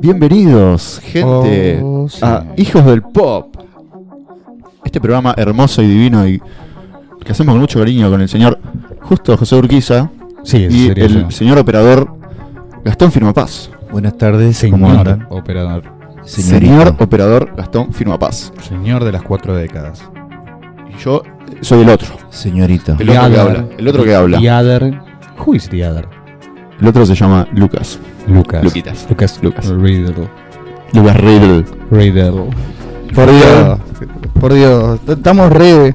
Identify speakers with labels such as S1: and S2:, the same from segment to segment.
S1: Bienvenidos, gente,
S2: Oh, sí.
S1: a Hijos del Pop. Este programa hermoso y divino y que hacemos con mucho cariño con el señor justo José Urquiza
S2: Sí, en
S1: y
S2: serio,
S1: el
S2: yo.
S1: señor operador Gastón Firmapaz.
S3: Buenas tardes,
S2: Señor
S3: ¿cómo andan?
S2: operador.
S1: Señor operador Gastón Firmapaz.
S2: Señor de las cuatro décadas.
S1: Y yo soy el otro.
S3: Señorita.
S1: El otro que habla. El otro que habla.
S2: Yader. Who is the other?
S1: El otro se llama Lucas.
S2: Lucas.
S1: Luquitas.
S2: Lucas.
S1: Lucas.
S2: Riddle.
S1: Lucas Riddle.
S2: Riddle.
S3: Por Dios. Por Dios. t- Estamos re,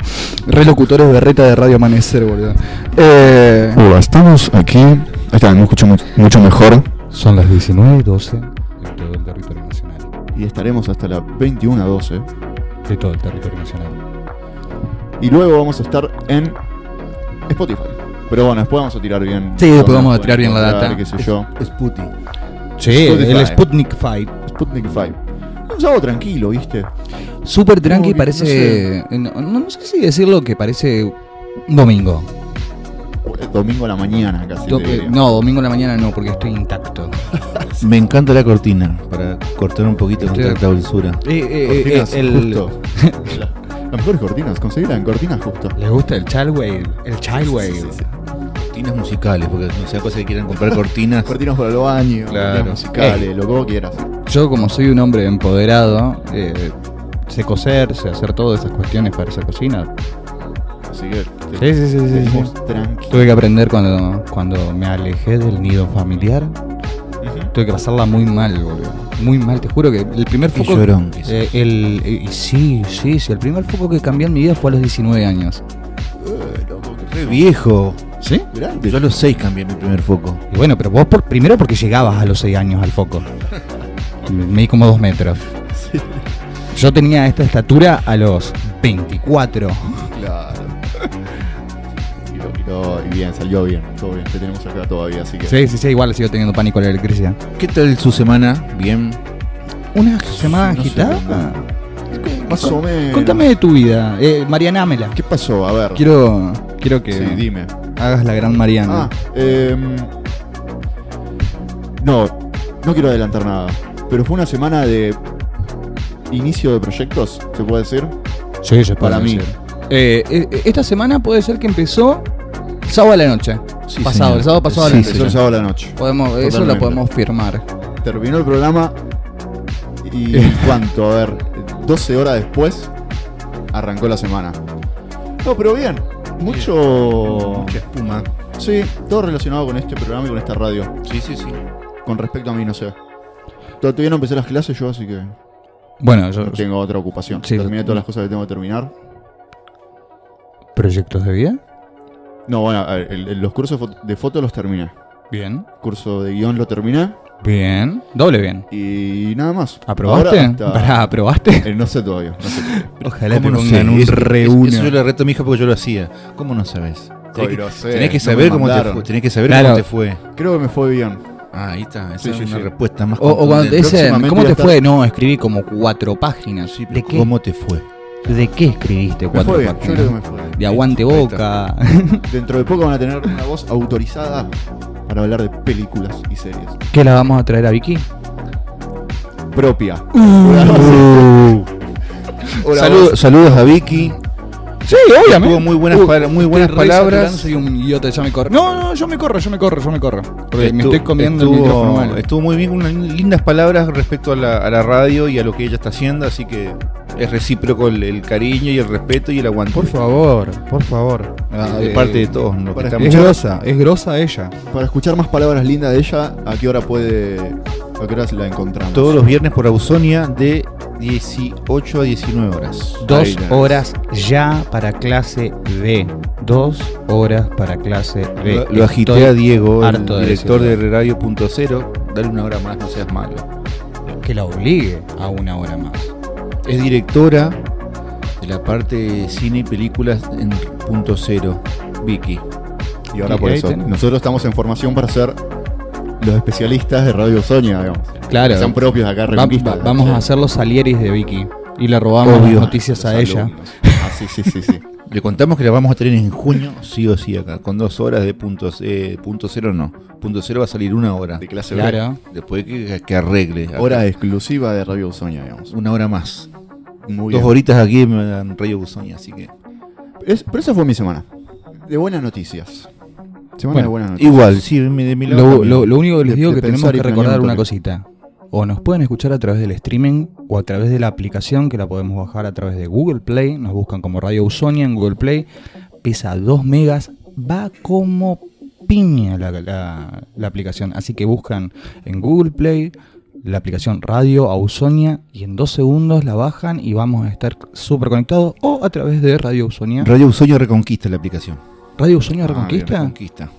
S3: re locutores de reta de Radio Amanecer, boludo. Eh,
S1: Hola, estamos aquí. Ahí está, me escucho mu- mucho mejor.
S2: Son las 19 y 12 de todo el territorio nacional.
S1: Y estaremos hasta las 21.12.
S2: De todo el territorio nacional.
S1: Y luego vamos a estar en Spotify. Pero bueno, después vamos a tirar bien.
S3: Sí, después
S1: dónde
S3: vamos
S1: pueden
S3: a tirar bien la
S1: encontrar,
S3: data.
S1: qué sé yo.
S3: Sputi.
S2: Sí,
S1: Spotify.
S2: el Sputnik 5.
S1: Sputnik 5. Un sábado tranquilo, ¿viste?
S3: Súper tranqui,
S1: No,
S3: parece. eh, No, no- no sé si decirlo que parece un domingo.
S1: Eh, Domingo a la mañana casi.
S3: Do-
S1: te diría.
S3: eh, no, domingo a la mañana no, porque estoy intacto.
S4: Me encanta la cortina, para cortar un poquito con
S3: Estoy-
S4: tanta dulzura.
S3: Eh, eh, eh,
S1: Cortinas
S3: el-
S1: justo. La- Las mejores cortinas, conseguirla en cortinas justo.
S2: ¿Les gusta el Child Whale? El Child Whale.
S1: Sí, sí, sí.
S4: Cortinas musicales, porque no sea cosa que quieran comprar cortinas.
S1: Cortinas para los baños,
S2: Claro.
S1: cortinas musicales, lo que vos quieras.
S3: Yo, como soy un hombre empoderado,
S2: Eh, sé coser, sé hacer todas esas cuestiones para esa cocina.
S1: Así que.
S2: Sí, sí, sí, sí, sí.
S1: tranquilo.
S3: tuve que aprender cuando.
S2: Cuando, cuando me alejé del nido familiar,
S3: Tuve que pasarla muy mal, boludo. Muy mal, te juro que el primer
S4: Y
S3: foco.
S4: llorón. que
S3: Eh, el, eh, y sí, sí, sí. El primer foco que cambié en mi vida fue a los 19 años.
S4: es. Re viejo.
S3: ¿Sí?
S4: Yo a los seis cambié mi primer foco.
S3: Y bueno, pero vos por, primero porque llegabas a los 6 años al foco. Me- Medí como 2 metros. Yo tenía esta estatura a los 24.
S1: Claro. Y, lo- y lo- y bien, salió bien, todo bien. Te tenemos acá todavía, así que.
S3: Sí, sí, sí, igual sigo teniendo pánico a la electricidad.
S4: ¿Qué tal su semana? Bien.
S3: ¿Una
S1: No
S3: semana
S1: sé,
S3: agitada? Ah.
S1: Más o menos.
S3: Contame de tu vida. Eh, Marianámela.
S1: ¿Qué pasó? A ver.
S3: Quiero, quiero que
S1: Sí, dime.
S3: hagas la gran Mariana.
S1: Ah, em, no, no quiero adelantar nada. Pero fue una semana de inicio de proyectos, se puede decir.
S2: Sí, se
S1: Para mí.
S3: Eh, eh, esta semana puede ser que empezó el sábado a la noche.
S4: Sí,
S3: pasado,
S4: señor.
S3: el sábado pasado a
S4: Sí,
S3: la noche.
S1: Empezó el sábado a la noche.
S3: Podemos, eso
S1: Totalmente.
S3: lo podemos firmar.
S1: Terminó el programa y cuánto, a ver, 12 horas después arrancó la semana. No, pero bien, mucho...
S4: Mucha espuma.
S1: Sí, todo relacionado con este programa y con esta radio.
S4: Sí, sí, sí.
S1: Con respecto a mí, no sé. Todavía no empecé las clases yo, así que
S3: Bueno, yo,
S1: tengo otra ocupación.
S3: Sí,
S1: Terminé
S3: lo-
S1: todas las cosas que tengo que terminar.
S2: ¿Proyectos de vida?
S1: No, bueno, a ver, el- el- los cursos de fo- de foto los terminé.
S3: bien,
S1: Curso de guión lo terminé
S3: bien, doble bien.
S1: y nada más.
S3: ¿Aprobaste?
S1: Ahora hasta-
S3: Pará, ¿aprobaste?
S1: Eh, no sé todavía. no sé.
S4: Ojalá
S2: ¿Cómo
S4: me
S2: no
S4: pongan
S2: sé?
S4: un
S2: Eso-
S4: reúna.
S2: eso
S4: Eso
S2: yo
S4: yo le reto a mi hija porque yo lo hacía. ¿Cómo no sabes?
S1: Coy,
S4: Tenés que,
S1: no sé,
S4: tenés que
S1: no me
S4: saber cómo te
S1: mandaron.
S4: fue. Tenés que saber
S3: Claro.
S4: cómo te fue.
S1: Creo que me fue bien.
S4: Ah, ahí está. Esa
S1: Sí,
S4: es
S1: sí,
S4: una
S1: sí.
S4: respuesta más
S3: O, o cuando te
S4: contundente.
S3: dicen,
S1: Próximamente
S3: ¿cómo
S1: voy a
S3: te
S1: estar-
S3: fue? No, escribí como cuatro páginas.
S4: Sí, pero
S3: ¿De qué?
S4: ¿Cómo te fue?
S3: ¿De qué escribiste
S1: Me
S3: cuatro
S1: fue bien, yo creo que
S3: páginas?
S1: me fue bien.
S3: De aguante
S4: Ahí
S3: boca.
S1: Dentro de poco van a tener una voz autorizada para hablar de películas y series.
S3: ¿Qué la vamos a traer a Vicky?
S1: Propia.
S3: Uh.
S1: Hola,
S4: Saludo-
S1: vos.
S4: saludos a Vicky.
S3: Sí,
S4: Tuvo muy buenas,
S3: Uh,
S4: pala- muy buenas palabras.
S3: Soy un idiota, ya me corro. No, no, yo me corro, yo me corro, yo me corro. Porque me
S4: Estu-
S3: estoy comiendo el
S4: estuvo-
S3: micrófono mal.
S4: Estuvo muy bien, unas lindas palabras respecto a la, a la radio y a lo que ella está haciendo, así que es recíproco el, el cariño y el respeto y el aguante. Ah,
S2: Por favor, por favor.
S4: De
S3: eh,
S4: parte de todos, los que
S1: para
S4: estamos.
S2: Es grosa, es grosa ella.
S1: Para escuchar más palabras lindas de ella, ¿a qué hora puede. ¿A qué hora la encontramos?
S4: Todos los viernes por Ausonia de 18 a 19 horas.
S3: Dos
S1: Ahí tenés.
S3: horas ya para clase B. Dos horas para clase B.
S4: Lo, lo agité
S3: Estoy-
S4: a Diego, el
S3: harto de
S4: director de,
S3: decirlo.
S4: Radio.0. Dale una hora más, no seas malo.
S3: Que la obligue a una hora más.
S4: Es directora de la parte de cine y películas en punto cero, Vicky.
S1: Y ahora
S3: Y
S1: por
S3: ahí
S1: eso.
S3: tenés.
S1: Nosotros estamos en formación para ser los especialistas de Radio Sonia, digamos.
S3: Claro.
S1: Que sean propios acá,
S3: Va-
S1: Reconquista.
S3: va- vamos a hacer los salieris de Vicky. Y le robamos
S4: Obvio.
S3: noticias a
S1: Los
S3: ella.
S1: alumnos. Ah, sí, sí, sí, sí.
S4: Le contamos que la vamos a tener en junio, sí o sí, acá, con dos horas de puntos, eh, punto cero no. Punto cero va a salir una hora.
S1: De clase B.
S3: Claro.
S4: Después que, que arregle. acá.
S1: Hora exclusiva de Radio Usoña, digamos.
S4: Una hora más.
S1: Muy
S4: Dos
S1: bien.
S4: horitas aquí en- en Radio Buzoña, así que.
S1: Es- pero esa fue mi semana. De buenas noticias. Semana
S3: Bueno,
S1: de buenas noticias.
S4: Igual, sí, de mi de mi lado
S3: Lo,
S4: también.
S3: lo- lo único que les
S1: De-
S3: digo
S1: de
S3: que tenemos
S1: pensar y
S3: que
S1: planear
S3: recordar
S1: un
S3: una
S1: toque.
S3: cosita. O nos pueden escuchar a través del streaming o a través de la aplicación que la podemos bajar a través de Google Play. Nos buscan como Radio Usonia en Google Play. Pesa 2 megas. Va como piña la, la- la aplicación. Así que buscan en Google Play la aplicación Radio Ausonia y en dos segundos la bajan y vamos a estar súper conectados o a través de Radio Ausonia.
S4: Radio Buzoña reconquista la aplicación.
S3: ¿Radio Usonia
S1: Ah,
S3: Reconquista?
S4: Reconquista.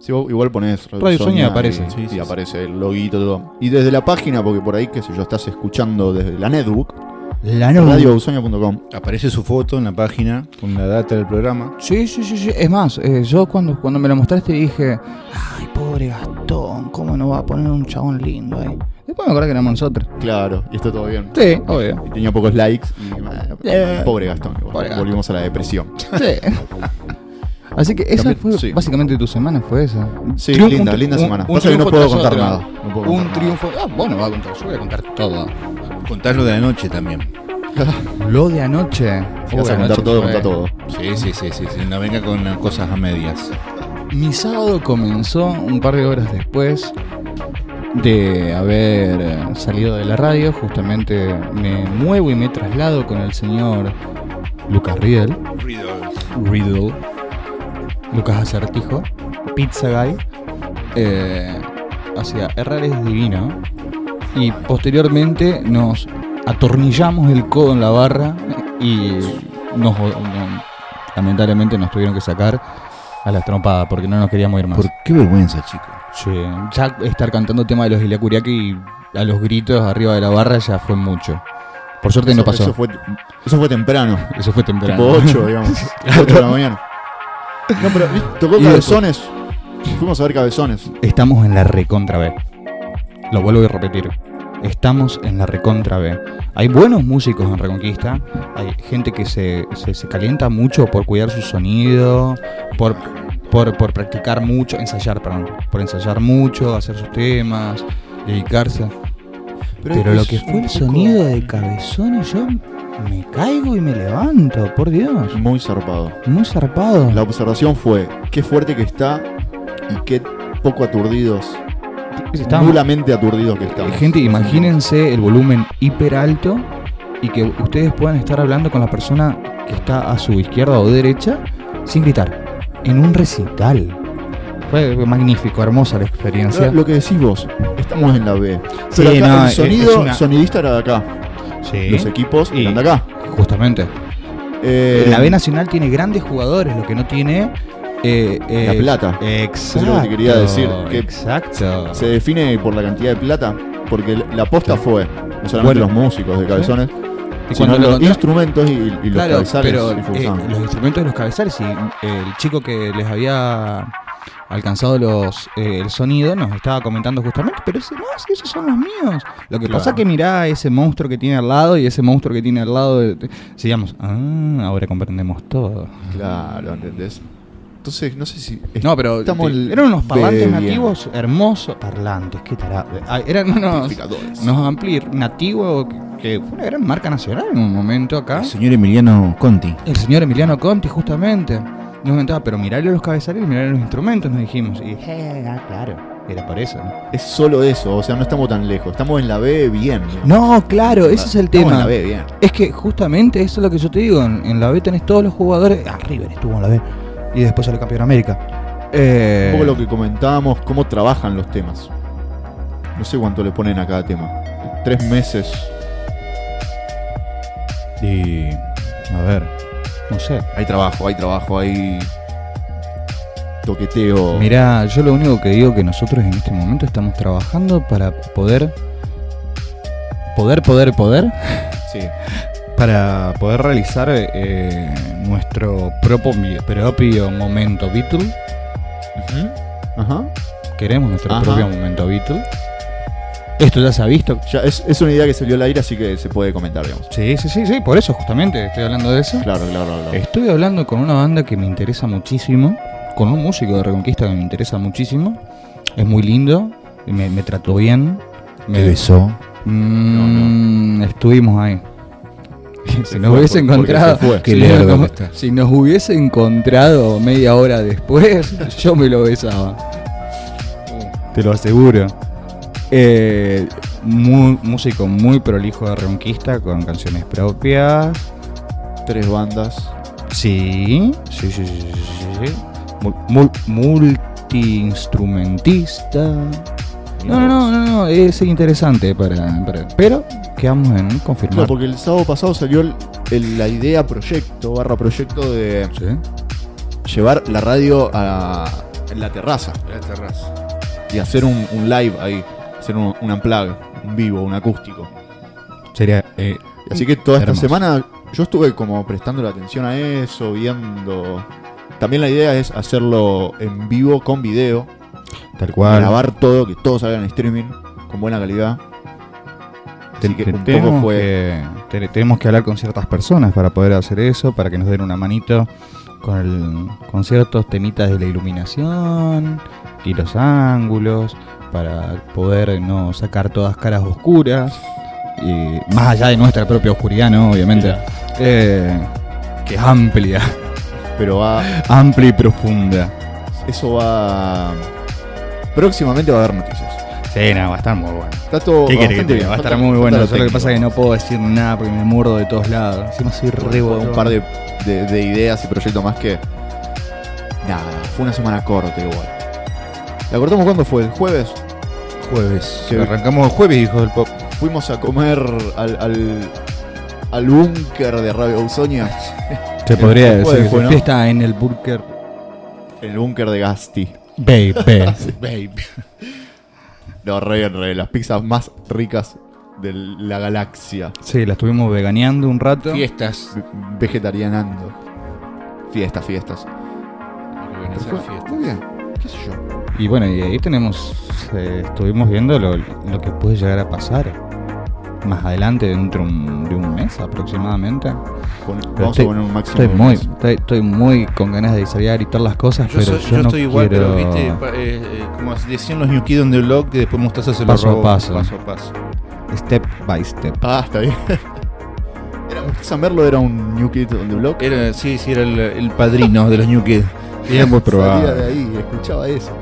S1: Sí, vos igual ponés Radio,
S3: Radio Usoña
S1: Usoña
S3: aparece.
S1: Y,
S4: Sí,
S1: y
S4: sí, sí.
S1: aparece el loguito todo. Y desde la página, porque por ahí, qué sé yo, estás escuchando desde la netbook,
S3: La nueva
S1: radiousoña.com.
S4: Aparece su foto en la página con la data del programa.
S3: Sí, sí, sí, sí. Es más, eh, yo cuando, cuando me lo mostraste dije, ay, pobre Gastón, ¿cómo no va a poner un chabón lindo ahí? Después me acordé que éramos nosotros.
S1: Claro, y está todo bien.
S3: Sí, obvio.
S1: Y tenía pocos likes. y, eh,
S3: Eh.
S1: pobre Gastón. igual.
S3: Pobre Gastón.
S1: Volvimos a la depresión.
S3: Sí. Así que esa
S1: También-
S3: fue
S1: sí.
S3: básicamente tu semana, fue esa.
S1: Sí,
S3: Triunfo-
S1: linda,
S3: un-
S1: linda
S3: un-
S1: semana.
S3: un
S1: Pasa que no
S3: triunfo
S1: puedo
S3: tras
S1: contar
S3: otro.
S1: nada. No puedo
S3: un
S1: contar
S3: triunfo. Ah, bueno, va a contar, yo voy a contar todo.
S4: Contarlo de anoche también.
S3: Lo de
S1: Si
S3: anoche.
S1: vas a
S3: Uy,
S1: contar
S3: anoche
S1: todo,
S3: fue-
S1: contá todo.
S4: Sí, sí, sí, sí. sí. No venga con eh, cosas a medias.
S3: Mi sábado comenzó un par de horas después de haber eh, salido de la radio. Justamente me muevo y me traslado con el señor Lucas Riddle. Riddle. Lucas Acertijo. Pizza Guy. eh, hacia Herrares Divino. Y posteriormente nos atornillamos el codo en la barra y nos, no- lamentablemente nos tuvieron que sacar a las trompadas porque no nos queríamos ir más.
S4: Por qué vergüenza, chico.
S3: Sí, ya estar cantando tema de los Iliacuriaki a los gritos arriba de la barra ya fue mucho. Por suerte no
S1: Eso-
S3: pasó.
S1: Eso fue, eso fue temprano.
S3: Eso fue temprano.
S1: Tipo 8, digamos. 8 de la mañana. No, pero ¿viste? tocó
S3: Y
S1: cabezones. Fuimos a ver cabezones.
S3: Estamos en la recontra B. Lo vuelvo a repetir. Estamos en la recontra B. Hay buenos músicos en Reconquista. Hay gente que se, se- se calienta mucho por cuidar su sonido, por, por, por practicar mucho, ensayar, perdón. Por ensayar mucho, hacer sus temas, dedicarse. Pero lo
S1: es
S3: que fue
S1: un
S3: el
S1: poco
S3: sonido de cabezones, yo me caigo y me levanto, por Dios.
S1: Muy zarpado.
S3: Muy zarpado.
S1: La observación fue qué fuerte que está y qué poco aturdidos.
S3: Estábamos-
S1: Nulamente aturdidos que estamos.
S3: Gente, imagínense el volumen hiper alto y que ustedes puedan estar hablando con la persona que está a su izquierda o derecha sin gritar. En un recital. Fue magnífico, hermosa la experiencia.
S1: Lo- Lo que decís vos, estamos en la B.
S3: Sí,
S1: Pero acá
S3: no,
S1: el
S3: es- es
S1: sonido
S3: una- ¿Eh?
S1: sonidista era de acá.
S3: Sí,
S1: Los equipos
S3: Y-
S1: eran de acá.
S3: justamente.
S1: Eh,
S3: la B Nacional tiene grandes jugadores, lo que no tiene. eh, eh,
S1: La plata.
S3: Exacto.
S1: Es lo que te quería decir, que-
S3: exacto.
S1: se define por la cantidad de plata, porque la aposta fue, no solamente
S3: Bueno.
S1: los músicos de cabezones,
S3: Y
S1: sino
S3: cuando lo
S1: los
S3: encontré-
S1: instrumentos y, y los
S3: claro,
S1: cabezales.
S3: pero
S1: y
S3: eh,
S1: forzaban.
S3: los instrumentos de los cabezales y el chico que les había alcanzado los eh, el sonido nos estaba comentando justamente, pero ese, no, si esos son los míos. Lo que
S1: Claro.
S3: pasa que mirá ese monstruo que tiene al lado y ese monstruo que tiene al lado. de- de- Sigamos, ah, ahora comprendemos todo.
S1: Claro, ¿entendés? Entonces, no sé si.
S3: No, pero
S1: Estamos
S3: te-
S1: el-
S3: eran unos parlantes
S1: bien.
S3: nativos hermosos. Parlantes, qué tarado. Eran unos,
S1: Amplificadores.
S3: unos amplir nativos que- que fue una gran marca nacional en un momento acá.
S4: El señor Emiliano Conti.
S3: El señor Emiliano Conti, justamente, nos comentaba, pero mirarle los cabezales, mirarle los instrumentos, nos dijimos. Y dije, "Eh, ah, claro, era por eso. ¿no?
S1: Es solo eso, o sea, no estamos tan lejos. Estamos en la B bien.
S3: No, claro, ese es el
S1: Estamos en
S3: tema.
S1: la B bien.
S3: Es que justamente eso es lo que yo te digo. En, en la B tenés todos los jugadores. Ah, River estuvo en la B. Y después salió campeón América. Eh,
S1: Un poco lo que comentábamos, cómo trabajan los temas. No sé cuánto le ponen a cada tema. Tres meses.
S2: Y. A ver.
S3: No sé.
S1: Hay trabajo, hay trabajo, hay toqueteo.
S3: Mirá, yo lo único que digo que nosotros en este momento estamos trabajando para poder. Poder, poder, poder.
S1: Sí.
S3: para poder realizar eh, nuestro propo- propio momento Beatle.
S1: Ajá.
S3: Queremos nuestro
S1: Ajá.
S3: propio momento Beatle. Esto ya se ha visto.
S1: Ya es, es una idea que salió al aire, así que se puede comentar, digamos.
S3: Sí, sí, sí, sí, por eso justamente estoy hablando de eso.
S1: Claro, claro, claro.
S3: Estoy hablando con una banda que me interesa muchísimo, con un músico de Reconquista que me interesa muchísimo. Es muy lindo, me, me trató bien. Me
S2: besó.
S3: Mm, Estuvimos ahí. Si nos
S1: fue,
S3: hubiese
S1: porque- porque
S3: encontrado,
S1: se fue.
S3: si,
S4: Qué
S3: no-
S4: lerdo
S3: no-
S4: que está.
S3: si nos hubiese encontrado media hora después, yo me lo besaba. Te lo aseguro. Eh, muy, músico muy prolijo de Reconquista, con canciones propias.
S1: Tres bandas.
S3: Sí, sí, sí, sí, sí, sí, sí. Mul- mul- multiinstrumentista. No, no, no, no, no, es interesante para, para- Pero quedamos en confirmar.
S1: Claro, porque el sábado pasado salió el- el- la idea proyecto, barra proyecto de
S3: Sí.
S1: llevar la radio a en la terraza
S4: La terraza.
S1: y hacer un, un live ahí, hacer un, un unplug, un vivo, un acústico.
S3: Sería. eh,
S1: Así que toda esta
S3: Hermoso.
S1: semana yo estuve como prestando la atención a eso, viendo. También la idea es hacerlo en vivo con video,
S2: Tal cual.
S1: grabar todo, que todo salga en streaming con buena calidad. Así
S3: te-
S1: que un
S3: tenemos,
S1: poco fue
S3: que, te- tenemos que hablar con ciertas personas para poder hacer eso, para que nos den una manito con, el- con ciertos temitas de la iluminación y los ángulos, para poder no sacar todas caras oscuras, y más allá de nuestra propia oscuridad, ¿no? Obviamente. Eh, que es amplia,
S1: pero va,
S3: amplia y profunda.
S1: eso va. Próximamente va a haber noticias.
S3: Sí, no, va a estar muy bueno.
S1: Está todo
S3: ¿Qué querés que
S1: bastante
S3: te diga?
S1: bien,
S3: Va a estar
S1: falta-
S3: muy
S1: falta
S3: bueno.
S1: lo
S3: Solo que pasa es que
S1: técnico.
S3: no puedo decir nada porque me muerdo de todos lados. Encima soy re
S1: un par de, de- de ideas y proyectos más que. Nada, fue una semana corta igual. ¿La cortamos cuándo fue? ¿El jueves?
S4: Jueves.
S1: Sí.
S4: Arrancamos jueves, hijos del pop.
S1: Fuimos a comer al, al, al búnker de Radio Ausonia,
S3: Se podría
S1: el
S3: decir
S1: jueves
S3: que
S1: fue,
S3: fue
S1: ¿no?
S3: fiesta en el Burger
S1: en el búnker de Gasti.
S3: Baby.
S1: Babe. No, re bien, re bien, Las pizzas más ricas de la galaxia.
S3: sí, la estuvimos veganeando un rato.
S4: Fiestas.
S1: Ve- Vegetarianando. Fiestas, fiestas. Fue- Muy bien. ¿Qué sé yo?
S3: Y bueno, y ahí tenemos. eh, estuvimos viendo lo, lo que puede llegar a pasar. Más adelante, dentro un- de un mes aproximadamente.
S1: Pon-
S3: Pero
S1: vamos
S3: estoy-
S1: a poner un máximo.
S3: Estoy
S1: de
S3: muy,
S1: unas-
S3: estoy, estoy muy con ganas de salir a gritar las cosas,
S4: Yo,
S3: pero
S4: soy-
S3: yo,
S4: yo
S3: no
S4: estoy igual,
S3: quiero...
S4: pero viste, pa- eh, eh, como decían los New Kids on the Block, que después Mostaza se lo
S3: Paso a
S4: robó.
S3: paso.
S4: Paso a paso.
S3: Step by step.
S1: Ah, está bien. Era, San Merlo era un New Kid on the Block.
S4: Era, sí, sí, era el, el padrino de los New Kids.
S2: Era muy
S1: Salía de
S2: probable.
S1: ahí, escuchaba eso.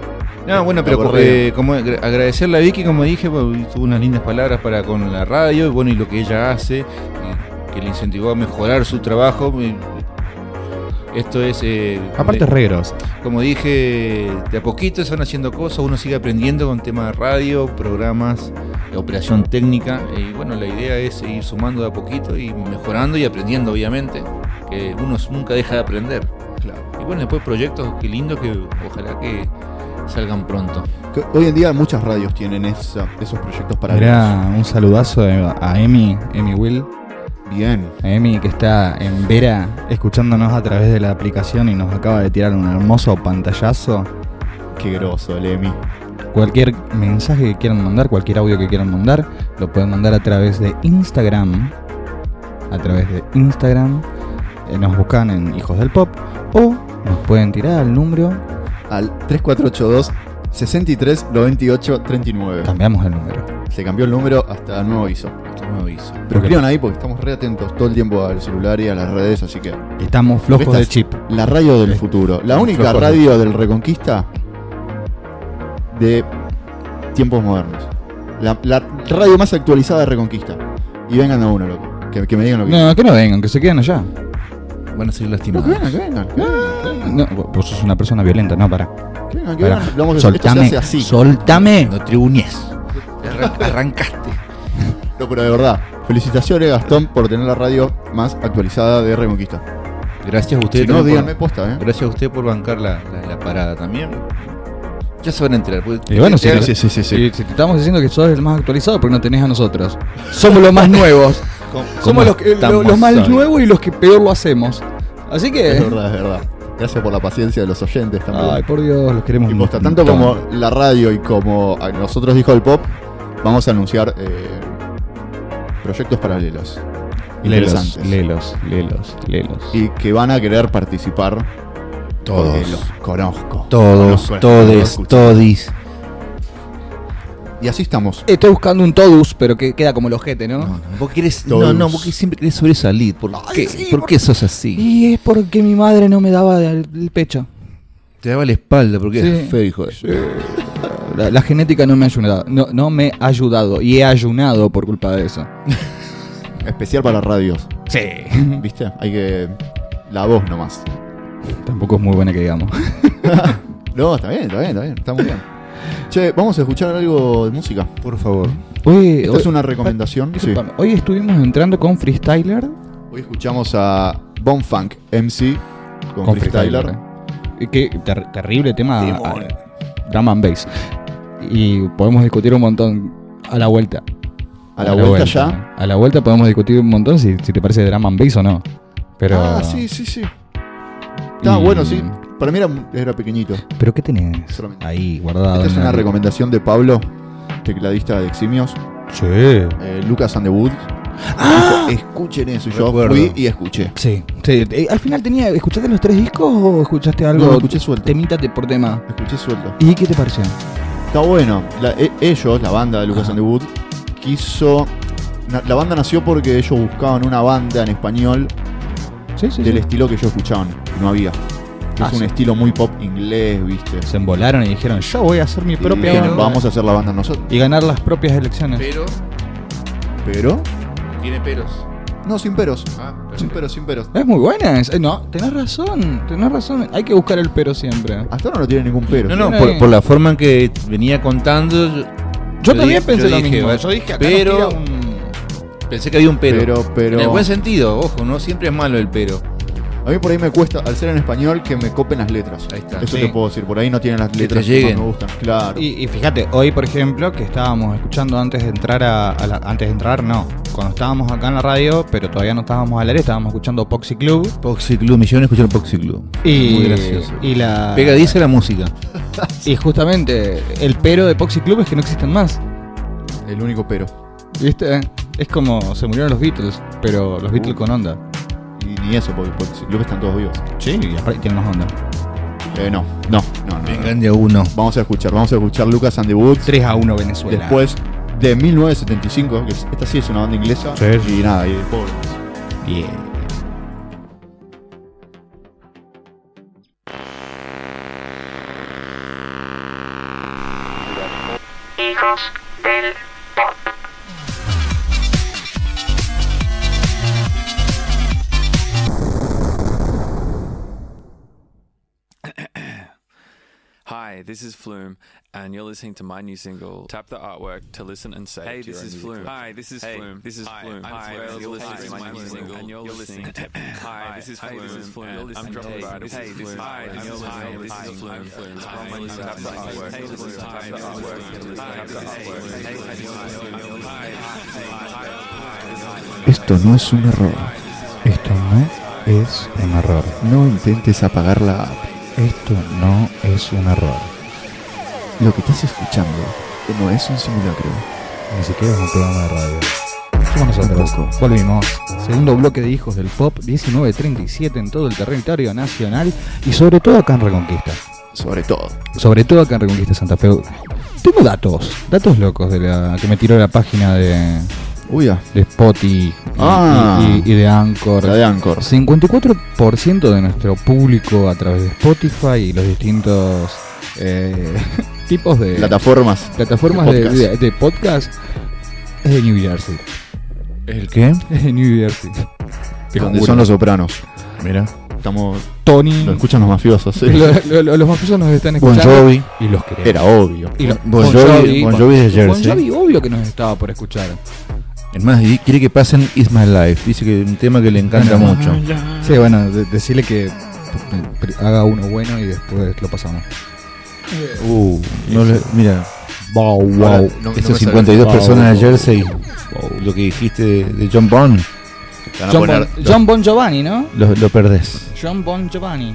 S4: No, bueno,
S1: La
S4: pero
S1: correa.
S4: eh, como agra- agradecerle a Vicky, como dije, pues, tuvo unas lindas palabras para con la radio y bueno, y lo que ella hace, y que le incentivó a mejorar su trabajo. y- Esto es. eh,
S3: Aparte, es re grosa.
S4: Como dije, de a poquito se van haciendo cosas, uno sigue aprendiendo con temas de radio, programas, eh, operación técnica. Y bueno, la idea es ir sumando de a poquito y mejorando y aprendiendo, obviamente. Que uno s- nunca deja de aprender. Y bueno, después proyectos, qué lindo que ojalá que salgan pronto.
S1: Que Hoy en día muchas radios tienen esa- esos proyectos para
S3: Mirá, un saludazo a a Emi, Emi Will,
S1: Bien.
S3: a Emi que está en Vera escuchándonos a través de la aplicación y nos acaba de tirar un hermoso pantallazo.
S1: Qué groso el EMI.
S3: Cualquier mensaje que quieran mandar, cualquier audio que quieran mandar, lo pueden mandar a través de Instagram. A través de Instagram. eh, Nos buscan en Hijos del Pop o nos pueden tirar al número.
S1: Al 3482 63 98 39.
S3: Cambiamos el número.
S1: Se cambió el número hasta nuevo aviso.
S4: Esto me aviso.
S1: Pero escriban ahí porque estamos re atentos todo el tiempo al celular y a las redes, así que.
S3: Estamos flojos
S1: Estas-
S3: de chip.
S1: La radio del futuro. La única
S4: flojos.
S1: radio del Reconquista de tiempos modernos. La, la radio más actualizada de Reconquista. Y vengan a uno, loco. Que, que me digan lo que
S3: No, que no vengan, que se queden allá.
S4: Van a seguir
S1: No,
S4: lastimados.
S1: que
S3: Ah,
S1: vengan, que vengan, que vengan, que vengan,
S3: No, vos sos una persona violenta, no, para.
S1: que vengan, que
S3: Pará,
S1: vengan. Vamos a- esto se
S3: Soltame,
S1: hace así.
S3: soltame.
S4: No tribuñes. Arran- Arrancaste.
S1: No, pero de verdad. Felicitaciones, Gastón, por tener la radio más actualizada de Reconquista.
S4: Gracias a
S1: Si
S4: ustedes.
S1: no,
S4: también por-
S1: díganme posta, ¿eh?
S4: Gracias a usted por bancar la, la- la parada también. Ya se van a enterar. porque-
S3: Y bueno, sí,
S4: Eh,
S3: sí,
S1: sí,
S3: Y si te estamos diciendo que sos el más actualizado, porque no tenés a nosotros. Somos los más nuevos. Somos los, que- lo-
S4: estamos
S3: los más
S4: hoy?
S3: nuevos y los que peor lo hacemos. Así
S1: Es
S3: que.
S1: verdad, es verdad. Gracias por la paciencia de los oyentes también.
S3: Ay, por Dios, los queremos.
S1: Y
S3: un
S1: posta, tanto
S3: montón.
S1: como la radio y como a nosotros dijo el pop, Vamos a anunciar eh, proyectos paralelos.
S2: Lelos,
S1: Interesantes.
S2: lelos, lelos, lelos.
S1: Y que van a querer participar. Porque
S4: Todos.
S1: los conozco.
S4: Todos,
S1: Conozco, los
S4: todes,
S1: escucho.
S4: todis.
S1: Y así estamos.
S3: Estoy buscando un todus, pero que queda como el ojete, ¿no?
S4: No, no, vos querés, no,
S1: Todos.
S4: no, vos que siempre querés sobresalir. ¿Por qué? ¿Por qué sos así?
S3: Y es porque mi madre no me daba el el pecho.
S4: Te daba la espalda porque
S3: Sí.
S4: eres feo, hijo de-
S3: La, la genética no me ha ayudado. No, no me ha ayudado. Y he ayunado por culpa de eso.
S1: Especial para radios.
S3: Sí.
S1: ¿Viste? Hay que. La voz nomás.
S3: Tampoco es muy buena que digamos.
S1: No, está bien, está bien, está bien. Está muy bien. Che, vamos a escuchar algo de música.
S4: Por favor.
S3: Hoy,
S1: Esta
S3: hoy-
S1: es una recomendación. Sí.
S3: discúlpame, hoy estuvimos entrando con Freestyler.
S1: Hoy escuchamos a Bon Funk MC con, Freestyler.
S3: eh. Qué ter- terrible tema. ah, Drum and bass. Y podemos discutir un montón a la vuelta.
S1: A la vuelta ya.
S3: A la vuelta podemos discutir un montón si, si te parece drum and bass o no. Pero.
S1: Ah, sí, sí, sí. Está
S3: y- Ah,
S1: bueno, sí. Para mí era, era pequeñito. Esta
S3: Pero ¿qué tenés
S1: Solamente.
S3: ahí guardado?
S1: es
S3: en
S1: una
S3: la-
S1: recomendación de Pablo, tecladista de Eximios,
S2: Sí.
S1: eh, Lucas and the Woods.
S3: ¡Ah!
S1: Dijo, Escuchen eso. Y Yo
S4: Recuerdo.
S1: fui y escuché.
S3: Sí. sí. Eh, Al final tenía. ¿Escuchaste los tres discos o escuchaste algo?
S1: No, escuché suelto.
S3: Temita te- por tema.
S1: Escuché suelto.
S3: ¿Y qué te pareció?
S1: Está bueno. La- e- ellos, la banda de Lucas
S3: Ajá.
S1: and the Woods, quiso. na- la banda nació porque ellos buscaban una banda en español
S3: Sí, sí.
S1: del estilo que ellos escuchaban. que No había. Que
S3: Ah,
S1: es un
S3: sí.
S1: estilo muy pop inglés, ¿viste?
S3: Se embolaron y dijeron, yo voy a hacer mi
S1: Y
S3: propia
S1: dijeron,
S3: banda".
S1: vamos a hacer la banda nosotros.
S3: Y ganar las propias elecciones.
S4: Pero,
S1: Pero.
S4: tiene pelos.
S1: No, sin peros.
S4: Ah,
S1: Sin peros, sin peros.
S3: Es muy buena. es- eh, no, tenés razón. Tenés razón. Hay que buscar el pero siempre.
S1: Hasta ahora no tiene ningún pero.
S4: No, no,
S3: Tiene-
S4: por, por la forma en que venía contando, yo,
S3: Yo,
S4: yo
S3: también
S4: di-
S3: pensé
S4: yo
S3: lo
S4: dije,
S3: mismo.
S4: bueno,
S3: yo dije acá
S4: pero-
S3: nos tira un-
S4: pensé que había un pero.
S1: Pero, pero-
S4: En el buen sentido, ojo, no siempre es malo el pero.
S1: A mí por ahí me cuesta, al ser en español, que me copen las letras.
S4: Ahí está.
S1: Eso
S3: Sí.
S1: te puedo decir. Por ahí no tienen las
S4: te
S1: letras
S4: lleguen.
S1: más me gustan. Claro.
S3: Y, y fíjate, hoy por ejemplo, que estábamos escuchando antes de entrar a, a la- antes de entrar, no. Cuando estábamos acá en la radio, pero todavía no estábamos al aire, estábamos escuchando Poxy Club.
S4: Poxy Club, millones escucharon Poxy Club.
S3: Y,
S4: Muy gracioso.
S3: y la
S4: Pegadiza la música.
S3: Y justamente el pero de Poxy Club es que no existen más.
S1: El único pero.
S3: ¿Viste? Es como se murieron los Beatles, pero los Beatles con onda.
S1: Y ni eso, porque, porque si- creo que están todos vivos.
S3: Sí, y aparte tienen más onda.
S1: Eh, no, no, no, no, no.
S4: Vengan de a uno.
S1: Vamos a escuchar, vamos a escuchar Lucas and the Woods.
S3: 3 a 1 Venezuela.
S1: Después de 1975, que es- esta sí es una banda inglesa.
S2: Sí.
S1: Y nada, y de pobre.
S5: hijos del pop.
S6: Hi, this is Flume, and you're listening to my new single.
S7: Tap the artwork to listen and save.
S6: Hey,
S7: to
S6: this
S7: your
S6: is
S7: own
S6: Flume.
S7: music.
S6: Hi, this is
S7: Hey,
S6: Flume.
S7: This is
S6: Hi,
S7: Flume.
S6: I'm
S7: Hi,
S6: Flume.
S7: you're
S6: You're
S7: listening to my new single,
S6: and you're listening.
S7: to-
S6: Hi, this is
S7: Hi, this is Flume.
S6: Flume.
S7: You're
S6: I'm
S7: listening
S6: Drum
S7: to- Hey,
S6: Rider. Hey,
S7: this
S6: this
S7: is
S6: is
S7: Hi, Flume. this You're is listening. Flume. This This is is Flume. Flume. Tap Hi, the this is artwork. Flume. Hey, this is Hi, Flume. this is Flume. Hi, this is Flume. Hey, this is Flume.
S1: Esto no es un error.
S3: Esto no es un error.
S1: No intentes apagar la app.
S3: Esto no es un error.
S1: Lo que estás escuchando no es un simulacro.
S3: Ni siquiera es un programa de radio. Somos nosotros. Volvimos. Segundo bloque de Hijos del Pop, 1937 en todo el territorio nacional y sobre todo acá en Reconquista.
S1: Sobre todo.
S3: Sobre todo acá en Reconquista Santa Fe. Tengo datos, datos locos de la que me tiró la página de,
S1: Uy, ya,
S3: de Spotify y,
S1: Ah.
S3: y- y- y de Anchor.
S1: la de Anchor.
S3: 54% de nuestro público a través de Spotify y los distintos eh, tipos de
S1: Plataformas.
S3: plataformas
S1: de
S3: de,
S1: podcast.
S3: de- de podcast es de New Jersey.
S4: ¿El qué?
S3: Es de New Jersey. Te
S1: Donde
S3: juro.
S1: son los sopranos.
S4: Mira.
S1: Estamos.
S3: Tony.
S1: Lo escuchan los mafiosos, sí.
S3: lo- lo- lo- los mafiosos nos están
S4: Bon
S3: escuchando.
S4: Jovi.
S3: Y los queremos.
S1: Era obvio.
S3: Y lo-
S4: Bon Jovi- Bon Jovi de
S3: Bon
S4: Jersey.
S3: Jovi, obvio que nos estaba por escuchar.
S4: Es más, di- quiere que pasen Is My Life. Dice que es un tema que le
S1: Ah,
S4: encanta mucho.
S3: Sí, bueno, de- decirle que pr- haga uno bueno y después lo pasamos.
S4: Uh, no le- mira,
S3: Wow,
S1: Ahora,
S4: wow.
S1: no- no me sale.
S4: Estas 52
S1: Wow,
S4: personas de
S1: wow.
S4: Jersey. Lo que dijiste de, de John Bond, Ah,
S1: Van a
S3: John,
S1: poner-
S3: bon, John Bon Giovanni, ¿no?
S4: lo, lo perdés.
S3: John Bon Giovanni.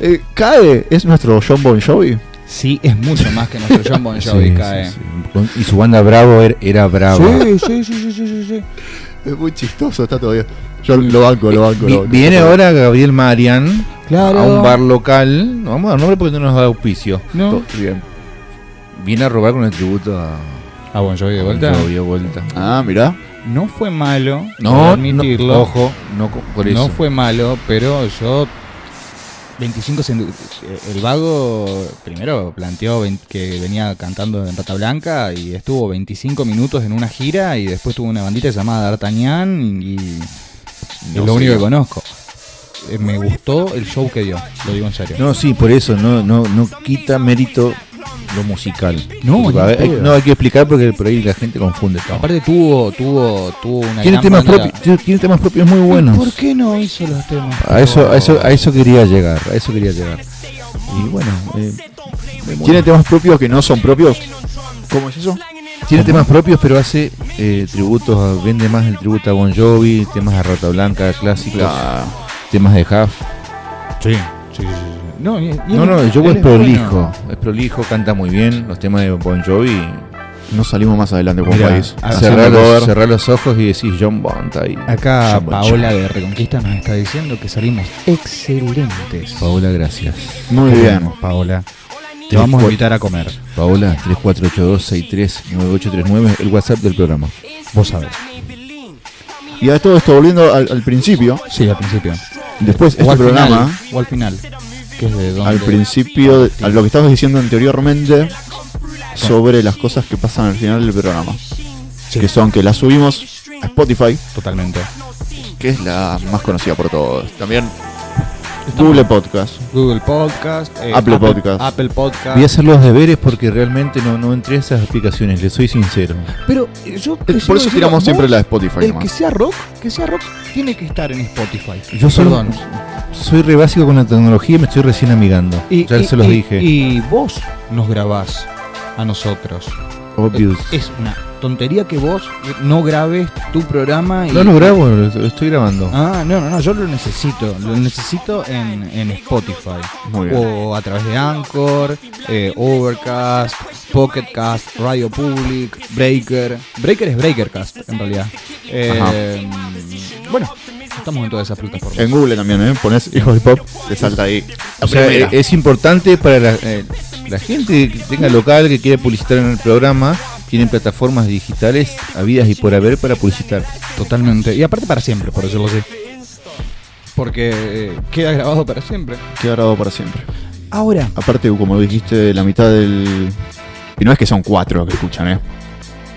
S1: Eh, ¿Cae? ¿Es nuestro John Bon Jovi?
S3: sí es mucho más que nuestro John
S1: Ah,
S3: Bon Jovi, cae. Ah,
S4: Y su banda Bravo era, era Bravo.
S3: Sí, sí, sí, sí, sí, sí, sí.
S1: Es muy chistoso, está todavía. Yo lo banco, lo banco,
S4: Vi-
S1: lo banco.
S4: Viene ahora Gabriel Marian
S3: Claro.
S4: a un bar local. No vamos a dar nombre porque no nos da auspicio.
S3: No.
S1: Bien.
S4: Viene a robar con el tributo a
S3: A Ah, Bon Jovi de vuelta.
S4: Bon Jovi de vuelta.
S1: Ah, mirá.
S3: No fue malo, debo
S4: No,
S3: admitirlo.
S4: no, ojo, no co- por eso.
S3: No fue malo, pero yo. 25 centu- El vago primero planteó vein- que venía cantando en Rata Blanca y estuvo 25 minutos en una gira y después tuvo una bandita llamada D'Artagnan y es
S1: No
S3: lo
S1: sé.
S3: único que conozco. Eh, Me gustó el show que dio, lo digo en serio.
S4: No, sí, por eso no, no, no quita mérito lo musical.
S3: No,
S4: Porque,
S3: ni
S4: a ver, hay-
S3: pedo.
S4: no hay que explicar porque por ahí la gente confunde. todo.
S3: Aparte tuvo, tuvo, tuvo una
S4: Tiene
S3: gran
S4: temas,
S3: banda.
S4: propios, tiene- tiene temas propios muy buenos.
S3: ¿Por qué no hizo los temas?
S4: A eso, a eso, a eso quería llegar, a eso quería llegar. Y bueno, eh,
S1: ¿Tiene temas propios que no son propios?
S4: ¿Cómo es eso? Tiene temas propios, pero hace eh, tributos, a- vende más el tributo a Bon Jovi, temas a Rata Blanca, clásicos,
S1: Claro.
S4: temas de Huff.
S3: Sí, sí, sí, sí. No, y- y
S4: No,
S3: él-
S4: no, yo
S3: él
S4: es prolijo,
S3: bueno.
S4: es prolijo, canta muy bien, los temas de Bon Jovi.
S1: No salimos más adelante como
S4: Mira,
S1: país.
S4: ah,
S1: Haciendo
S4: cerrá los,
S1: cover.
S4: cerrá los ojos y decís John Bond está ahí.
S3: Acá
S4: John Bon
S3: Paola
S4: Jovi.
S3: de Reconquista nos está diciendo que salimos excelentes.
S4: Paola, gracias.
S1: Muy
S3: Te
S1: bien.
S3: queremos, Paola. Te vamos a invitar a comer.
S4: Paola, 3482639839, el WhatsApp del programa.
S3: Vos sabés.
S1: Y a todo esto, volviendo al, al principio,
S3: Sí, al principio.
S1: después
S3: o
S1: este
S3: al
S1: programa,
S3: Final, o al final. Que es de donde
S1: al principio, de- a lo que estabas diciendo anteriormente, sobre las cosas que pasan al final del programa. Que son que las subimos a Spotify,
S3: Totalmente.
S1: que es la más conocida por todos. También Google Podcast.
S3: Google Podcast. eh,
S1: Apple Podcast.
S3: Apple Podcast.
S4: Voy a hacer los deberes porque realmente no, no entré a esas aplicaciones, le soy sincero.
S3: Pero eh, yo. te
S1: Por
S3: sigo
S1: eso
S3: diciendo,
S1: tiramos siempre
S3: vos,
S1: la de Spotify.
S3: El
S1: nomás.
S3: que sea rock, que sea rock, tiene que estar en Spotify.
S4: Yo solo-
S3: Perdón.
S4: Soy re básico con la tecnología y me estoy recién amigando.
S3: Y-
S4: ya
S3: y-
S4: se los
S3: y-
S4: dije.
S3: Y vos nos grabás a nosotros.
S4: Obvious.
S3: Es una tontería que vos no grabes tu programa y.
S4: no lo grabo, lo estoy grabando.
S3: Ah, no, no, no, yo lo necesito. Lo necesito en, en Spotify.
S1: Muy bien.
S3: O a través de Anchor, eh, Overcast, Pocketcast, Radio Public, Breaker. Breaker es Breakercast, en realidad. Eh, bueno, estamos en todas esas plataformas.
S1: En Google también, ¿eh? Pones hijo de pop, te salta ahí.
S4: O sea, eh, es importante para la, eh, la gente que tenga local, que quiere publicitar en el programa, tienen plataformas digitales habidas y por haber para publicitar.
S3: Totalmente. Y aparte para siempre, por decirlo así. Porque eh, queda grabado para siempre.
S1: eh, Queda grabado para siempre.
S3: Ahora,
S1: Aparte, como dijiste, la mitad del. Y no es que son cuatro que escuchan, ¿eh?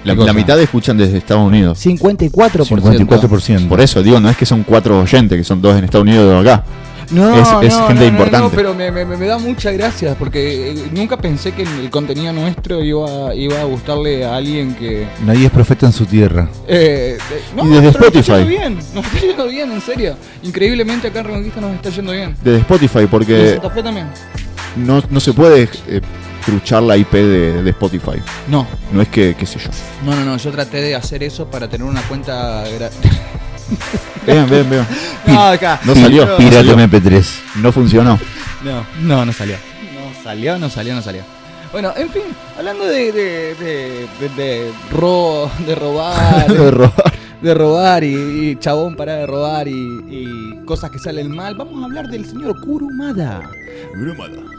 S1: La,
S3: ¿Qué cosa?
S1: la mitad escuchan desde Estados Unidos.
S3: 54%.
S4: 54%.
S1: Por eso, digo, no es que son cuatro oyentes, que son dos en Estados Unidos y dos acá.
S3: No,
S1: Es- es
S3: no,
S1: gente
S3: no, no, No,
S1: importante.
S3: pero me, me- me da muchas gracias porque eh, nunca pensé que el contenido nuestro iba, iba a gustarle a alguien que.
S4: Nadie es profeta en su tierra.
S3: eh, de- no,
S1: Y desde
S3: nosotros nos está
S1: Spotify.
S3: yendo bien, nos está yendo bien, en serio. Increíblemente acá en Reconquista nos está yendo bien.
S1: Desde Spotify,
S3: Y en
S1: porque
S3: Santa Fe también?
S1: no, no se puede eh, truchar la IP de, de Spotify.
S3: No,
S1: No es que, qué sé yo.
S3: no, no, no, yo traté de hacer eso para tener una cuenta. gra-
S1: Vean, vean, vean.
S3: no, acá.
S1: No salió. no
S4: Pirata
S1: salió.
S4: MP3.
S1: No funcionó.
S3: No, no, no salió. No salió, no salió, no salió. Bueno, en fin, hablando de. de. de. de, de ro- de robar.
S1: Lo de robar.
S3: de robar y, y chabón para de robar y, y cosas que salen mal, vamos a hablar del señor Kurumada.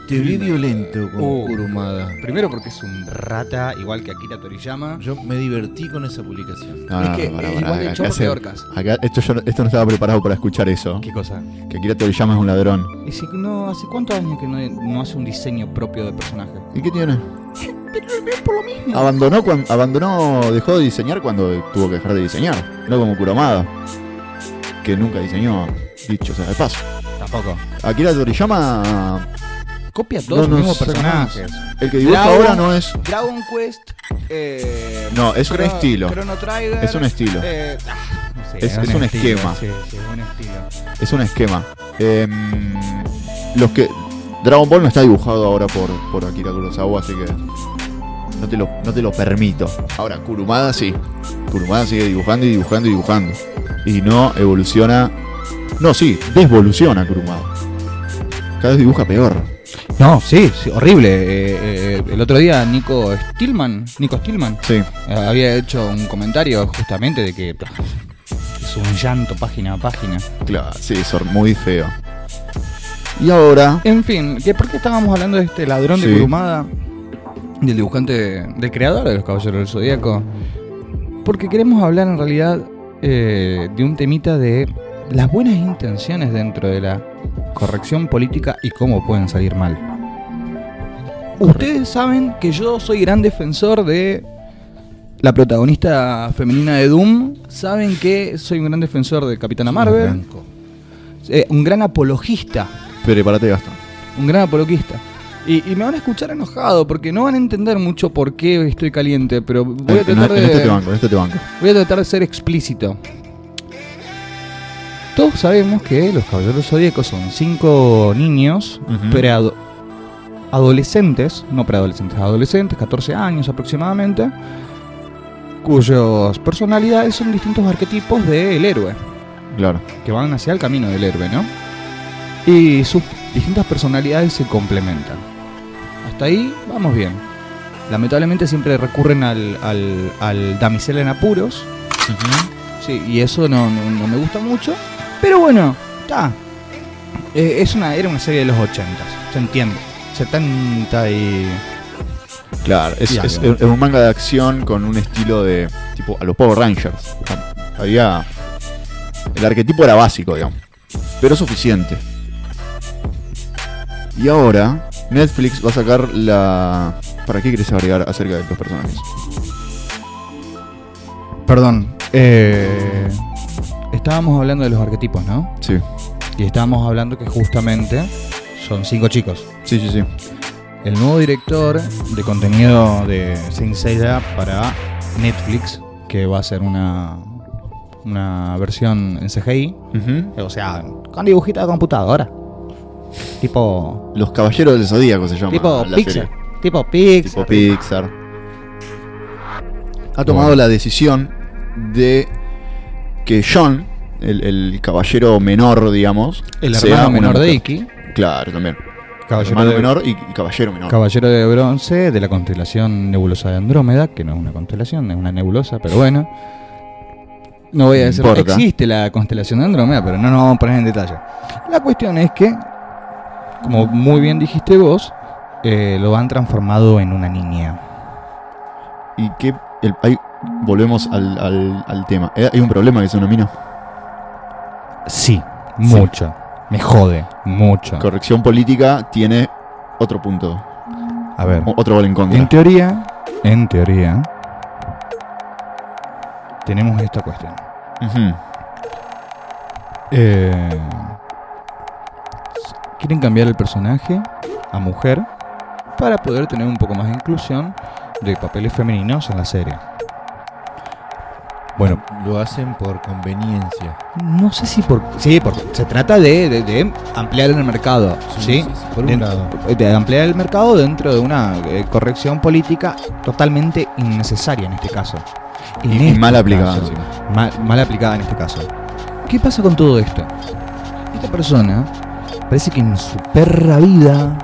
S4: Te vi violento con
S3: Oh.
S4: Kurumada.
S3: Primero porque es un rata, igual que Akira Toriyama.
S4: Yo me divertí con esa publicación.
S1: No,
S3: Es
S1: no,
S3: que,
S1: no, pará,
S3: eh,
S1: pará,
S3: igual el
S1: acá
S3: chorro
S1: se-
S3: peor caso.
S1: acá- esto, yo no- esto no estaba preparado para escuchar eso.
S3: ¿Qué cosa?
S1: Que Akira Toriyama es un ladrón.
S3: Y si no, ¿hace cuántos años que no, no hace un diseño propio de personaje? Ah,
S1: ¿Y qué tiene? Abandonó, cuan- abandonó, dejó de diseñar cuando tuvo que dejar de diseñar. No como Kuromada, que nunca diseñó, dicho sea de paso.
S3: Tampoco.
S1: Akira Toriyama,
S3: Copia todos
S1: No, no
S3: los mismos
S1: sé
S3: personajes.
S1: el que dibuja
S3: Dragon-
S1: ahora no es...
S3: Dragon Quest. eh,
S1: No, es un
S3: Chrono-
S1: estilo.
S3: Chrono Trigger,
S1: Es un estilo.
S3: eh, ah, no sé,
S1: Es- es un
S3: estilo,
S1: esquema.
S3: Sí, sí, es un estilo.
S1: Es un esquema. Em, los que... Dragon Ball no está dibujado ahora por, por Akira Kurosawa, así que no te, lo, no te lo permito. Ahora, Kurumada sí. Kurumada sigue dibujando y dibujando y dibujando. Y no evoluciona... No, sí, desvoluciona Kurumada. Cada vez dibuja peor.
S3: No, sí, sí, horrible. Eh, eh, el otro día Nico Stillman, Nico Stillman,
S1: Sí.
S3: eh, había hecho un comentario justamente de que es un llanto página a página.
S1: Claro, sí, es hor- muy feo. Y ahora,
S3: En fin, ¿que ¿por qué estábamos hablando de este ladrón
S1: Sí.
S3: de Kurumada? Del dibujante, del creador de los Caballeros del Zodíaco. Porque queremos hablar en realidad eh, de un temita de las buenas intenciones dentro de la corrección política y cómo pueden salir mal. Ustedes saben que yo soy gran defensor de la protagonista femenina de Doom. Saben que soy un gran defensor de Capitana Marvel. Eh, un gran apologista
S1: prepárate, Gastón.
S3: un gran apologista. Y, y me van a escuchar enojado porque no van a entender mucho por qué estoy caliente, pero voy a
S1: En, en-
S3: tratar
S1: en este te
S3: de,
S1: banco, en este te banco.
S3: voy a tratar de ser explícito. Todos sabemos que los caballeros zodíacos son cinco niños
S4: Ujú.
S3: preado- adolescentes, no preadolescentes, adolescentes, 14 años aproximadamente, cuyos personalidades son distintos arquetipos del héroe
S1: Claro.
S3: que van hacia el camino del héroe, ¿no? Y sus distintas personalidades se complementan. Hasta ahí vamos bien. Lamentablemente siempre recurren al, al, al damisela en apuros. Sí, y eso no, no, no me gusta mucho. Pero bueno, está. Eh, es una, era una serie de los 80, se entiende. 70 y...
S1: Claro, es,
S3: Y
S1: es-
S3: algo.
S1: es un manga de acción con un estilo de tipo a los Power Rangers. Había. El arquetipo era básico, digamos. Pero suficiente. Y ahora, Netflix va a sacar la. ¿Para qué querés agregar acerca de los personajes?
S3: Perdón. eh, estábamos hablando de los arquetipos, ¿no?
S1: Sí.
S3: Y estábamos hablando que justamente son cinco chicos.
S1: Sí, sí, sí.
S3: El nuevo director de contenido de Saint Seiya para Netflix, que va a ser una, una versión en CGI, eh, o sea, con dibujito de computadora. Tipo.
S1: Los Caballeros del Zodíaco se llama.
S3: tipo
S1: la
S3: Pixar.
S1: serie.
S3: Tipo
S1: Tipo
S3: Pixar.
S1: Pixar. Ha tomado la decisión de que John, el, el caballero menor, digamos,
S3: El
S1: sea
S3: hermano
S1: una
S3: menor de
S1: mujer.
S3: Iki,
S1: Claro, también.
S3: caballero
S1: hermano
S3: de,
S1: menor y, y caballero menor.
S3: caballero de bronce de la constelación nebulosa de Andrómeda, que no es una constelación, es una nebulosa, pero bueno. No voy a decir
S1: Importa.
S3: existe la constelación de Andrómeda, pero no nos vamos a poner en detalle. La cuestión es que, como muy bien dijiste vos, eh, lo han transformado en una niña.
S1: y que el- hay- volvemos al, al- al tema. Eh, Hay un problema que es una mina.
S3: Sí, mucho. Me jode, mucho.
S1: Corrección política tiene otro punto.
S3: a ver,
S1: o- Otro gol en
S3: en
S1: contra.
S3: teoría, en teoría, tenemos esta cuestión.
S1: Ujú.
S3: Eh, quieren cambiar el personaje a mujer para poder tener un poco más de inclusión de papeles femeninos en la serie. Bueno,
S4: Lo hacen por conveniencia.
S3: no sé si por... Sí, porque se trata de, de- de ampliar el mercado, ¿sí?
S4: Por un
S3: Den-
S4: lado.
S3: De ampliar el mercado dentro de una eh, corrección política totalmente innecesaria en este caso. En
S1: Y, y
S3: este
S1: mal aplicada.
S3: caso.
S1: encima.
S3: mal, mal aplicada en este caso. ¿Qué pasa con todo esto? Esta persona parece que en su perra vida,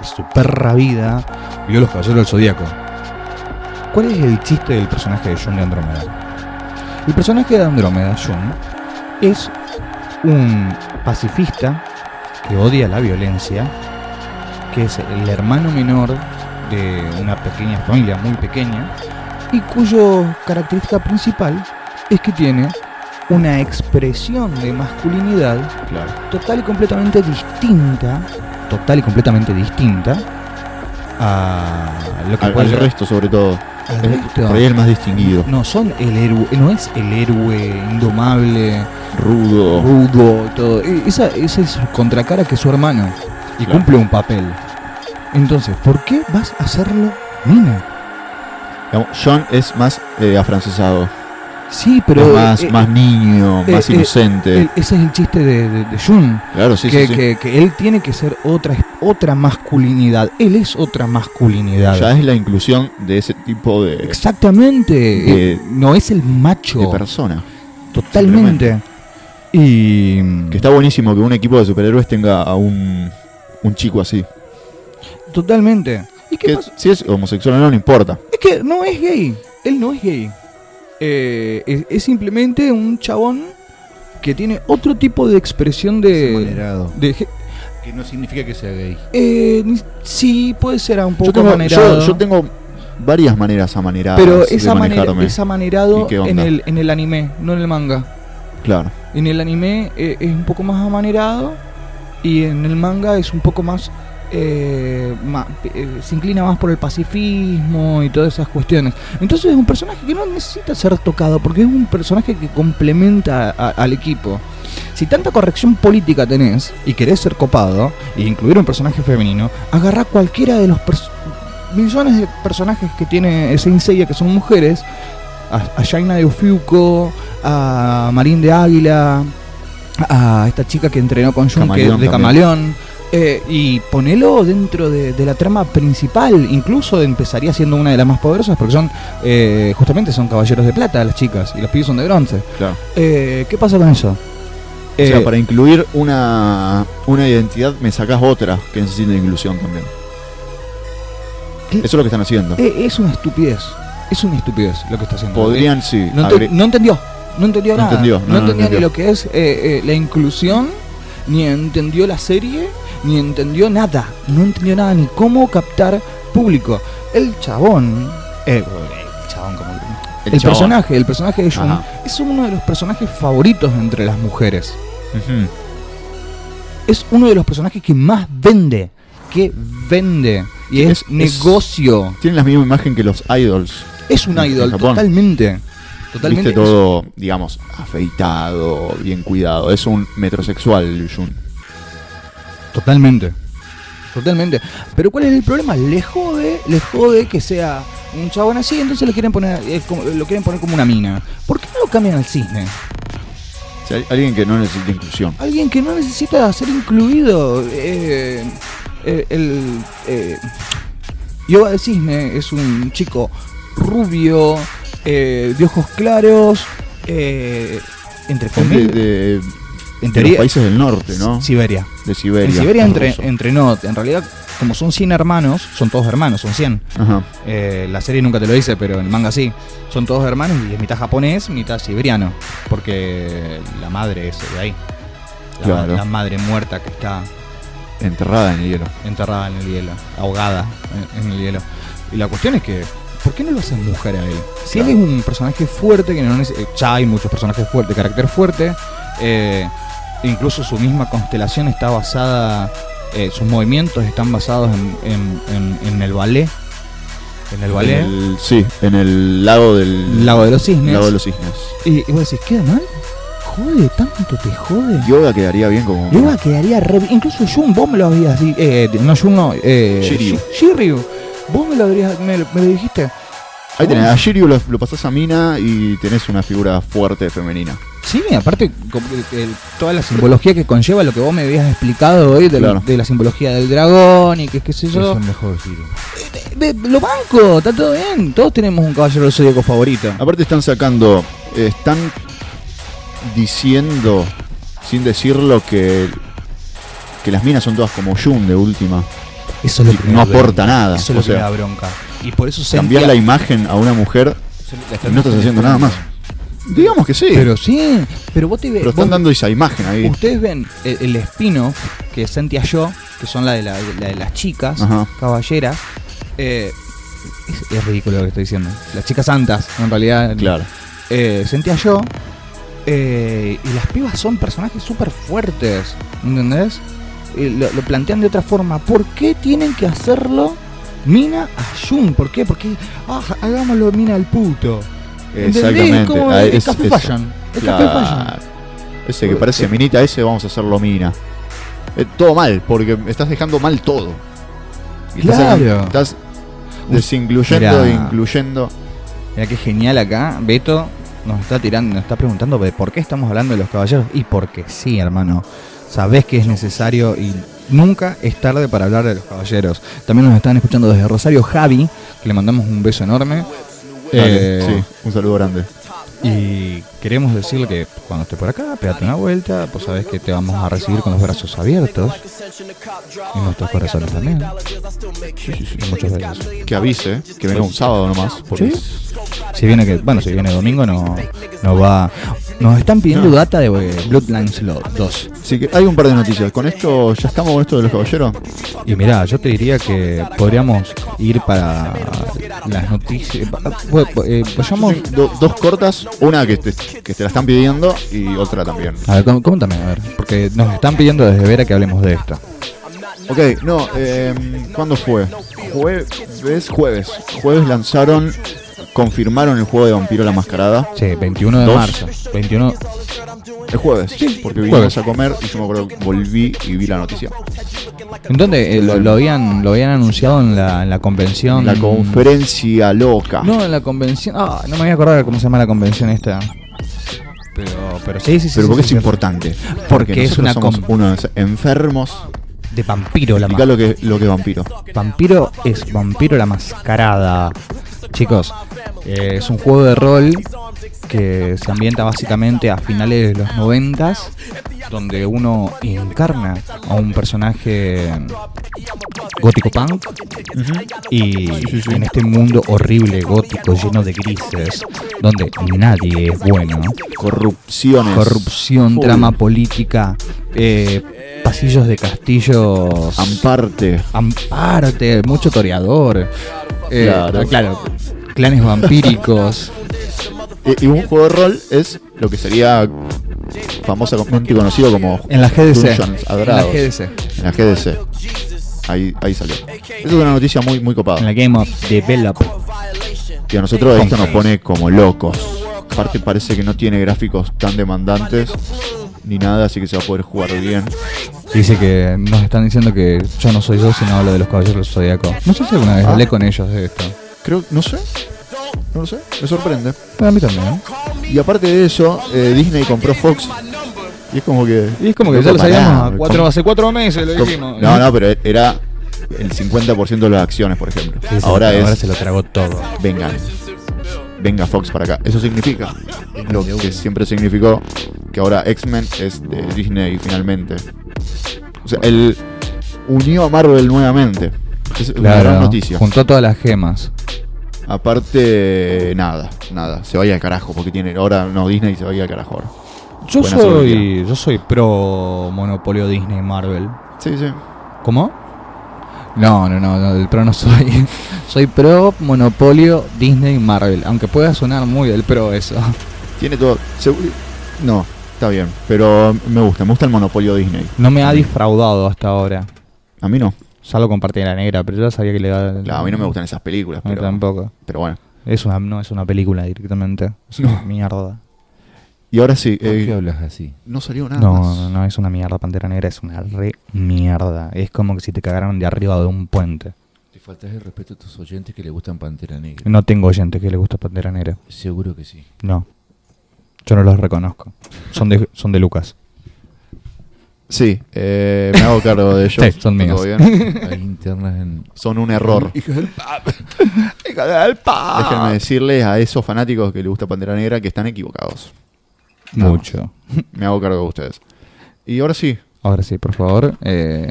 S3: en su perra vida, vio los caballeros del zodiaco. ¿Cuál es el chiste del personaje de Jun de Andrómeda? El personaje de Andrómeda, Jun, es un pacifista que odia la violencia, que es el hermano menor de una pequeña familia muy pequeña y cuyo característica principal es que tiene una expresión de masculinidad
S1: Claro.
S3: total y completamente distinta, total y completamente distinta a lo que
S1: Al,
S3: puede
S1: al
S3: ser-
S1: resto, sobre todo.
S3: al
S1: Es
S3: resto.
S1: por ahí el más distinguido.
S3: No son el héroe, no es el héroe indomable,
S1: Rudo.
S3: rudo, todo. E- Esa, esa es su contracara que es su hermano y
S1: Claro.
S3: cumple un papel. Entonces, ¿por qué vas a hacerlo, Mina?
S1: Digamos, John es más eh, afrancesado.
S3: Sí, pero
S1: es más,
S3: eh,
S1: más niño,
S3: eh,
S1: más
S3: eh,
S1: inocente.
S3: El- ese es el chiste de, de, de Jun.
S1: claro, sí, sí,
S3: que,
S1: sí.
S3: que- que él tiene que ser otra, otra masculinidad. Él es otra masculinidad.
S1: Ya es la inclusión de ese tipo de,
S3: Exactamente.
S1: de-
S3: Eh, no es el
S1: de
S3: macho.
S1: persona.
S3: Totalmente. Y. Mm.
S1: Que está buenísimo que un equipo de superhéroes tenga a un un chico así.
S3: Totalmente. ¿Y qué
S1: Que
S3: pasa?
S1: si es homosexual o no, no importa.
S3: Es que no es gay. Él no es gay. Eh, es, es simplemente un chabón que tiene otro tipo de expresión
S4: Es
S3: de.
S4: amanerado.
S3: de ge-
S4: Que no significa que sea gay.
S3: eh, ni- sí, puede ser un poco
S1: Yo tengo,
S3: amanerado.
S1: yo- yo tengo varias maneras amaneradas
S3: pero
S1: de
S3: es, amane-
S1: manejarme.
S3: es amanerado
S1: ¿Y qué onda?
S3: en el, en el anime, no en el manga.
S1: Claro.
S3: En el anime eh, es un poco más amanerado y en el manga es un poco más. eh, ma- eh, se inclina más por el pacifismo y todas esas cuestiones. Entonces es un personaje que no necesita ser tocado porque es un personaje que complementa a- al equipo. Si tanta corrección política tenés y querés ser copado e incluir un personaje femenino, agarrá cualquiera de los pers- millones de personajes que tiene ese Seiya que son mujeres, a, a Jaina de Ofiuco, a Marín de Águila, a esta chica que entrenó con Jun que es
S1: Camaleón
S3: de
S1: también.
S3: Camaleón. eh, y ponelo dentro de, de la trama principal, incluso empezaría siendo una de las más poderosas, porque son eh, justamente son caballeros de plata las chicas y los pibes son de bronce.
S1: Claro.
S3: Eh, ¿Qué pasa con eso?
S1: o
S3: Eh,
S1: sea, para incluir una, una identidad me sacás otra que necesita inclusión también.
S3: ¿Qué?
S1: Eso es lo que están haciendo.
S3: eh, es una estupidez. Es una estupidez lo que está haciendo.
S1: Podrían, sí.
S3: Eh, No, ente-
S1: agre-
S3: no entendió. No entendió
S1: No
S3: nada.
S1: entendió, no, no, no
S3: entendió ni
S1: entendió.
S3: lo que es eh, eh, la inclusión, ni entendió la serie, ni entendió nada. No entendió nada, ni cómo captar público. El chabón. eh, el chabón, como que- El,
S1: chabón.
S3: personaje, el personaje de Jun
S1: Ajá.
S3: es uno de los personajes favoritos entre las mujeres.
S1: Ujú.
S3: es uno de los personajes que más vende. Que vende. Y
S1: Es-
S3: es,
S1: es-
S3: negocio.
S1: Tienen la misma imagen que los idols.
S3: Es un
S1: en
S3: idol,
S1: Japón.
S3: totalmente. Totalmente.
S1: Viste todo, digamos, afeitado, bien cuidado. Es un metrosexual, Liu Jun.
S3: Totalmente. Totalmente. Pero ¿cuál es el problema? Le jode, le jode que sea un chabón así, entonces le quieren poner, eh, como- lo quieren poner como una mina. ¿Por qué no lo cambian al cisne?
S1: O sea, alguien que no necesita inclusión.
S3: Alguien que no necesita ser incluido. eh, eh, el. Eh, Yoba de Cisne eh, es un chico rubio, eh, de ojos claros, eh, entre
S1: Es de, de-
S3: comillas.
S1: de
S3: en
S1: los
S3: teoría,
S1: países del norte, ¿no?
S3: Siberia.
S1: De Siberia.
S3: En Siberia
S1: Es
S3: entre,
S1: ruso.
S3: entrenó. En realidad, como son 100 hermanos, son todos hermanos, son 100.
S1: Ajá.
S3: Eh, la serie nunca te lo dice, pero en el manga sí. Son todos hermanos y es mitad japonés, mitad siberiano. Porque la madre es de ahí. La,
S1: Claro.
S3: la madre muerta que está
S1: Enterrada en el hielo.
S3: enterrada en el hielo, ahogada en, en el hielo. Y la cuestión es que, ¿por qué no lo hacen mujer a él? Si él es un personaje fuerte, que no es, eh, ya hay muchos personajes fuertes, de carácter fuerte, eh, incluso su misma constelación está basada, eh, sus movimientos están basados en, en- en- en el ballet. En el ballet.
S1: En el- sí, en el lago del.
S3: Lago de los Cisnes.
S1: Lago de los cisnes.
S3: Y, y vos decís, ¿queda mal? Jode, tanto te jode.
S1: Yoga quedaría bien como.
S3: Yoga quedaría re bien. Incluso Jun, vos me lo habías dicho. no, Jun no. Eh,
S1: Shiryu.
S3: Shi- Shiryu. Vos me lo, habrías, me, lo- me lo dijiste.
S1: Ahí tenés, a Shiryu lo, lo pasás a Mina y tenés una figura fuerte femenina.
S3: Sí, aparte, como que el- toda la simbología que conlleva lo que vos me habías explicado hoy de, lo-
S1: Claro.
S3: de la simbología del dragón y que qué sé
S2: Eso
S3: yo.
S2: es mejor giro.
S3: Ve- Lo banco, está todo bien. Todos tenemos un caballero del zodíaco favorito.
S1: Aparte están sacando, eh, están diciendo, sin decirlo, que, que las minas son todas como Jun de última.
S3: Eso es lo
S1: Y
S3: que me
S1: no
S3: da bronca.
S1: aporta nada.
S3: Eso es
S1: o
S3: lo que me da
S1: sea,
S3: bronca. Y por eso se
S1: cambiar la imagen a una mujer y no estás haciendo nada más. Digamos que sí, pero,
S3: Pero sí, pero vos te ves.
S1: están dando esa imagen ahí.
S3: Ustedes ven el, el spin-off que Sentia yo, que son la de, la, la de las chicas,
S1: Ajá.
S3: caballeras. eh, es, es ridículo lo que estoy diciendo. Las chicas santas, en realidad.
S1: Claro.
S3: Eh, Sentia yo. eh, y las pibas son personajes súper fuertes. ¿Entendés? Y lo, lo plantean de otra forma. ¿Por qué tienen que hacerlo Mina a Jun? ¿Por qué? Porque ah, hagámoslo Mina al puto. ¿Entendés?
S1: Exactamente.
S3: Como
S1: Ah,
S3: el
S1: es-
S3: Café
S1: es-
S3: Fashion. El Café Fashion.
S1: Claro. Ese que parece minita, ese vamos a hacerlo mina. Eh, todo mal, porque estás dejando mal todo. Y estás-
S3: Claro.
S1: Estás, desincluyendo
S3: Mirá.
S1: e incluyendo.
S3: Mira qué genial acá. Beto nos está tirando, nos está preguntando de por qué estamos hablando de los caballeros. Y porque sí, hermano. Sabés que es necesario y nunca es tarde para hablar de los caballeros. También nos están escuchando desde Rosario Javi, que le mandamos un beso enorme.
S1: Dale,
S3: Eh,
S1: sí, un saludo grande.
S3: Y queremos decirle que cuando esté por acá, pégate una vuelta, pues sabes que te vamos a recibir con los brazos abiertos y nuestros corazones también. Y muchos besos.
S1: Que avise, que venga un sábado nomás. Porque
S3: Si viene que, bueno, si viene domingo no, no va. Nos están pidiendo data de eh, Bloodlines Lo- 2.
S1: Así que hay un par de noticias. Con esto, ¿ya estamos con esto de los caballeros?
S3: Y mirá, yo te diría que podríamos ir para las noticias. pa- pa- pa- eh, Vayamos.
S1: Do- dos cortas, una que te, que te la están pidiendo y otra también.
S3: A ver, com- coméntame, a ver. Porque nos están pidiendo desde Vera que hablemos de esto.
S1: Ok, no, em, ¿cuándo fue? Jueves, jueves. Jueves lanzaron, confirmaron el juego de Vampiro la Mascarada.
S3: Sí, 21 de
S1: Dos.
S3: marzo. 21.
S1: El jueves, porque vinimos
S3: jueves.
S1: a comer y yo me acuerdo que volví y vi la noticia.
S3: ¿En dónde? Eh, lo, lo habían, lo habían anunciado en la, en la convención.
S1: La conferencia loca.
S3: No, en la convención. Ah, no me voy a acordar cómo se llama la convención esta. Pero, pero sí, sí, sí.
S1: Pero
S3: sí,
S1: porque
S3: sí,
S1: es
S3: sí.
S1: importante. Porque,
S3: es
S1: nosotros
S3: una
S1: somos
S3: com-
S1: unos enfermos.
S3: De vampiro la
S1: Explica
S3: mascarada.
S1: lo que, lo que es vampiro.
S3: Vampiro es vampiro la mascarada. Chicos, eh, es un juego de rol que se ambienta básicamente a finales de los noventas, donde uno encarna a un personaje gótico punk y en este mundo horrible gótico lleno de grises, donde nadie es bueno.
S1: Corrupciones.
S3: Corrupción,
S1: Full.
S3: trama política, eh, pasillos de castillos,
S1: Amparte.
S3: Amparte, mucho toreador. Eh,
S1: Claro.
S3: ah, claro, Clanes vampíricos.
S1: Eh, Y, y un juego de rol es lo que sería famosamente conocido como
S3: en la GDC.
S1: Dungeons a
S3: en la
S1: Dragons.
S3: GDC.
S1: En la GDC. Ahí, ahí salió. Esa es una noticia muy, muy copada.
S3: En la Game of Develop.
S1: Y a nosotros esto nos pone como locos. Aparte parece que no tiene gráficos tan demandantes ni nada, así que se va a poder jugar bien.
S3: Dice que nos están diciendo que yo no soy yo, sino hablo de los caballeros del zodiaco. No sé si alguna vez
S1: Ah.
S3: hablé con ellos de esto.
S1: Creo, no sé. No lo sé, me sorprende.
S3: A mí también.
S1: Y aparte de eso, eh, Disney compró Fox. Y es como que.
S3: Y es como que
S1: Loco,
S3: ya lo
S1: pará,
S3: sabíamos a
S1: ¿cómo-
S3: cuatro, hace cuatro meses, lo
S1: cómo-
S3: dijimos.
S1: No, no, pero era el 50% de las acciones, por ejemplo.
S3: Sí, se-
S1: ahora es.
S3: se lo tragó todo.
S1: Venga. Venga Fox para acá. Eso significa lo que siempre significó que ahora X-Men es de Disney finalmente. O sea, él unió a Marvel nuevamente. Es una gran
S3: Claro,
S1: noticia.
S3: juntó todas las gemas.
S1: Aparte, nada, nada. Se vaya al carajo porque tiene. Ahora no, Disney se vaya al carajo ahora.
S3: Yo
S1: Buena
S3: soy,
S1: soberanía.
S3: yo soy pro monopolio Disney y Marvel.
S1: Sí, sí.
S3: ¿Cómo? No, no, no, no, el pro no soy. Soy pro monopolio Disney y Marvel. Aunque pueda sonar muy del pro eso.
S1: Tiene todo. segu- No, está bien. Pero me gusta, me gusta el monopolio Disney.
S3: No me ha defraudado hasta ahora.
S1: A mí no.
S3: Salvo con Partida de la Negra, pero yo ya sabía que le da.
S1: Claro, a mí no me gustan esas películas,
S3: A mí
S1: pero,
S3: tampoco.
S1: pero bueno.
S3: Es una, no es una película directamente. Es una mierda.
S1: Y ahora sí,
S4: ¿Por
S1: eh,
S4: qué hablas así?
S1: no salió nada.
S3: No,
S1: Ah, más.
S3: no, no, es una mierda. Pantera Negra es una re mierda. Es como que si te cagaran de arriba de un puente.
S4: Te faltas el respeto a tus oyentes que le gustan Pantera Negra.
S3: No tengo oyentes que le gusta Pantera Negra.
S4: Seguro que sí.
S3: No. Yo no los reconozco. Son de, son de Lucas.
S1: Sí, eh, me hago cargo de ellos.
S3: Sí, son
S1: ¿Todo
S3: míos.
S1: bien?
S4: Hay internas en...
S1: Son un error. Déjenme decirles a esos fanáticos que les gusta Pantera Negra que están equivocados.
S3: Mucho.
S1: Me hago cargo de ustedes. Y ahora sí,
S3: Ahora sí, por favor. eh,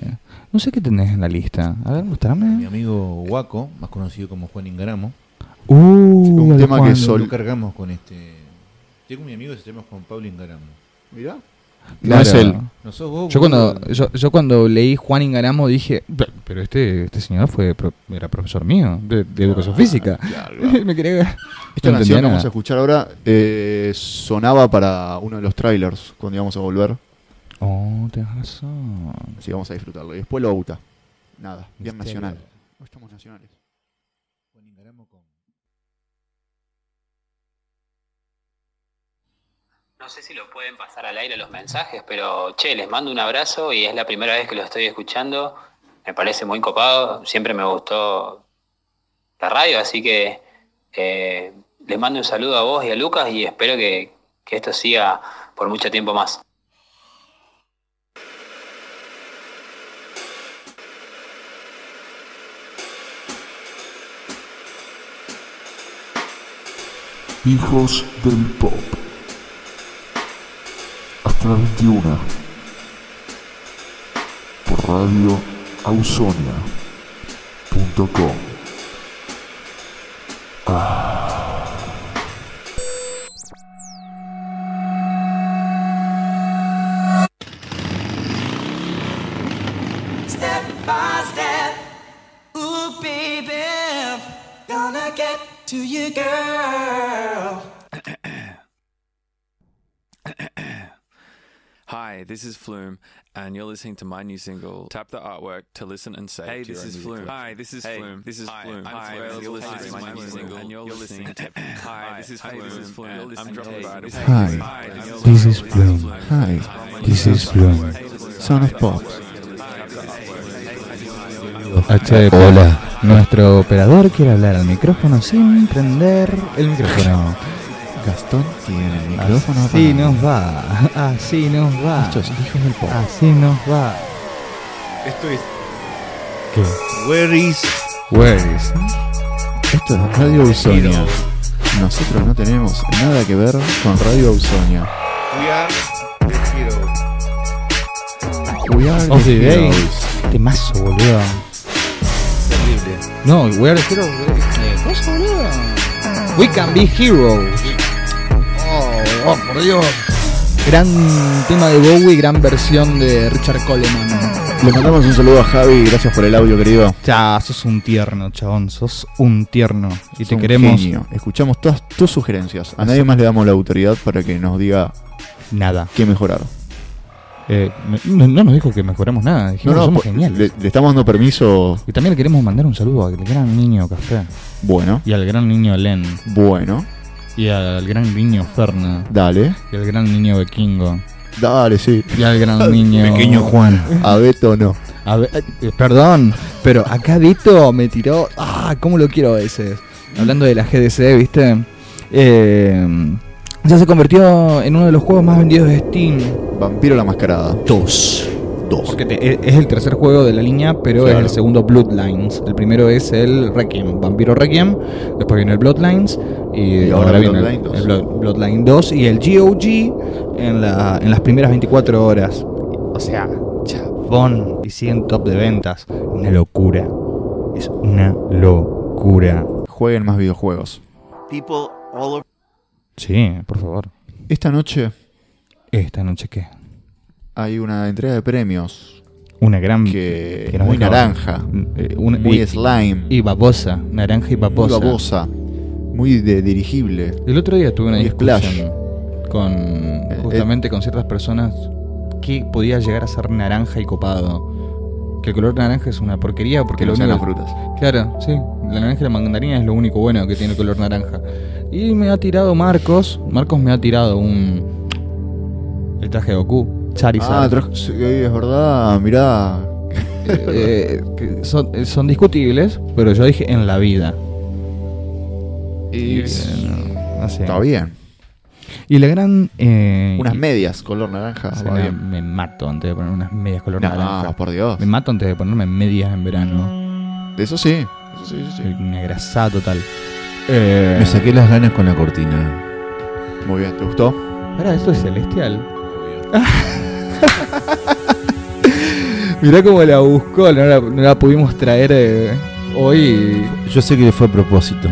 S3: no sé qué tenés en la lista. A ver,
S4: Mi
S3: mostrame.
S4: amigo Waco, más conocido como Juan Ingramo,
S3: Uh,
S1: un
S3: el
S1: tema que
S3: Juan.
S1: sol-
S4: lo cargamos con este... Tengo un amigo que se llama Juan Pablo Ingramo.
S1: mirá. No
S3: Claro.
S1: es él.
S4: ¿No sos vos?
S3: Yo
S4: boludo?
S3: cuando, eh, yo, yo cuando leí Juan Ingaramo dije, "Pe- pero este, este señor fue pro- era profesor mío de, de educación física.
S1: Ah,
S3: Me quería...
S1: Esta
S3: no entendía
S1: canción que vamos
S3: nada.
S1: a escuchar ahora eh, sonaba para uno de los trailers cuando íbamos a volver.
S3: Oh, tenés razón.
S1: Así que vamos a disfrutarlo. Y después lo auta. Nada, bien nacional. Hoy estamos nacionales.
S4: Juan Ingramo con...
S8: No sé si lo pueden pasar al aire los mensajes, pero che, les mando un abrazo y es la primera vez que lo estoy escuchando. Me parece muy copado, siempre me gustó la radio, así que eh, les mando un saludo a vos y a Lucas y espero que, que esto siga por mucho tiempo más.
S9: Hijos del Pop. Hasta la 21. Por radio ausonia.com.
S10: step by step. Ooh, baby, gonna get to you, girl.
S6: Hi, this is Flume, and you're listening to my new single. Tap the artwork to listen and save. Hey, this is Flume. Hi, this is Flume. This is Flume. Hi, you're listening to my new single, and you're listening to. Hi, this is Flume. I'm dropping by.
S1: Hi, this is Bloom. Hi, this is Bloom. Son of Pop.
S3: HDP.
S1: Hola.
S3: Nuestro operador quiere hablar al micrófono sin prender el micrófono.
S1: Gastón tiene el micrófono.
S3: Así
S1: apagado.
S3: nos va, así nos va,
S1: Estos hijos del pop.
S3: así nos va.
S4: Esto es
S3: ¿Qué?
S4: Where is
S3: Where is-
S1: Esto es Radio Ausonia. Nosotros no tenemos nada que ver con Radio Ausonia.
S4: We Are the Heroes.
S1: We are
S3: Of
S1: the
S3: the day.
S1: heroes.
S3: Temazo, boludo.
S4: Terrible.
S3: No, we are heroes. eh, cosa, boludo? We can be heroes. Oh, oh, por Dios. Gran tema de Bowie, gran versión de Richard Coleman.
S1: Le mandamos un saludo a Javi. Gracias por el audio, querido.
S3: Ya, sos un tierno, chabón, sos un tierno. Y
S1: Es
S3: te
S1: un
S3: queremos
S1: genio. Escuchamos todas tus sugerencias. A nadie más le damos la autoridad para que nos diga
S3: nada.
S1: qué mejorar.
S3: Eh, no, no nos dijo que mejoramos nada, dijimos que somos
S1: po-
S3: geniales.
S1: le, le estamos dando permiso.
S3: Y también le queremos mandar un saludo al gran niño Café.
S1: Bueno,
S3: Y al gran niño Len.
S1: bueno,
S3: Y al gran niño Ferna.
S1: dale.
S3: Y al gran niño Vikingo.
S1: Dale, sí.
S3: Y al gran niño.
S1: Juan. A Beto no.
S3: A ver, eh, perdón, pero acá Vito me tiró. ¡Ah! ¿Cómo lo quiero a veces? Hablando de la GDC, ¿viste? Eh, ya se convirtió en uno de los juegos más vendidos de Steam.
S1: Vampiro la Mascarada. Dos. Dos.
S3: Porque te- es- es el tercer juego de la línea, pero
S1: Claro.
S3: es el segundo Bloodlines. El primero es el Requiem, Vampiro Requiem. Después viene el Bloodlines. Y,
S1: Y ahora
S3: viene el-
S1: Bloodline 2.
S3: el Blood- Bloodline 2 y el GOG en, la- en las primeras 24 horas. O sea, chabón. Y siguen top de ventas. Una locura. Es una locura.
S1: Jueguen más videojuegos.
S3: Sí, por favor.
S1: Esta noche
S3: Esta noche qué.
S1: hay una entrega de premios
S3: Una gran.
S1: que
S3: Mm, que nos
S1: muy
S3: dejó-
S1: naranja,
S3: eh, una-
S1: muy
S3: y-
S1: slime,
S3: Y babosa. Naranja y
S1: muy
S3: babosa.
S1: babosa, muy de dirigible.
S3: El otro día tuve una
S1: Y
S3: discusión
S1: Splash.
S3: con
S1: Eh,
S3: justamente con ciertas personas que podía llegar a ser naranja y copado. Que el color naranja es una porquería porque
S1: Que
S3: lo
S1: no sean las
S3: único,
S1: frutas.
S3: Claro, sí. La naranja y la mandarina es lo único bueno que tiene color naranja. Y me ha tirado Marcos. Marcos me ha tirado un. El traje de Goku. Charizard.
S1: Ah, trajo- sí, es verdad, mirá.
S3: Eh, que son, eh, son discutibles, pero yo dije en la vida.
S1: Y
S3: Eh, no, no sé.
S1: está bien.
S3: Y la gran. eh,
S1: Unas
S3: y-
S1: medias color naranja.
S3: O sea,
S1: va
S3: no,
S1: bien.
S3: me mato antes de poner unas medias color
S1: No,
S3: naranja.
S1: por Dios.
S3: Me mato antes de ponerme medias en verano.
S1: Eso sí. Eso sí, sí,
S3: Soy
S1: sí.
S3: una grasada total. Eh,
S4: Me saqué las ganas con la cortina.
S1: Muy bien, ¿te gustó?
S3: pará, esto es celestial. Mirá cómo la buscó, no la, no la pudimos traer eh, hoy.
S4: Yo sé que fue a propósito.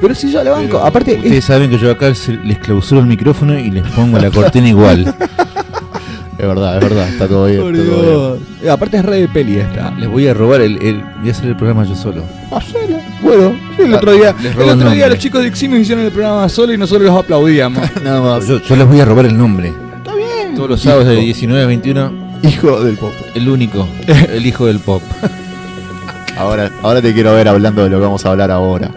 S3: Pero si yo la banco, aparte
S4: Ustedes
S3: es,
S4: saben que yo acá se- les clausuro el micrófono y les pongo la cortina igual.
S1: Es verdad, es verdad, está todo bien.
S3: por
S1: está todo bien.
S3: Dios. aparte es re de peli esta.
S4: Les voy a robar el, el- Voy a hacer el programa yo solo.
S3: Hacela. Bueno, el otro día,
S4: les
S3: el
S4: robo el
S3: otro día
S4: nombre.
S3: los chicos de Ximios hicieron el programa solo y nosotros los aplaudíamos.
S1: Nada más.
S4: Yo, yo les voy a robar el nombre. Está bien. Todos los sábados de 19 a 21,
S1: Hijo del pop.
S4: el único, el hijo del pop.
S1: Ahora, ahora te quiero ver hablando de lo que vamos a hablar ahora.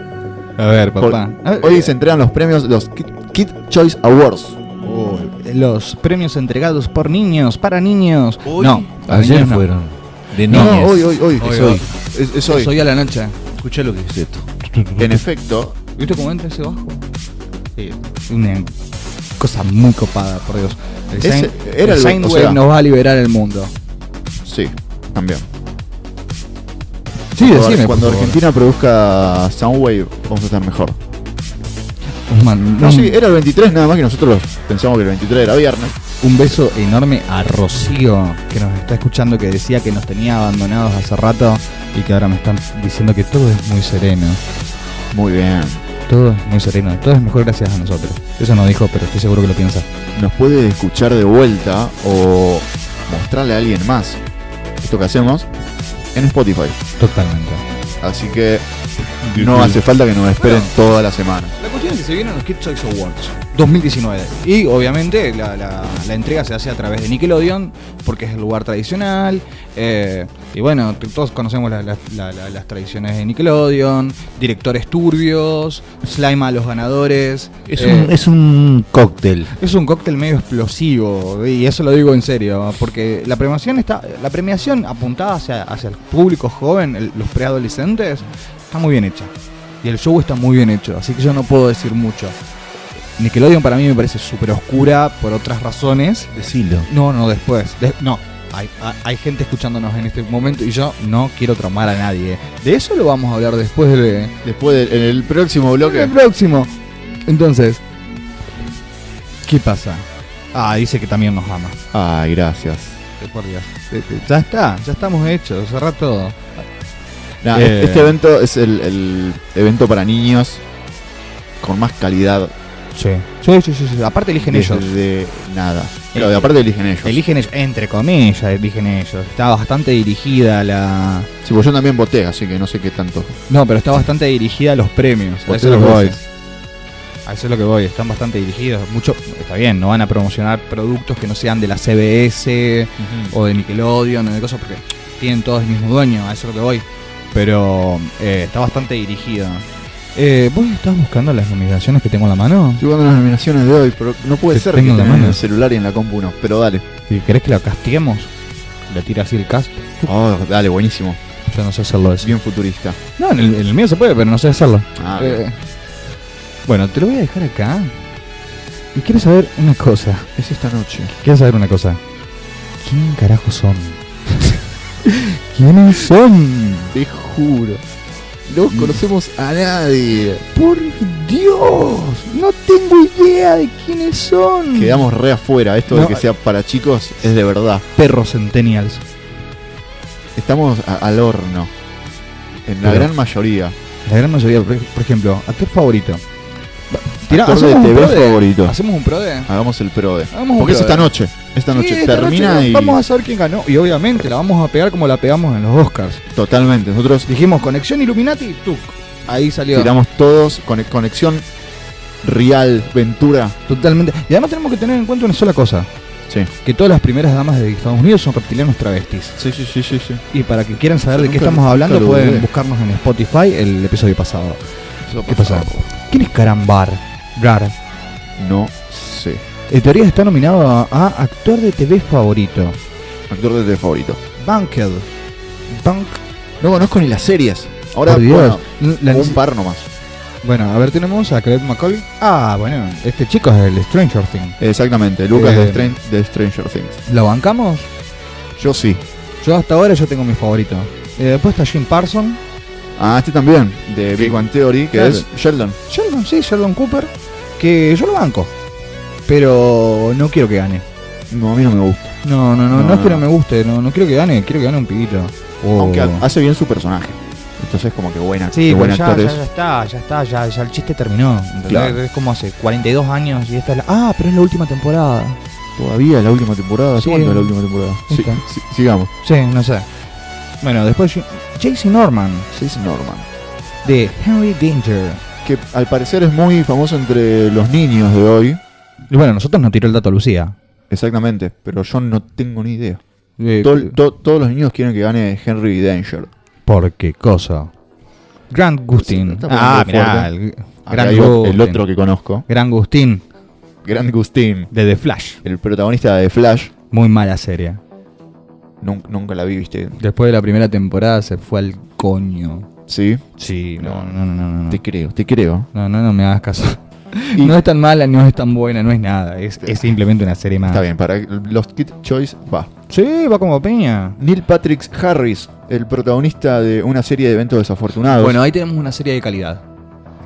S3: A ver,
S1: Por-
S3: papá. A ver,
S1: Hoy se entregan los premios, los Kid, Kid Choice Awards.
S3: Oh, los premios entregados por niños, para niños. No, para
S4: Ayer
S3: niños no.
S4: fueron. De
S1: No,
S4: niñez.
S1: hoy, hoy, hoy.
S4: Hoy,
S1: es
S4: hoy.
S1: hoy. Es, es hoy.
S3: Soy a la noche.
S4: Escucha lo que es esto.
S1: En efecto,
S3: ¿Viste cómo entra ese bajo? Una cosa muy copada, por Dios. El
S1: Ese
S3: Saint-
S1: era el-
S3: el Saint
S1: o
S3: Wave
S1: sea-
S3: nos va a liberar el mundo.
S1: sí, también.
S3: Sí,
S1: Cuando-
S3: decime.
S1: cuando
S3: por favor.
S1: Argentina produzca Soundwave, vamos a estar mejor.
S3: Guzmán.
S1: No, sí, era el 23 nada más que nosotros pensamos que el 23 era viernes.
S3: Un beso enorme a Rocío, que nos está escuchando, que decía que nos tenía abandonados hace rato y que ahora me están diciendo que todo es muy sereno.
S1: Muy bien.
S3: Todo es muy sereno, todo es mejor gracias a nosotros. Eso no dijo, pero estoy seguro que lo piensa.
S1: Nos puede escuchar de vuelta o mostrarle a alguien más esto que hacemos en Spotify.
S3: Totalmente.
S1: Así que no hace falta que nos esperen
S3: Bueno.
S1: toda la semana.
S3: La cuestión es que se vienen los Kid Choice Awards 2019. Y obviamente la, la- la entrega se hace a través de Nickelodeon, porque es el lugar tradicional. eh, y bueno, t- todos conocemos la- la- la- la- las tradiciones de Nickelodeon, directores turbios, slime a los ganadores.
S2: Es,
S3: eh,
S2: un, es un cóctel.
S3: es un cóctel medio explosivo, y eso lo digo en serio, porque la premiación está. La premiación apuntada hacia, hacia el público joven, el- los preadolescentes, está muy bien hecha. Y el show está muy bien hecho, así que yo no puedo decir mucho. Nickelodeon para mí me parece súper oscura por otras razones.
S2: Decilo.
S3: No, no, después. de- no, hay, hay- hay gente escuchándonos en este momento y yo no quiero traumar a nadie. De eso lo vamos a hablar después de,
S1: Después del- en el próximo bloque.
S3: el próximo. Entonces, ¿qué pasa? Ah, dice que también nos ama.
S1: Ay, gracias.
S3: Eh, Por Dios. Eh, eh, Ya está, ya estamos hechos, cerrar todo.
S1: Nah,
S3: Eh.
S1: Este evento es el, el evento para niños con más calidad
S3: Sí. Sí, sí, sí. Aparte eligen ellos.
S1: desde
S3: Eh,
S1: nada. Claro, y aparte eligen ellos.
S3: Eligen ellos, entre comillas, eligen ellos. Está bastante dirigida la...
S1: Sí, porque yo también voté, así que no sé qué tanto.
S3: No, pero está bastante dirigida a los premios. A
S1: Voté
S3: eso es lo que
S1: dos
S3: voy.
S1: veces.
S3: A eso es lo que voy. Están bastante dirigidos. Mucho, está bien, no van a promocionar productos que no sean de la CBS, o de Nickelodeon o de cosas porque tienen todos el mismo dueño, a eso es lo que voy. Pero eh, está bastante dirigida. Eh, ¿Vos estás buscando las nominaciones que tengo en la mano?
S1: Estoy jugando las nominaciones de hoy, pero no puede
S3: Te
S1: ser
S3: tengo
S1: que
S3: la
S1: tengan en
S3: mano.
S1: el celular y en la compu no. Pero dale.
S3: Si ¿Querés que la castiguemos? La tira así el cast.
S1: Oh, dale, buenísimo.
S3: Yo no sé hacerlo eso.
S1: Bien futurista.
S3: No, en el, en el mío se puede, pero no sé hacerlo.
S1: Ah,
S3: Eh, bueno, te lo voy a dejar acá. Y quiero saber una cosa.
S1: es esta noche.
S3: Quiero saber una cosa. ¿Quién carajo son? ¿Quiénes son?
S1: Te juro. No conocemos a nadie.
S3: Por Dios, no tengo idea de quiénes son.
S1: Quedamos re afuera. Esto
S3: No,
S1: de que sea para chicos es de verdad.
S3: perros centennials.
S1: Estamos a- al horno. En la
S3: Pero-
S1: gran mayoría.
S3: La gran mayoría, por, por ejemplo, actor favorito. Va, tirá,
S1: Actor de
S3: un
S1: TV
S3: pro de-
S1: favorito.
S3: Hacemos un pro de.
S1: Hagamos el pro de.
S3: Hagamos un
S1: Porque es
S3: pro
S1: esta
S3: de-
S1: noche. Esta
S3: Sí,
S1: noche
S3: esta
S1: termina
S3: noche
S1: y.
S3: Vamos a saber quién ganó. Y obviamente la vamos a pegar como la pegamos en los Oscars.
S1: Totalmente. Nosotros
S3: Dijimos conexión Illuminati, tuk. Ahí salió.
S1: tiramos todos. con Conexión real, Ventura.
S3: Totalmente. Y además tenemos que tener en cuenta una sola cosa.
S1: Sí.
S3: Que todas las primeras damas de Estados Unidos son reptilianos travestis.
S1: Sí, sí, sí, sí. sí.
S3: Y para que quieran saber
S1: Yo
S3: de qué
S1: nunca-
S3: estamos hablando,
S1: nunca lo
S3: pueden
S1: dudé.
S3: buscarnos en Spotify el episodio pasado. ¿Qué pasa? ¿Quién es Carambar? Rar.
S1: No sé.
S3: En teoría está nominado a, a actor de TV favorito.
S1: Actor de TV favorito.
S3: Bunker. Bank.
S1: No conozco ni las series. Ahora,
S3: por Dios.
S1: bueno,
S3: La-
S1: un par nomás.
S3: bueno, a ver, tenemos a Craig McCauley. Ah, bueno, este chico es el Stranger Thing.
S1: Exactamente, Lucas
S3: Eh,
S1: de, Stran- de Stranger Things.
S3: ¿Lo bancamos?
S1: Yo sí.
S3: Yo hasta ahora yo tengo mi favorito. Eh, después está Jim Parson.
S1: Ah, este también, de Big One Theory, que
S3: Claro.
S1: es Sheldon.
S3: Sheldon, sí, Sheldon Cooper. Que yo lo banco. Pero no quiero que gane.
S1: No, a mí no me gusta.
S3: No, no, no, no,
S1: No,
S3: es que no
S1: no.
S3: me guste, no, no quiero que gane, quiero que gane un pibito. Oh.
S1: Aunque ha- hace bien su personaje. Entonces, como que buena.
S3: Sí,
S1: qué
S3: pero
S1: buen
S3: ya,
S1: actor
S3: ya,
S1: es.
S3: ya está, ya está, ya, ya el chiste terminó. ¿entendés?
S1: Claro.
S3: Es como hace 42 años y esta es la... Ah, pero es la última temporada.
S1: Todavía la última temporada. ¿Hace
S3: Sí.
S1: ¿Cuándo es la última temporada? Sí,
S3: Está.
S1: sí, sigamos.
S3: Sí, no sé. Bueno, después J- JC Norman
S1: Jason Norman.
S3: de Henry Danger.
S1: Que al parecer es muy famoso entre los niños de hoy.
S3: Y bueno, nosotros nos tiró el dato Lucía.
S1: Exactamente, pero yo no tengo ni idea.
S3: Eh,
S1: Tol- to- todos los niños quieren que gane Henry Danger.
S3: ¿Por qué cosa? Grant Gustin.
S1: Está
S3: Ah,
S1: muy
S3: mirá.
S1: fuerte.
S3: El,
S1: Acá
S3: Grant
S1: hay o- el
S3: Gustin.
S1: otro que conozco,
S3: Grant Gustin
S1: Grant Gustin,
S3: de The Flash.
S1: el protagonista de Flash.
S3: Muy mala serie.
S1: Nun- nunca la vi, viste.
S3: Después de la primera temporada se fue al coño.
S1: Sí,
S3: Sí, no, no, no, no. no.
S1: te creo, te creo.
S3: No, no, no me hagas caso.
S1: Y-
S3: No es tan mala, no es tan buena, no es nada. Es, es simplemente una serie más.
S1: Está bien, para los Kid Choice va.
S3: Sí, va como peña.
S1: Neil Patrick Harris, el protagonista de una serie de eventos desafortunados.
S3: Bueno, ahí tenemos una serie de calidad.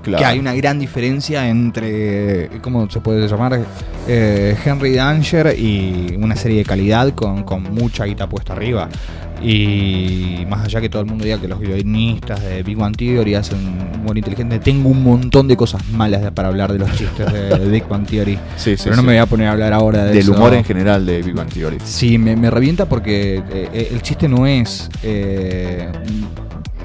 S1: Claro.
S3: Que hay una gran diferencia entre, ¿cómo se puede llamar? Eh, Henry Danger y una serie de calidad con, con mucha guita puesta arriba. Y más allá que todo el mundo diga que los violinistas de Big One Theory hacen un buen inteligente, tengo un montón de cosas malas de- para hablar de los chistes de, de Big One Theory.
S1: Sí, sí,
S3: pero no
S1: sí.
S3: me voy a poner a hablar ahora de
S1: Del
S3: eso.
S1: humor en general de Big Bang Theory.
S3: Sí, me, me revienta porque eh, el chiste no es. eh,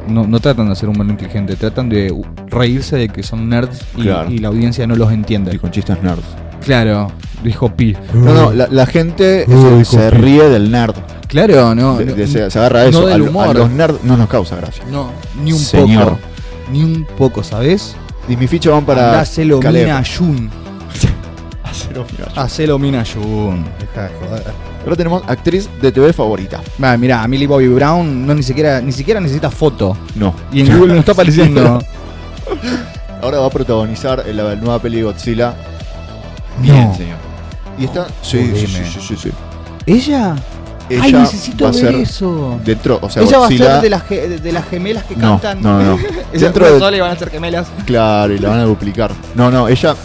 S3: no, no tratan de hacer un humor inteligente, tratan de u- reírse de que son nerds y,
S1: Claro.
S3: y la audiencia no los entiende.
S1: Y con chistes nerds.
S3: Claro, dijo Pi.
S1: No, no, la, la gente se, se ríe del nerd.
S3: Claro, no.
S1: De-
S3: no,
S1: de- se, se agarra a
S3: no
S1: eso.
S3: del
S1: a, lo- a
S3: humor.
S1: los nerds no nos causa gracia.
S3: no, ni un
S1: Señor.
S3: poco. Ni un poco, ¿sabes?
S1: Y mi ficha van para.
S3: Hacelo
S1: Caleb.
S3: Mina Ah. Jun.
S1: Hacelo Mina.
S3: Hacelo Mina Jun. Deja de joder.
S1: Ahora tenemos actriz de TV favorita.
S3: Bah, mirá, a Millie Bobby Brown no ni siquiera, ni siquiera necesita foto.
S1: No.
S3: Y en Google no está apareciendo.
S1: Ahora va a protagonizar en la nueva peli de Godzilla.
S3: No.
S1: señor. Y está. Sí, sí, sí,
S3: Jodeme.
S1: sí, sí, sí.
S3: ¿Ella?
S1: Ella
S3: Ay, necesito
S1: va a
S3: ver
S1: ser
S3: eso.
S1: Dentro, o sea,
S3: Ella va a
S1: Godzilla.
S3: ser de las, ge- de las gemelas que
S1: No,
S3: cantan.
S1: no, no.
S3: Ellas
S1: Dentro
S3: una
S1: de-
S3: sola y van a ser gemelas.
S1: Claro, y la van a duplicar. No, no, ella.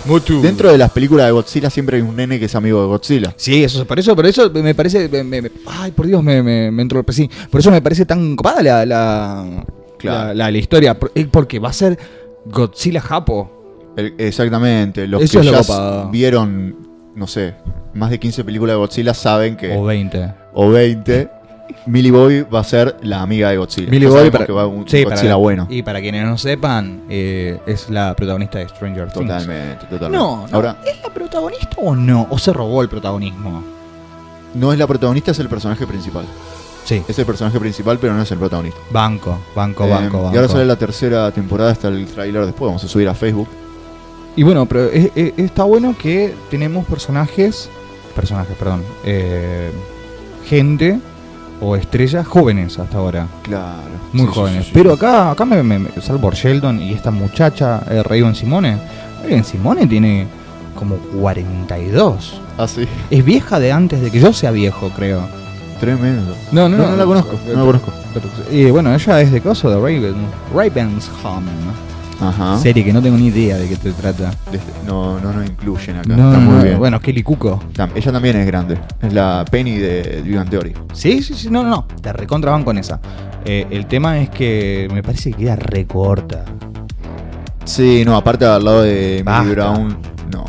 S1: Dentro de las películas de Godzilla siempre hay un nene que es amigo de Godzilla.
S3: Sí, eso, por eso, por eso me parece. me- me- me- ay, por Dios, me, me, me entorpecí. Por eso me parece tan copada la, la,
S1: Claro.
S3: la, la- la historia. Por- eh, Porque va a ser Godzilla Japo.
S1: El- exactamente. Los
S3: Eso
S1: que
S3: es lo
S1: ya
S3: copado.
S1: vieron, no sé, más de 15 películas de Godzilla saben que.
S3: O 20.
S1: o 20, Millie Bobby va a ser la amiga de Godzilla.
S3: Millie
S1: Ya
S3: Bobby
S1: sabemos
S3: para,
S1: que va a un
S3: sí,
S1: Godzilla
S3: para-
S1: bueno.
S3: Y para quienes no sepan, eh, es la protagonista de Stranger Things.
S1: Totalmente, totalmente.
S3: No, no,
S1: Ahora,
S3: ¿es la protagonista o no? ¿O se robó el protagonismo?
S1: no es la protagonista, es el personaje principal.
S3: Sí,
S1: Es el personaje principal, pero no es el protagonista.
S3: banco, banco,
S1: Eh,
S3: banco, banco.
S1: Y ahora sale la tercera temporada, está el tráiler después, vamos a subir a Facebook.
S3: Y bueno, pero es- es- está bueno que tenemos personajes, personajes, perdón, eh, gente o estrellas jóvenes hasta ahora,
S1: Claro.
S3: muy jóvenes. pero acá, acá me, me- me- salvo por Sheldon y esta muchacha, eh, Raven Simone. Raven Simone tiene como 42.
S1: Así.
S3: Es vieja de antes de que yo sea viejo, creo.
S1: Tremendo.
S3: No,
S1: No, no la conozco, no la conozco.
S3: Y bueno, ella es de coso de Raven. Ravensham.
S1: Ajá.
S3: Serie que no tengo ni idea de qué te trata.
S1: Desde- Este, no, no nos incluyen acá.
S3: No,
S1: está
S3: no,
S1: muy
S3: no,
S1: bien.
S3: Bueno, Kelly Cuco.
S1: Tam- Ella también es grande. Es la Penny de Big Bang Theory.
S3: Sí, sí, sí, no, no, no. Te recontraban con esa. Eh, el tema es que me parece que queda recorta.
S1: Sí, no, aparte al lado de
S3: Basta.
S1: Millie Brown, no.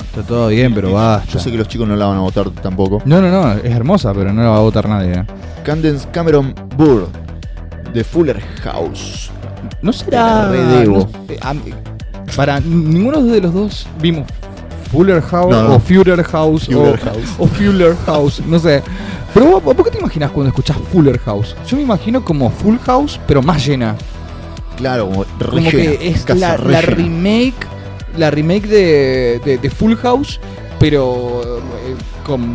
S3: Está todo bien, pero basta.
S1: Yo sé que los chicos no la van a votar tampoco.
S3: No, no, no, es hermosa, pero no la va a votar nadie. ¿eh?
S1: Candence Cameron Burr de Fuller House.
S3: No será.
S1: Te la redebo.
S3: no- eh, am- para ninguno de los dos vimos Fuller House
S1: No, no.
S3: o Fuller House
S1: Fuller
S3: o, o Fuller House, no sé. Pero vos, vos, ¿por qué te imaginas cuando escuchás Fuller House? Yo me imagino como Full House, pero más llena.
S1: Claro, como
S3: como
S1: rellena,
S3: que es
S1: casa
S3: la, la
S1: rellena.
S3: remake la remake de, de- de Full House pero eh, con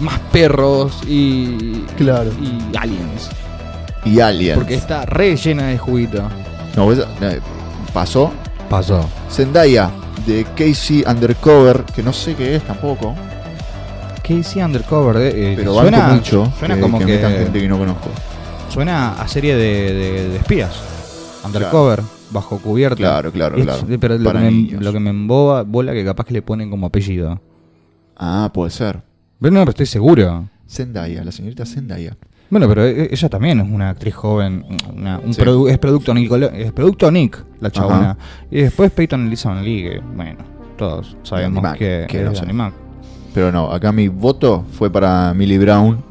S3: más perros y
S1: Claro.
S3: y aliens
S1: y Alien.
S3: porque está re llena de juguito
S1: No, esa- eh, pasó.
S3: pasó
S1: Zendaya de Casey Undercover, que no sé qué es tampoco,
S3: Casey Undercover eh, eh,
S1: pero
S3: suena
S1: banco mucho.
S3: suena
S1: que,
S3: como
S1: que
S3: que,
S1: metan gente que no conozco.
S3: suena a serie de, de- de espías Undercover bajo cubierta
S1: Claro, claro,
S3: Es-
S1: claro.
S3: pero lo que,
S1: Para
S3: me,
S1: niños.
S3: lo que me emboba bola que capaz que le ponen como apellido
S1: Ah, puede ser.
S3: pero no pero estoy seguro
S1: Zendaya, la señorita Zendaya.
S3: Bueno, pero e- ella también es una actriz joven, una- un
S1: Sí.
S3: produ- es producto Nicolo- es producto Nick, la chabona.
S1: Ajá.
S3: Y después Peyton Elizabeth Lee, que, bueno, todos sabemos
S1: Animac,
S3: que,
S1: que
S3: es
S1: no
S3: de
S1: sé.
S3: Animac.
S1: Pero no, acá mi voto fue para Millie Brown.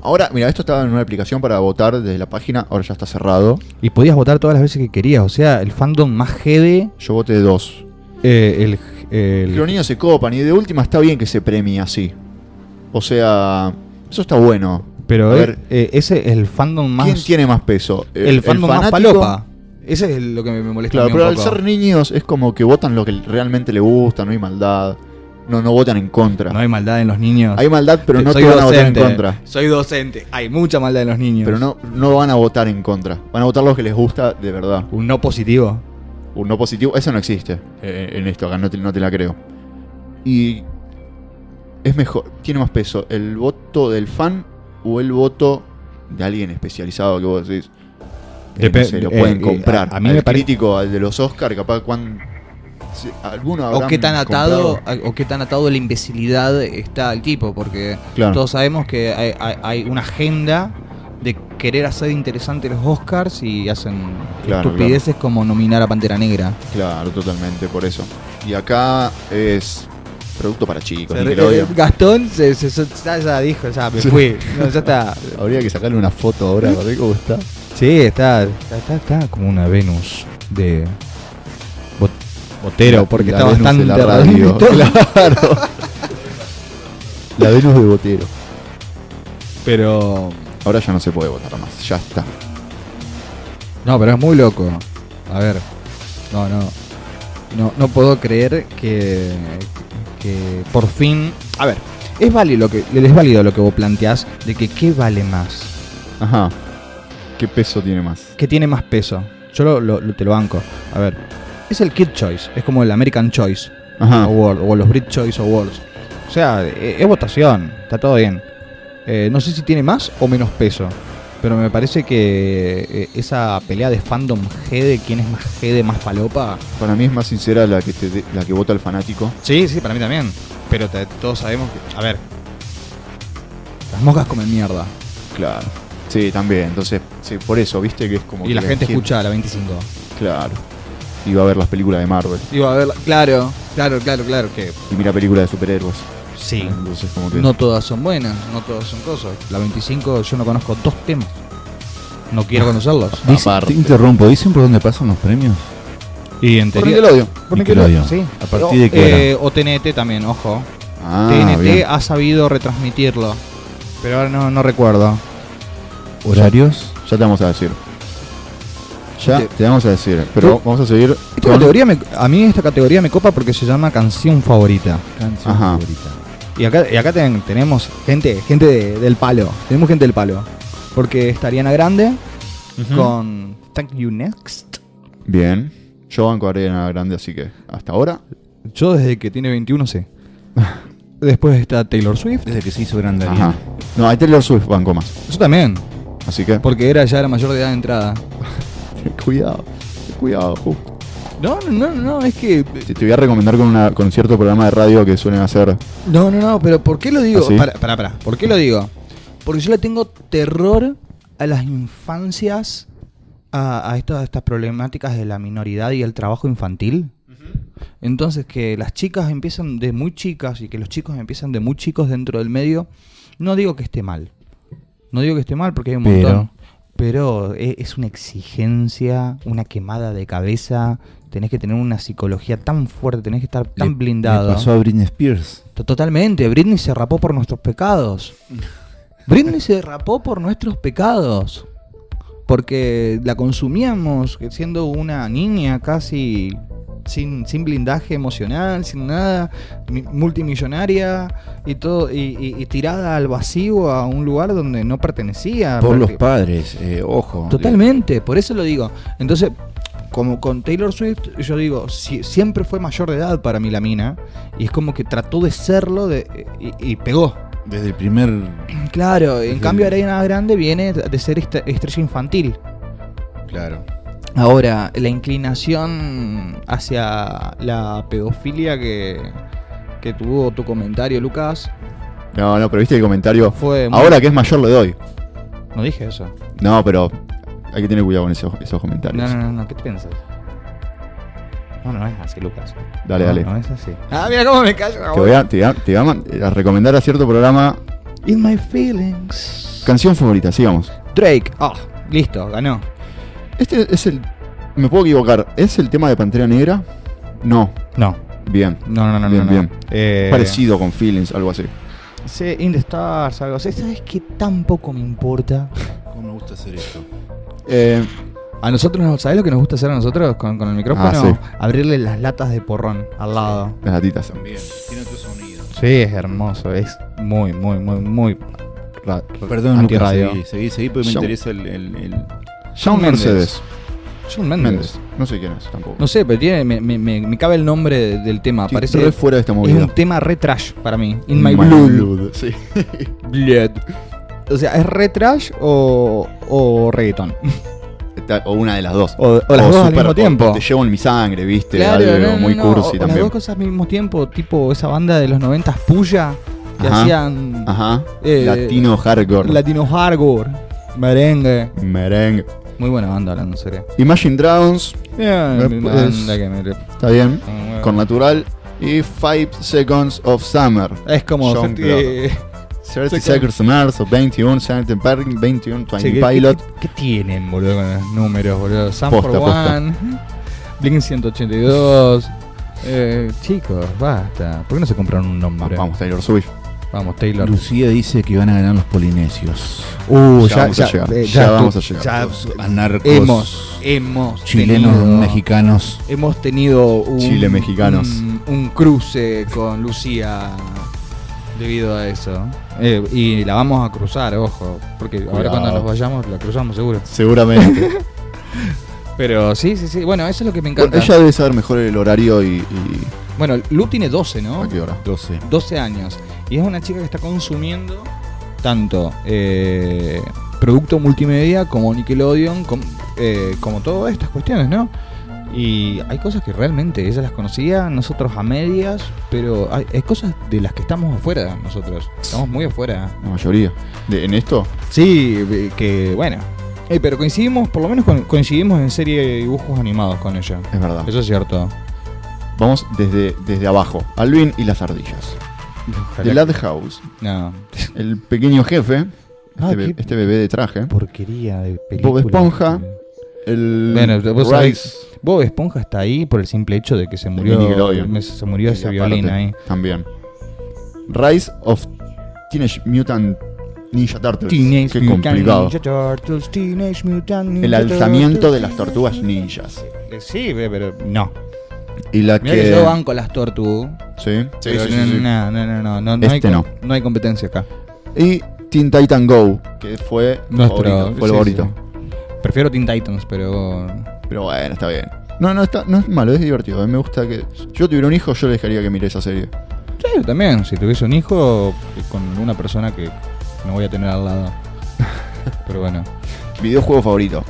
S1: Ahora, mira, esto estaba en una aplicación para votar desde la página, ahora ya está cerrado.
S3: Y podías votar todas las veces que querías, o sea, el fandom más GD,
S1: Yo voté dos.
S3: eh, el, el-
S1: Que los niños se copan y de última está bien que se premie así. O sea, eso está bueno.
S3: pero
S1: a
S3: eh,
S1: ver.
S3: eh, ese es el fandom más
S1: ¿Quién tiene más peso? ¿Eh,
S3: el fandom más
S1: fanático?
S3: palopa. Ese es lo que me me molesta a
S1: Claro,
S3: mí un
S1: pero al
S3: poco.
S1: ser niños es como que votan lo que realmente le gusta, no hay maldad. No, no votan en contra.
S3: No hay maldad en los niños.
S1: Hay maldad, pero no
S3: Soy
S1: te van a votar en
S3: docente,
S1: contra.
S3: Soy docente, hay mucha maldad en los niños.
S1: Pero no, no van a votar en contra. Van a votar lo que les gusta de verdad.
S3: un no positivo.
S1: Un no positivo, eso no existe eh, en esto, acá no te, no te la creo. Y es mejor, tiene más peso, el voto del fan o el voto de alguien especializado que vos decís. Eh, no sé, lo pueden
S11: eh, eh,
S1: comprar.
S11: a- a mí
S1: Al
S11: me parece-
S1: crítico, al de los Oscar, capaz cuán si- alguno
S3: O
S1: habrán
S3: qué tan atado,
S1: comprado.
S3: a- o qué tan atado a la imbecilidad está el tipo, porque
S1: Claro.
S3: todos sabemos que hay, hay- hay una agenda de querer hacer interesante los Oscars y hacen
S1: Claro,
S3: estupideces como nominar a Pantera Negra.
S1: Claro, totalmente, por eso. Y acá es producto para chicos,
S3: Eh,
S1: Nickelodeon.
S3: Gastón se, se- se- ya, ya dijo, ya me
S1: Sí.
S3: fui. No, ya está.
S1: Habría que sacarle una foto ahora, a ver cómo está.
S11: Sí, está, está, está, está como una Venus de bot- botero,
S1: La-
S11: porque
S1: la
S11: está
S1: Venus
S11: bastante
S1: de la radio, claro. La Venus de Botero.
S11: Pero
S1: Ahora ya no se puede votar más, ya está.
S11: No, pero es muy loco. A ver. No, no.
S3: No, no puedo creer que, que por fin. A ver, es válido lo que, es válido lo que vos planteás de que qué vale más.
S1: Ajá. ¿Qué peso tiene más?
S3: que tiene más peso. Yo lo, lo- lo- te lo banco. A ver, es el Kid Choice, es como el American Choice
S1: Ajá.
S3: Award o los Brit Choice Awards. O sea, e- es, votación, está todo bien. Eh, no sé si tiene más o menos peso, pero me parece que eh, esa pelea de fandom G de quién es más G de más falopa.
S1: Para mí es más sincera la que, te de- la que vota el fanático.
S3: Sí, sí, para mí también. Pero te- todos sabemos que. A ver, las moscas comen mierda
S1: Claro. Sí, también. Entonces, sí, por eso, viste que es como.
S3: y
S1: que
S3: la gente
S1: gente-
S3: escucha a la 25.
S1: Claro. Y va a ver las películas de Marvel.
S3: Digo, a ver, claro, claro, claro, claro que.
S1: Y mira películas de superhéroes.
S3: Sí.
S1: Entonces, como que.
S3: No todas son buenas, no todas son cosas. La 25 yo no conozco dos temas. No quiero conocerlos.
S1: Dicen-
S4: te interrumpo, ¿dicen por dónde pasan los premios?
S3: Y en
S1: Por
S3: teoría-
S1: Nickelodeon.
S4: Por Nickelodeon.
S3: Sí.
S4: ¿A partir de qué hora?
S3: Eh, O TNT también, ojo.
S1: Ah,
S3: TNT
S1: bien.
S3: ha sabido retransmitirlo. Pero ahora no, no recuerdo.
S4: ¿Horarios?
S1: Ya te vamos a decir. Ya
S3: Te-
S1: te vamos a decir. Pero vamos a seguir.
S3: Esta
S1: con-
S3: categoría me- a mí esta categoría me copa porque se llama canción favorita.
S4: Canción
S1: Ajá.
S4: favorita.
S3: Y acá, y acá ten- tenemos gente, gente de- del palo. Tenemos gente del palo. Porque está Ariana Grande con Thank You Next.
S1: Bien. Yo banco a Arena Grande, así que hasta ahora.
S11: Yo desde que tiene 21 sé. Después está Taylor Swift.
S12: Desde que se hizo grande
S1: Ajá. No, a Taylor Swift banco más.
S11: Yo también.
S1: Así que.
S11: Porque era ya la mayor de edad de entrada.
S1: Cuidado. Cuidado, Ju.
S11: No, no, no, no, es que.
S1: Te, te voy a recomendar con, una, con cierto programa de radio que suelen hacer.
S3: No, no, no, pero ¿por qué lo digo?
S1: ¿Ah, sí?
S3: Pará, pará, pará. ¿Por qué lo digo? Porque yo le tengo terror a las infancias, a, a esto- a estas problemáticas de la minoridad y el trabajo infantil. Entonces, que las chicas empiezan de muy chicas y que los chicos empiezan de muy chicos dentro del medio, no digo que esté mal. No digo que esté mal porque hay un
S4: Pero-
S3: montón. Pero e- es una exigencia, una quemada de cabeza. Tenés que tener una psicología tan fuerte, tenés que estar tan
S4: Le-
S3: blindado.
S4: le pasó a Britney Spears.
S3: To- Totalmente, Britney se rapó por nuestros pecados. Britney se rapó por nuestros pecados. Porque la consumíamos que siendo una niña casi sin, sin blindaje emocional, sin nada, mi- multimillonaria y todo y, y- y tirada al vacío a un lugar donde no pertenecía.
S4: Por los
S3: prácti-
S4: padres, eh, ojo.
S3: Ah, Totalmente, por eso lo digo. Entonces, como con Taylor Swift, yo digo, si- siempre fue mayor de edad para mí la mina. Y es como que trató de serlo de, y, y pegó.
S4: Desde el primer.
S3: Claro, en
S4: Sí.
S3: cambio Arena Grande viene de ser este- estrella infantil.
S4: Claro.
S3: Ahora, la inclinación hacia la pedofilia que, que tuvo tu comentario, Lucas,
S1: No, no, pero viste el comentario.
S3: fue... muy-
S1: Ahora que es mayor le doy.
S3: No dije eso.
S1: No, pero hay que tener cuidado con esos, esos
S3: No,
S1: comentarios.
S3: no, no, no, ¿qué te piensas? No, no es así, Lucas.
S1: Dale,
S3: No,
S1: dale.
S3: No es así. Ah, mira cómo me callo.
S1: Te voy, a, te voy a- te voy a man- a recomendar a cierto programa.
S3: In my feelings.
S1: Canción favorita, sigamos.
S3: Drake. Ah, listo, ganó.
S1: Este es el. Me puedo equivocar. ¿Es el tema de Pantera Negra? No.
S3: No,
S1: Bien.
S3: no, no, no,
S1: Bien,
S3: no.
S1: bien.
S3: no. Eh,
S1: Parecido con Feelings, algo así.
S3: Sí, In the Stars, algo así. ¿Sabes qué? Tampoco me importa.
S12: ¿Cómo me gusta hacer esto?
S1: Eh,
S3: A nosotros, nos- ¿sabes lo que nos gusta hacer a nosotros con, con el micrófono?
S1: Ah, sí.
S3: Abrirle las latas de porrón al lado.
S1: las gatitas.
S12: También. Tiene otro sonido.
S3: Sí, es hermoso. Es muy, muy, muy, muy. ra-
S12: Perdón, Lucas,
S3: antirradio.
S12: seguí, seguí, seguí, porque me
S1: Yo-
S12: interesa el, el- el-
S1: Shawn
S3: Mendes.
S1: Mercedes.
S3: Shawn Mendes.
S1: Mendes. No sé quién es tampoco.
S3: No sé, pero tiene, me, me- me- me cabe el nombre de- del tema.
S1: Estoy
S3: Parece
S1: re fuera de esta
S3: es
S1: movida.
S3: un tema re trash para mí. In my, blood.
S1: Blood, Sí.
S3: Blood. O sea, ¿es re trash o, o reggaetón?
S1: Está- ta- o una de las dos.
S3: O- o las dos al mismo
S1: o
S3: tiempo.
S1: Te llevo en mi sangre, viste,
S3: Claro,
S1: algo
S3: no, no,
S1: muy
S3: no, o-
S1: cursi
S3: o Las
S1: también.
S3: dos cosas al mismo tiempo, tipo esa banda de los 90 Puya, que
S1: Ajá,
S3: hacían
S1: Ajá.
S3: eh,
S1: Latino hardcore.
S3: Latino Hardcore, merengue.
S1: merengue.
S3: Muy buena banda, hablando en serio.
S1: Imagine Dragons.
S3: Bien,
S1: Eh,
S3: mi
S1: pues,
S3: banda que me-
S1: Está bien.
S3: Ah, bueno.
S1: Con natural. Y Five Seconds of Summer.
S3: Es como
S1: John
S3: Certi-
S1: Glover. 30 Seconds of Mars, o 21 Silent Park, 21 Tiny
S3: Che, ¿qué-
S1: Pilot.
S3: ¿qué, qué, tienen, boludo, con los números, boludo? Sam
S1: Posta,
S3: for
S1: posta.
S3: One, Blink 182. Eh, chicos, basta. ¿Por qué no se compraron un nombre?
S1: Vamos, Taylor Swift.
S3: Vamos, Taylor.
S4: Lucía dice que van a ganar los polinesios.
S3: Uh,
S1: Ya vamos a llegar,
S3: eh,
S1: ya vamos a
S3: tu-
S1: llegar.
S3: ya
S4: A narcos
S3: hemos, hemos
S4: chilenos,
S3: tenido-
S4: mexicanos.
S3: Hemos tenido un,
S1: Chile, mexicanos.
S3: un, un cruce con Lucía debido a eso. Eh, y la vamos a cruzar, ojo. Porque ahora
S1: Cuidado.
S3: cuando nos vayamos la cruzamos seguro.
S1: Seguramente.
S3: Pero sí, sí, sí. Bueno, eso es lo que me
S1: Bueno,
S3: encanta.
S1: ella debe saber mejor el horario y, y
S3: Bueno, Lu tiene 12, ¿no?
S1: a qué hora.
S4: 12.
S3: 12 años. Y es una chica que está consumiendo tanto eh, producto multimedia como Nickelodeon, com- eh, como todas estas cuestiones, ¿no? Y hay cosas que realmente ella las conocía, nosotros a medias, pero hay, hay cosas de las que estamos afuera nosotros. Estamos muy afuera.
S1: La mayoría. De- ¿En esto?
S3: Sí, eh, que bueno. Eh, pero coincidimos, por lo menos con- coincidimos en serie de dibujos animados con ella.
S1: Es verdad.
S3: Eso es cierto.
S1: Vamos desde, desde abajo. Alvin y las ardillas. The Lad House.
S3: No.
S1: El pequeño jefe.
S3: Ah,
S1: Este, be-
S3: qué-
S1: este bebé de traje.
S3: Porquería de
S1: Bob
S3: película.
S1: Esponja. El
S3: Bueno, vos
S1: Mm, Rice.
S3: sabés, Bob Esponja está ahí por el simple hecho de que se
S1: de
S3: murió,
S1: Nickelodeon.
S3: me- se murió ese
S1: Aparte,
S3: violín ahí.
S1: También. Rise of Teenage Mutant Ninja Turtles.
S3: Teenage
S1: Qué
S3: Mutant
S1: complicado.
S3: Ninja Turtles, Teenage Mutant Ninja
S1: El alzamiento
S3: Turtles.
S1: de las tortugas ninjas.
S3: Eh, Sí, ve, pero no.
S1: Y la
S3: Mirá
S1: que.
S3: que yo banco las tortugas.
S1: Sí, sí,
S3: pero
S1: sí, sí, sí.
S3: No, no, no, no, no, no hay
S1: Este
S3: com-
S1: no.
S3: no hay competencia acá.
S1: Y Teen Titan Go, que fue mi
S3: Nuestro-
S1: favorito, fue el
S3: sí,
S1: favorito.
S3: sí. Prefiero Teen Titans, pero
S1: Pero bueno, está bien. No, no, está, no es malo, es divertido. A mí me gusta que. Si yo tuviera un hijo, yo le dejaría que mire esa serie.
S3: Sí, yo también, si tuviese un hijo eh, con una persona que no voy a tener al lado. Pero bueno.
S1: Videojuego favorito: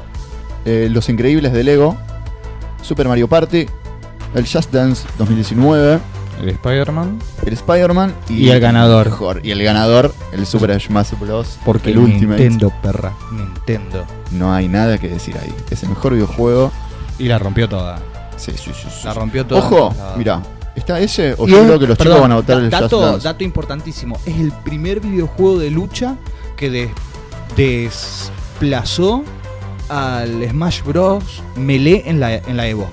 S1: Eh, Los Increíbles de Lego, Super Mario Party, el Just Dance 2019,
S3: El Spider-Man.
S1: el Spider-Man
S3: Y el ganador.
S1: mejor. Y el ganador, el Super Smash Bros.
S3: Porque
S1: el Ultimate.
S3: Nintendo, perra. Nintendo.
S1: No hay nada que decir ahí. Es el mejor videojuego.
S3: Y la rompió toda.
S1: Sí, sí, sí. sí.
S3: La rompió toda.
S1: Ojo,
S3: La-
S1: mirá. ¿Está ese o
S3: Y
S1: yo
S3: es-
S1: creo que los
S3: perdón,
S1: chicos van a votar
S3: da-
S1: el Just
S3: dato,
S1: Dance?
S3: dato importantísimo. Es el primer videojuego de lucha que des- desplazó al Smash Bros. Melee en la, en la Evo.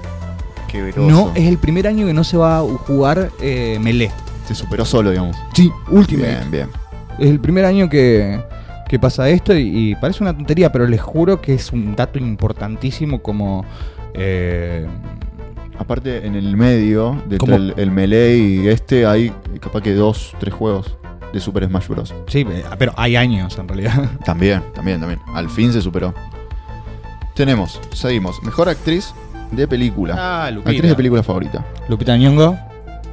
S1: Qué
S3: No, es el primer año que no se va a jugar eh, Melee.
S1: Se superó solo, digamos.
S3: Sí, Ultimate.
S1: Bien, bien.
S3: Es el primer año que, que pasa esto y, y parece una tontería, pero les juro que es un dato importantísimo como... eh,
S1: Aparte, en el medio, de
S3: ¿Cómo?
S1: entre el, el melee y este, hay capaz que dos, tres juegos de Super Smash Bros.
S3: sí, eh, pero hay años en realidad.
S1: También, también, también. Al fin se superó. Tenemos, seguimos. Mejor actriz de película.
S3: Ah,
S1: actriz de película favorita.
S3: Lupita Nyong'o.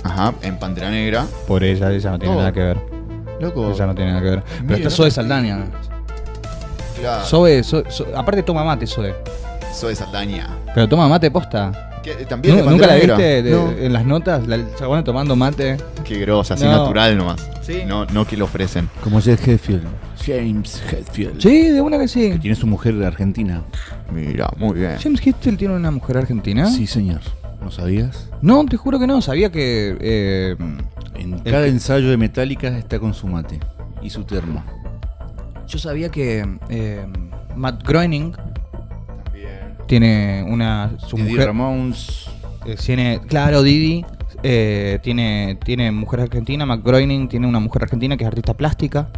S1: Ajá, en Pantera Negra.
S3: Por ella, ella no tiene
S1: Oh.
S3: nada que ver.
S1: Loco.
S3: Ella no tiene nada que ver. Pero
S1: Mira.
S3: está Zoe Saldaña.
S1: Claro,
S3: Zoe, Zoe- Zoe- aparte toma mate Zoe.
S1: Zoe Saldaña.
S3: Pero toma mate posta.
S1: Que- También
S3: Nu-
S1: de
S3: ¿Nunca
S1: Pantera Negra.
S3: la viste de-
S1: No.
S3: en las notas? La chabona tomando mate.
S1: Qué grosa, así
S3: No.
S1: natural nomás.
S3: Sí.
S1: No, no que le ofrecen.
S4: Como James Hetfield. James Hetfield.
S3: Sí, de una que sí.
S4: Que tiene su mujer de Argentina.
S1: Mira, muy bien.
S3: James Hitchell tiene una mujer argentina.
S4: Sí, señor. ¿No sabías?
S3: No, te juro que no. Sabía que. eh,
S4: En
S3: El
S4: cada
S3: que-
S4: ensayo de Metallica está con su mate y su termo.
S3: yo sabía que eh, Matt Groening tiene una. Su
S4: Didi
S3: mujer.
S4: Ramones.
S3: Eh, tiene, claro, Didi eh, tiene, tiene mujer argentina, Matt Groening tiene una mujer argentina que es artista plástica.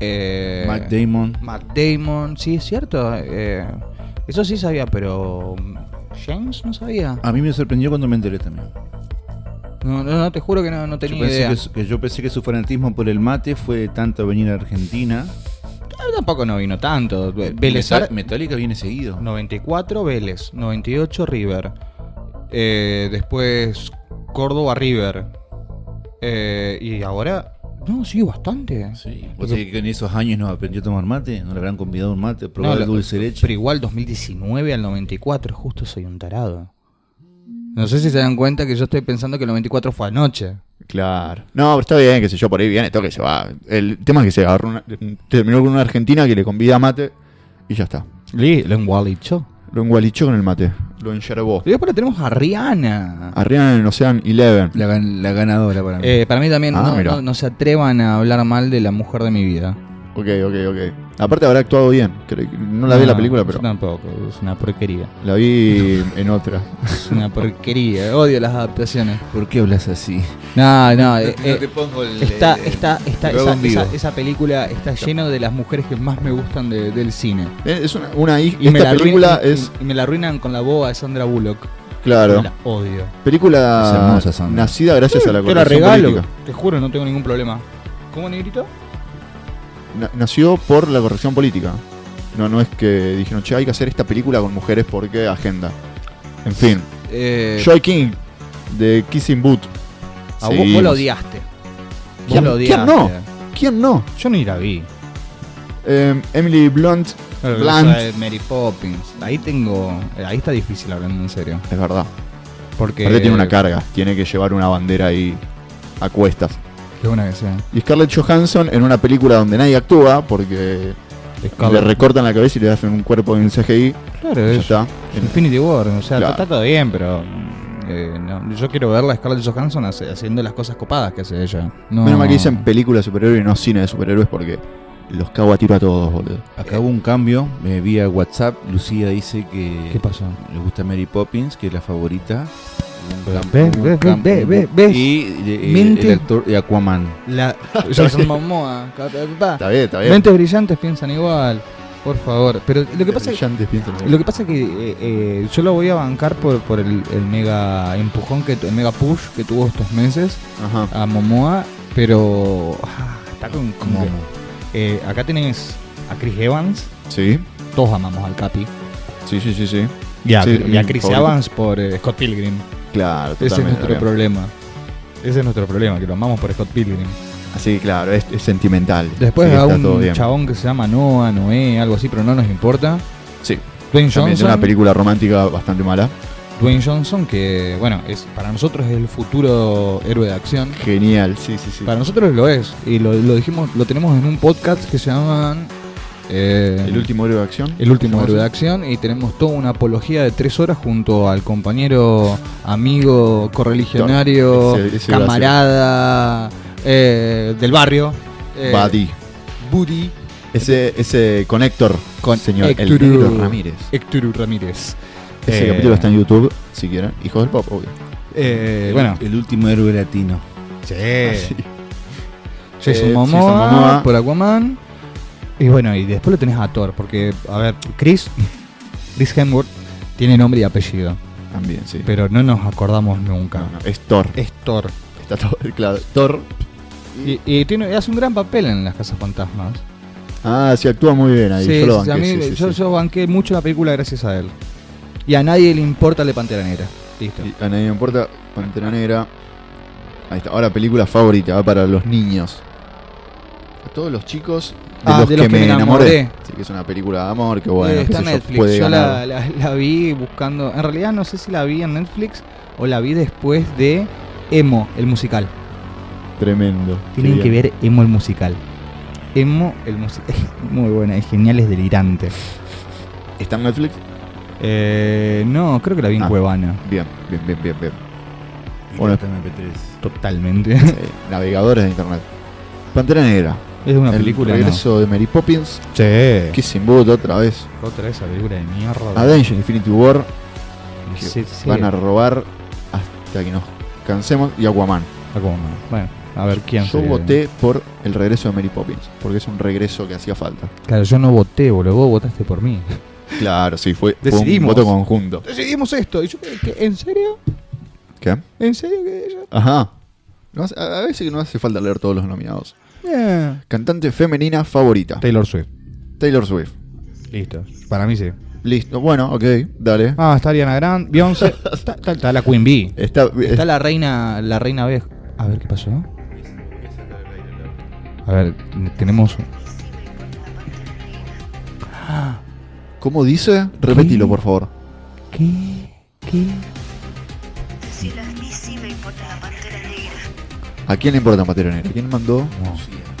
S3: Eh,
S4: Matt Damon.
S3: Matt Damon, sí, es cierto. eh, eso sí sabía, pero mm, James no sabía.
S4: A mí me sorprendió cuando me enteré también.
S3: No, no, no, te juro que no, no
S4: Yo
S3: tenía
S4: pensé
S3: idea.
S4: que, su- que yo pensé que su fanatismo por el mate fue de tanto venir a Argentina.
S3: Ah, Tampoco no vino tanto. Ve- Vélez
S4: Metal-
S3: Ar-
S4: Metallica viene seguido.
S3: 94 Vélez, 98 River. Eh, después Córdoba River. Eh, y ahora No, sí, bastante.
S4: Sí. ¿Vos sabés que en esos años nos aprendió a tomar mate? ¿No le habrán convidado un mate? ¿Probar
S3: No, lo-
S4: dulce de leche?
S3: Pero igual 2019 al 94, justo soy un tarado. No sé si se dan cuenta que yo estoy pensando que el 94 fue anoche.
S1: Claro. No, pero está bien, qué sé yo, por ahí viene, toque se va. El tema es que se agarró una- terminó con una argentina que le convida mate y ya está.
S3: Lo engualichó.
S1: Lo engualichó con el mate. Lo enyerbó.
S3: Y después la tenemos a Rihanna.
S1: Arriba en el Ocean Eleven.
S4: La, ganadora para
S3: Eh, para mí también
S1: Ah,
S3: no,
S1: mira.
S3: no- no se atrevan a hablar mal de la mujer de mi vida.
S1: Ok, ok, ok. Aparte habrá actuado bien. creo que- No la vi en la película, pero
S3: Yo tampoco, es una porquería.
S1: la vi en otra.
S3: Es una porquería, odio las adaptaciones.
S4: ¿Por qué hablas así?
S3: No, no,
S4: No
S3: eh,
S4: te- no
S3: eh,
S4: te pongo el-
S3: está,
S4: el-
S3: está, está,
S4: lo hago
S3: esa,
S4: en vivo.
S3: esa- esa película está llena de las mujeres que más me gustan de- del cine.
S1: Eh, Es una, una hi-
S3: Y me
S1: esta
S3: la
S1: película
S3: arruinan-
S1: es
S3: y- y me la arruinan con la boba de Sandra Bullock.
S1: claro.
S3: La odio.
S1: Película
S4: Es hermosa, Sandra.
S1: nacida gracias a la
S3: Te la
S1: corrección
S3: regalo,
S1: política.
S3: te juro, no tengo ningún problema. ¿Cómo, negrito?
S1: Na- nació por la corrección política. No, no es que dijeron, che, hay que hacer esta película con mujeres porque agenda. En fin.
S3: Eh,
S1: Joy King, de Kissing Boot.
S3: a vos, vos la odiaste. Vos
S1: ¿Quién-
S3: la
S1: quién
S3: odiaste.
S1: no? ¿Quién no?
S3: Yo ni la vi.
S1: Em, Emily Blunt.
S3: Pero
S1: Blunt.
S3: esa de Mary Poppins. Ahí tengo. eh, Ahí está difícil hablando en serio.
S1: Es verdad.
S3: Porque.
S1: Aparte tiene una carga. Tiene que llevar una bandera ahí a cuestas.
S3: Qué buena que sea.
S1: Y Scarlett Johansson en una película donde nadie actúa porque le
S3: Scarlett.
S1: recortan la cabeza y le hacen un cuerpo en CGI.
S3: Claro,
S1: Ya
S3: es.
S1: está.
S3: Infinity War. O sea,
S1: Claro.
S3: está todo bien, pero. eh, no. Yo quiero verla a Scarlett Johansson hace- haciendo las cosas copadas que hace ella. No.
S1: Menos mal que dicen película de superhéroes y no cine de superhéroes porque los cago a tiro a todos, boludo.
S4: Acá hubo un cambio eh, vía WhatsApp. Lucía dice que
S3: ¿Qué pasó?
S4: le gusta Mary Poppins, que es la favorita. Un cam-
S3: Ve,
S4: un
S3: ve,
S4: cam-
S3: ve, ve, ve,
S4: Y eh,
S3: Mente.
S4: el actor de Aquaman.
S3: La. Jason Momoa. capaz.
S1: Está bien, está bien.
S3: Mentes brillantes piensan igual. Por favor. Pero lo que pasa es que.
S1: Brillantes, piensen en
S3: Lo
S1: eso.
S3: que pasa es que eh, eh, yo lo voy a bancar por, por el, el mega empujón, que tu- el mega push que tuvo estos meses
S1: Ajá.
S3: a Momoa, pero ah, está con, con que- eh, acá tenés a Chris Evans,
S1: Sí,
S3: todos amamos al Capi,
S1: sí, sí, sí, sí.
S3: y a,
S1: Sí,
S3: y a
S1: mi
S3: Chris
S1: favorito.
S3: Evans por eh, Scott Pilgrim.
S1: Claro,
S3: Ese es
S1: totalmente,
S3: nuestro
S1: bien.
S3: problema. Ese es nuestro problema, que lo amamos por Scott Pilgrim.
S1: Así, claro, es, es sentimental.
S3: Después
S1: Sí,
S3: a
S1: está todo
S3: un
S1: bien.
S3: chabón que se llama Noah, Noé, algo así, pero no nos importa.
S1: Sí, también
S3: Dwayne
S1: es
S3: Johnson.
S1: una película romántica bastante mala.
S3: Dwayne Johnson, que bueno, es para nosotros es el futuro héroe de acción.
S1: Genial, sí, sí, sí.
S3: Para nosotros lo es. Y lo, lo dijimos, lo tenemos en un podcast que se llaman eh,
S1: El último héroe de acción.
S3: El último héroe de
S1: acción.
S3: acción. Y tenemos toda una apología de tres horas junto al compañero, amigo, correligionario,
S1: Ese- ese
S3: camarada eh, del barrio. eh,
S1: Buddy.
S3: Buddy
S1: Ese, ese conector
S3: Con
S1: señor el
S3: Héctor
S1: negro
S3: Hugo.
S1: Ramírez.
S3: Héctor Ramírez.
S1: Ese
S3: Eh,
S1: capítulo está en YouTube, si quieren. Hijos del Pop, obvio.
S3: eh, bueno,
S4: El último héroe latino.
S1: Ah,
S3: Sí. Jason,
S1: Eh,
S3: Momoa,
S1: Jason Momoa.
S3: por Aquaman. Y bueno, y después lo tenés a Thor, porque, a ver, Chris, Chris Hemsworth tiene nombre y apellido,
S1: También, sí.
S3: pero no nos acordamos nunca.
S1: No, no, es Thor.
S3: Es Thor.
S1: Está todo, claro. Thor.
S3: Y, y tiene, hace un gran papel en Las Casas Fantasmas.
S1: Ah, sí, actúa muy bien ahí.
S3: Sí,
S1: yo lo
S3: sí,
S1: banqué,
S3: a mí-
S1: sí, sí,
S3: yo,
S1: sí.
S3: yo banqué mucho la película gracias a él. Y a nadie le importa la Pantera Negra. Listo.
S1: Y a nadie me importa. Pantera Negra. Ahí está. Ahora, película favorita. Va para los niños. A todos los chicos. De,
S3: Ah,
S1: los,
S3: de
S1: que me enamoré. Sí, que es una película de amor. Que bueno.
S3: Eh,
S1: qué
S3: está en
S1: sé yo,
S3: Netflix.
S1: puede
S3: Yo la,
S1: ganar.
S3: la- la vi buscando. En realidad no sé si la vi en Netflix o la vi después de Emo, el musical.
S1: Tremendo.
S3: Tienen
S1: Qué
S3: que
S1: bien.
S3: ver Emo el musical. Emo el musical. Muy buena, es genial, es delirante.
S1: ¿Está en Netflix?
S3: Eh, no, creo que la vi en
S1: Ah.
S3: Cuevana.
S1: Bien, bien, bien, bien. bien. Bueno.
S4: Bueno, MP3.
S3: Totalmente.
S1: Sí, Eh, navegadores de internet. Pantera Negra.
S3: Es una
S1: el
S3: película. No.
S1: regreso de Mary Poppins.
S3: Che.
S1: Kissing Booth otra vez.
S3: Otra esa película de mierda.
S1: Avengers Infinity War.
S3: No
S1: que
S3: sé, sí.
S1: Van a robar hasta que nos cansemos. Y Aquaman.
S3: Ah, cómo no. Bueno, a ver quién.
S1: Yo
S3: sería?
S1: voté por el regreso de Mary Poppins, porque es un regreso que hacía falta.
S3: Claro, yo no voté, boludo. Vos votaste por mí.
S1: Claro, sí, fue, fue un
S3: Decidimos.
S1: voto conjunto.
S3: Decidimos esto. Y yo, ¿qué- qué- ¿En serio?
S1: ¿Qué?
S3: ¿En serio que ella?
S1: Ajá. No hace- a a veces no hace falta leer todos los nominados.
S3: Eh.
S1: Cantante femenina favorita.
S3: Taylor Swift.
S1: Taylor Swift.
S3: Listo. Para mí sí.
S1: Listo. Bueno, ok, dale.
S3: Ah, está Ariana Grande, Beyoncé. está, está- está la Queen Bee.
S1: Está,
S3: Está
S1: es-
S3: la reina, la reina B. A ver qué pasó. A ver, tenemos.
S1: eh, ¿Cómo dice? Repetilo, por favor.
S3: ¿Qué? ¿Qué?
S1: ¿A quién le importa Matero Negra? ¿Quién mandó?
S3: No.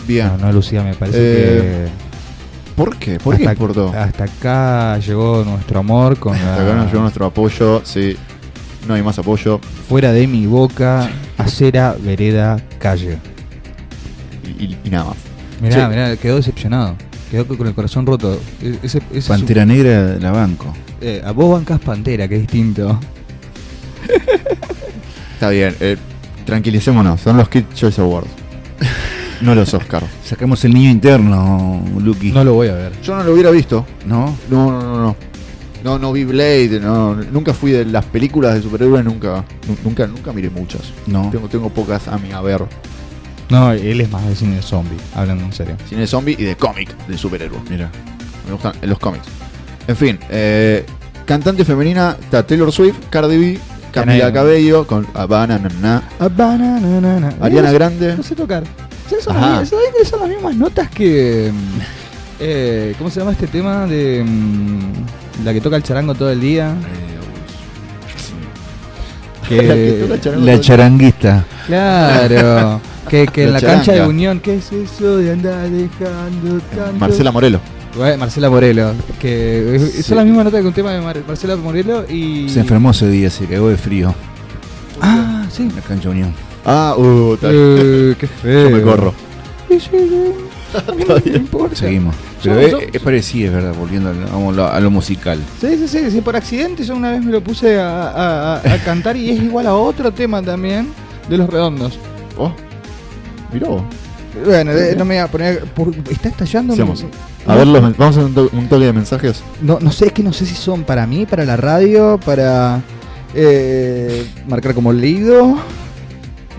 S1: Bien.
S3: No, no, Lucía, me parece
S1: Eh,
S3: que.
S1: ¿Por qué? ¿Por qué
S3: hasta,
S1: importó?
S3: hasta acá llegó nuestro amor con la-
S1: Hasta acá nos llegó nuestro apoyo, sí. No hay más apoyo.
S3: fuera de mi boca, acera, vereda, calle.
S1: Y, y- y nada más.
S3: Mirá,
S1: Sí.
S3: mirá, quedó decepcionado. Quedó con el corazón roto. E- Ese, ese es un-
S4: Pantera Negra la banco.
S3: Eh, a vos bancas Pantera, que es distinto.
S1: Está bien. eh, tranquilicémonos. Son los Kid Choice Awards. No los Oscars.
S4: Sacamos el niño interno, Lucky.
S3: No lo voy a ver.
S1: Yo no lo hubiera visto.
S4: ¿No?
S1: No, no, no, no. No, no vi Blade, no, nunca fui de las películas de superhéroes, nunca, nu- nunca, nunca miré muchas.
S4: No.
S1: Tengo, tengo pocas a mi haber.
S3: No, él es más de cine zombie, hablando en serio.
S1: Cine de zombie y de cómic de superhéroes.
S4: Mira.
S1: Me gustan los cómics. En fin, eh, cantante femenina está Taylor Swift, Cardi B, Camila
S3: Nena.
S1: Cabello, con Habana, na, na,
S3: Ah,
S1: Ariana Grande.
S13: No sé tocar. ¿Sabes son,
S1: Ajá.
S13: las, ¿sabés que son las mismas notas que. mm,
S3: Eh, ¿Cómo se llama este tema de mm, la que toca el charango todo el día? Que-
S1: La que toca el charango
S4: La
S1: todo el-
S4: charanguista.
S3: Claro. que que en
S1: La
S3: la cancha de
S1: charanga. Eh,
S3: Unión, ¿qué es eso de andar dejando tanto?
S1: Marcela Morelo.
S3: Bueno, Marcela Morelo. Que es-
S4: Sí.
S3: son las mismas notas que un tema de Mar- Marcela Morelo y.
S4: Se enfermó ese día, se cagó de frío
S3: Ah, sí.
S4: en la cancha Unión.
S1: Ah, uh, está bien.
S3: Eh, qué feo.
S1: Yo me corro.
S13: y yo- yo- a mí no me importa.
S4: Seguimos. Pero
S13: Somos-
S4: es,
S13: somos-
S4: es parecido, es verdad, volviendo al- a lo, a lo musical.
S13: Sí, sí, sí, sí, por accidente yo una vez me lo puse a, a- a- a cantar y es igual a otro tema también de los redondos.
S1: Oh, mirá vos.
S13: Bueno, eh, no me voy a poner. por- está estallando.
S1: Sigamos. A ver, los men- vamos a hacer un, to- un toque de mensajes.
S13: No, no sé, es que no sé si son para mí, para la radio, para eh, marcar como leído.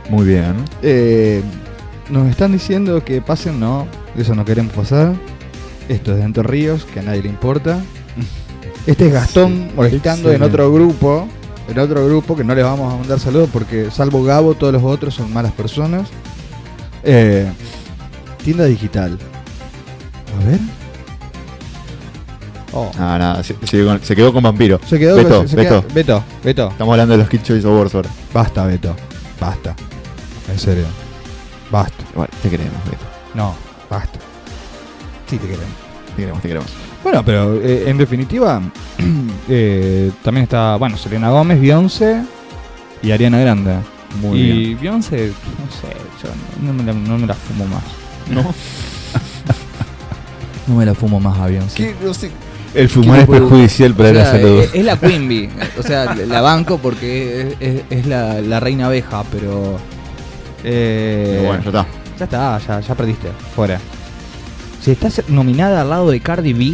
S1: Muy bien.
S13: Eh, nos están diciendo que pasen, no, eso no queremos pasar. Esto es de Entre Ríos, que a nadie le importa. Este es Gastón molestando en otro grupo, en otro grupo que no le vamos a mandar saludos porque salvo Gabo, todos los otros son malas personas. Eh, tienda digital. A ver. Oh,
S1: Ah, nada, se, se quedó con- se quedó con vampiro.
S13: se quedó
S1: Beto,
S13: se- se
S1: Beto.
S13: queda- Beto, Beto.
S1: Estamos hablando de los Kid Choice Awards ahora.
S3: Basta, Beto. Basta. En serio. Basta.
S1: Bueno, te queremos, Beto.
S3: No, basta. Sí, te queremos.
S1: Te queremos, te queremos.
S3: Bueno, pero eh, en definitiva, eh, también está, bueno, Selena Gómez, Beyoncé y Ariana Grande.
S1: Muy
S3: y
S1: bien.
S3: Beyoncé, no sé, yo no, no me la, no me la fumo más.
S1: ¿No?
S3: No me la fumo más a Beyoncé.
S4: El fumar es perjudicial para
S13: O
S4: la
S13: sea,
S3: eh,
S1: eh,
S4: salud.
S13: es, es la Queen Bee. O sea, la banco porque es, es- es la, la reina abeja, pero.
S3: Eh,
S1: Bueno, ya está.
S3: Ya está, ya, ya perdiste. Fuera. Si estás nominada al lado de Cardi B,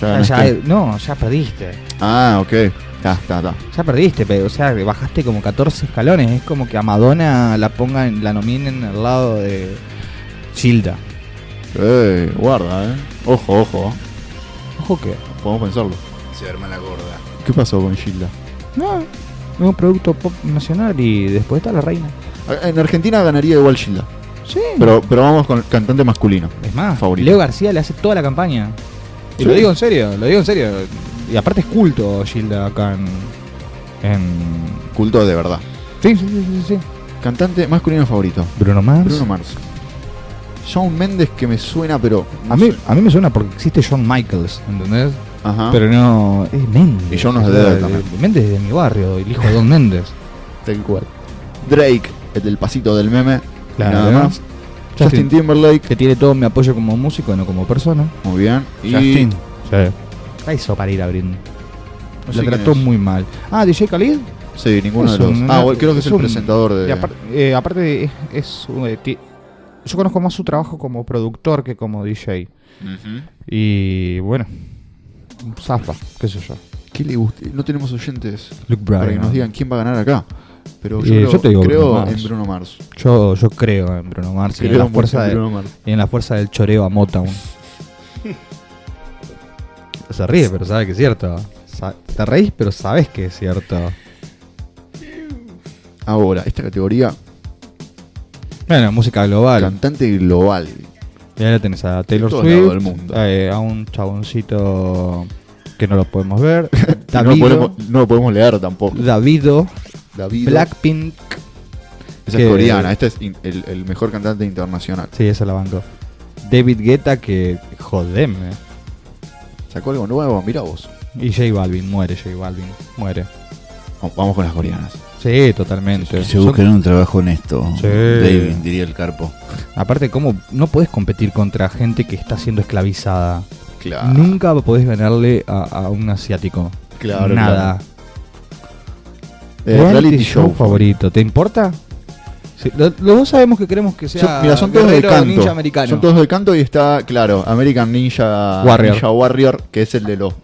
S1: Ya ganaste.
S3: ya- ya- Ah, no, ya perdiste.
S1: Ah, ok. Está, está, está.
S3: Ya perdiste, pero, o sea, bajaste como 14 escalones. Es como que a Madonna la pongan, la nominen al lado de Gilda.
S1: Ey, guarda, eh. Ojo, ojo.
S3: Ojo que.
S1: Podemos pensarlo.
S4: Se arma la gorda.
S1: ¿Qué pasó con Gilda?
S3: No, es un producto pop nacional y después está la reina.
S1: A- Ah, En Argentina ganaría igual Gilda.
S3: Sí.
S1: Pero, pero vamos con el cantante masculino.
S3: es más,
S1: favorito.
S3: Leo García le hace toda la campaña. Y
S1: Sí.
S3: lo digo en serio, lo digo en serio. Y aparte es culto Gilda acá en. en-
S1: Culto de verdad.
S3: Sí, sí, sí, sí, sí.
S1: Cantante masculino favorito.
S3: Bruno Mars.
S1: Bruno Mars. Shawn Méndez que me suena, pero. no
S3: A mí,
S1: sé.
S3: a mí me suena porque existe John Michaels, ¿entendés?
S1: Ajá.
S3: Pero no. Es Méndez.
S1: Ah. Y yo no sé de
S3: ¿verdad?
S1: él también.
S3: Méndez es de mi barrio, el hijo de Don Méndez.
S1: Tal cual. Drake, el del pasito del meme.
S3: Claro.
S1: Nada más. Justin,
S3: Justin-
S1: Timberlake.
S3: Que tiene todo mi apoyo como músico, no como persona.
S1: Muy bien. Y
S4: Justin.
S3: Sí. La hizo para ir a Britney.
S1: No sé
S3: La
S1: quién
S3: trató
S1: es.
S3: muy mal. Ah, DJ Khalid.
S1: Sí, ninguno
S3: Es
S1: de los.
S3: un-
S1: ah, bueno, creo que es, el
S3: un-
S1: presentador de.
S3: y apar- eh, aparte, es, es un, eh, ti- yo conozco más su trabajo como productor que como DJ.
S1: Ujú.
S3: Y bueno, zafa, qué sé yo.
S1: ¿Qué le gusta? No tenemos oyentes
S3: Luke
S1: para que nos digan quién va a ganar acá. Pero yo,
S3: Eh,
S1: creo,
S3: yo te digo
S1: creo
S3: Bruno Mars.
S1: en Bruno Mars.
S3: Yo, yo creo en Bruno Mars y en, la
S1: mucho
S3: fuerza
S1: en
S3: de-
S1: Bruno Mars.
S3: y en la fuerza del choreo a Motown. Se ríe, pero sabe que es cierto. Sa- Te reís, pero sabes que es cierto.
S1: Ahora, esta categoría.
S3: Bueno, música global.
S1: Cantante global.
S3: Y ahora tenés a Taylor
S1: todo
S3: Swift,
S1: lado del mundo.
S3: eh, a un chaboncito que no lo podemos ver.
S1: Y No, lo podemos, no lo podemos leer tampoco.
S3: Davido,
S1: Davido.
S3: Blackpink.
S1: Esa
S3: que-
S1: es coreana. Este es in- el, el mejor cantante internacional.
S3: Sí, esa la banco. David Guetta, que jodeme.
S1: Sacó algo nuevo, mira vos.
S3: Y J Balvin, muere J Balvin, muere.
S1: Vamos- Vamos con las coreanas.
S3: Sí, totalmente.
S4: Que se
S3: Son-
S4: busquen un trabajo honesto.
S3: Sí.
S4: David, diría el carpo.
S3: Aparte, ¿cómo no podés competir contra gente que está siendo esclavizada?
S1: Claro.
S3: Nunca podés ganarle a, a un asiático.
S1: Claro,
S3: Nada.
S1: Eh,
S3: ¿Cuál
S1: reality
S3: es tu
S1: show.
S3: favorito? ¿Te importa? Sí, lo- los dos sabemos que queremos que sea.
S1: Son- mira, son todos de
S3: guerrero
S1: canto.
S3: ninja americano.
S1: Son todos de canto y está, claro, American Ninja
S3: Warrior.
S1: Ninja Warrior, que es el de los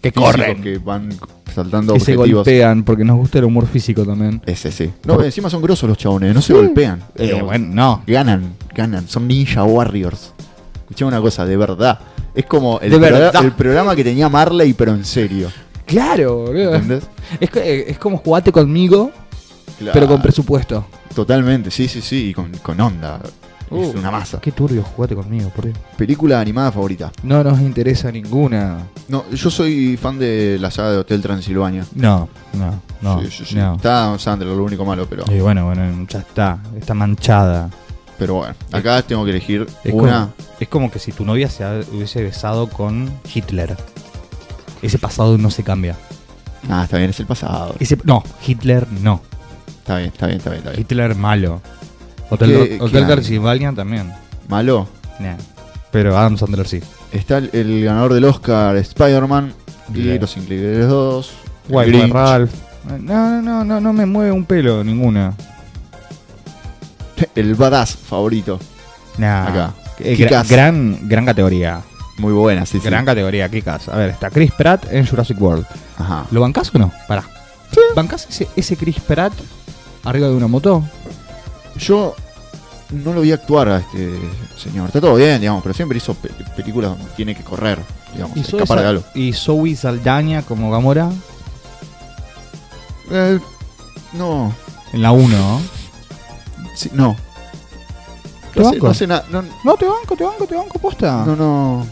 S3: Que
S1: físicos
S3: corren.
S1: que van saltando
S3: que se
S1: objetivos.
S3: golpean porque nos gusta el humor físico también.
S1: Ese sí. No, encima son grosos los chabones, no se golpean.
S3: Eh,
S1: Digamos,
S3: bueno, no.
S1: Ganan, ganan, son Ninja Warriors. Escuchame una cosa, de verdad. Es como el,
S3: De
S1: progra-
S3: verdad.
S1: el programa que tenía Marley, pero en serio.
S3: Claro, boludo.
S1: ¿Entendés?
S3: Es, que- eh, es como jugate conmigo, pero con
S1: Claro.
S3: presupuesto.
S1: Totalmente, sí, sí, sí, y con, con onda. es
S3: Uh,
S1: una masa.
S3: Qué turbio, jugate conmigo, por Dios.
S1: ¿Película animada favorita?
S3: No nos interesa ninguna.
S1: No, yo soy fan de la saga de Hotel Transilvania.
S3: No, no, no.
S1: Sí, sí, sí.
S3: no.
S1: Está Sandra, lo único malo, pero,
S3: Y bueno, bueno, ya está. Está manchada.
S1: pero bueno. Acá tengo que elegir
S3: Eh. Es,
S1: una.
S3: como, es como que si tu novia se ha- hubiese besado con Hitler. Ese pasado no se cambia.
S1: Ah, está bien, es el pasado.
S3: Ese, no, Hitler no.
S1: Está bien, está bien, está bien, está bien.
S3: Hitler malo. Hotel,
S1: ¿Qué-
S3: Ro- Hotel
S1: qué año?
S3: Transilvania también.
S1: Malo.
S3: Nah. Pero Adam Sandler sí.
S1: Está el, el ganador del Oscar, Spider-Man. Y
S3: Bien.
S1: los Increíbles 2. el
S3: Wild
S1: Grinch.
S3: Ralph. No, no, no, no, no me mueve un pelo ninguna.
S1: El badass favorito.
S3: Nah.
S1: Acá.
S3: Eh, gra-
S1: Kick-Ass.
S3: gran, gran categoría.
S1: Muy buena, sí, sí.
S3: Gran categoría, Kikas. A ver, está Chris Pratt en Jurassic World.
S1: Ajá.
S3: ¿Lo bancás o no? Pará. ¿Bancás ese, ese Chris Pratt arriba de una moto?
S1: Yo no lo vi actuar a este señor. Está todo bien, digamos, pero siempre hizo pe- películas donde tiene que correr, digamos,
S3: Zoe
S1: escapar de
S3: Sal-
S1: algo.
S3: y Zoe Saldaña como Gamora
S1: Eh, no,
S3: en la 1. ¿no?
S1: sí, no.
S3: Te Ah.
S1: No hace,
S3: banco.
S1: no hace nada. No,
S3: No, te banco, te banco, te banco, posta.
S1: no, no.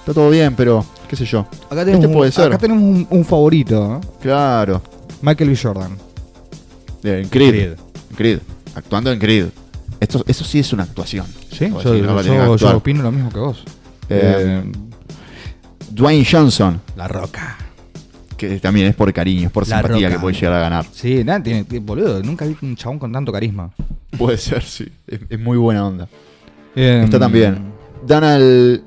S1: Está todo bien, pero qué sé yo.
S3: acá tenemos,
S1: este
S3: un,
S1: puede ser.
S3: Acá tenemos un, un favorito. ¿eh?
S1: Claro.
S3: Michael B. Jordan.
S1: Eh, En Creed. En Creed. Actuando en Creed. Esto, eso sí es una actuación.
S3: Sí,
S1: Como
S3: yo,
S1: decir, Pues no,
S3: yo-
S1: la tiene que
S3: yo
S1: actuar.
S3: opino lo mismo que vos.
S1: Eh,
S3: Eh,
S1: Dwayne Johnson,
S3: la roca.
S1: que también es por cariño, es por
S3: La
S1: simpatía
S3: Roca.
S1: que puede llegar a ganar.
S3: Sí, nada, tiene, tiene- boludo, nunca vi un chabón con tanto carisma.
S1: Puede ser, sí. Es, es muy buena onda.
S3: Eh,
S1: Está también. Dan al.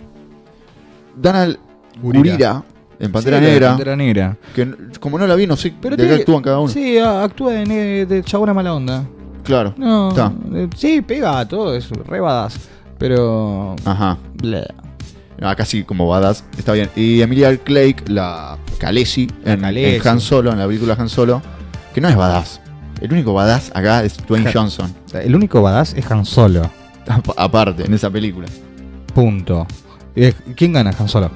S1: Dan al. Gurira. En Pantera
S3: mm, sí, la de
S1: Negra.
S3: Pantera Negra.
S1: Que n- como no la vi, no sé
S3: Pero
S1: de qué
S3: tiene-
S1: actúan cada uno.
S3: Sí, a- actúa de, ne- de chabona mala onda.
S1: Claro.
S3: No.
S1: Está.
S3: eh, Sí, pega todo, es re badass. Pero.
S1: Ajá.
S3: bleh.
S1: Ah, casi como badass. Está bien. Y Emilia Clarke, la Khaleesi, en,
S3: Khaleesi.
S1: en Han Solo, en la película Han Solo, que no es badass. El único badass acá es Dwayne
S3: Ja-
S1: Johnson.
S3: El único badass es Han Solo.
S1: Ap- Aparte, en esa película.
S3: Punto. Eh, ¿Quién gana Han Solo?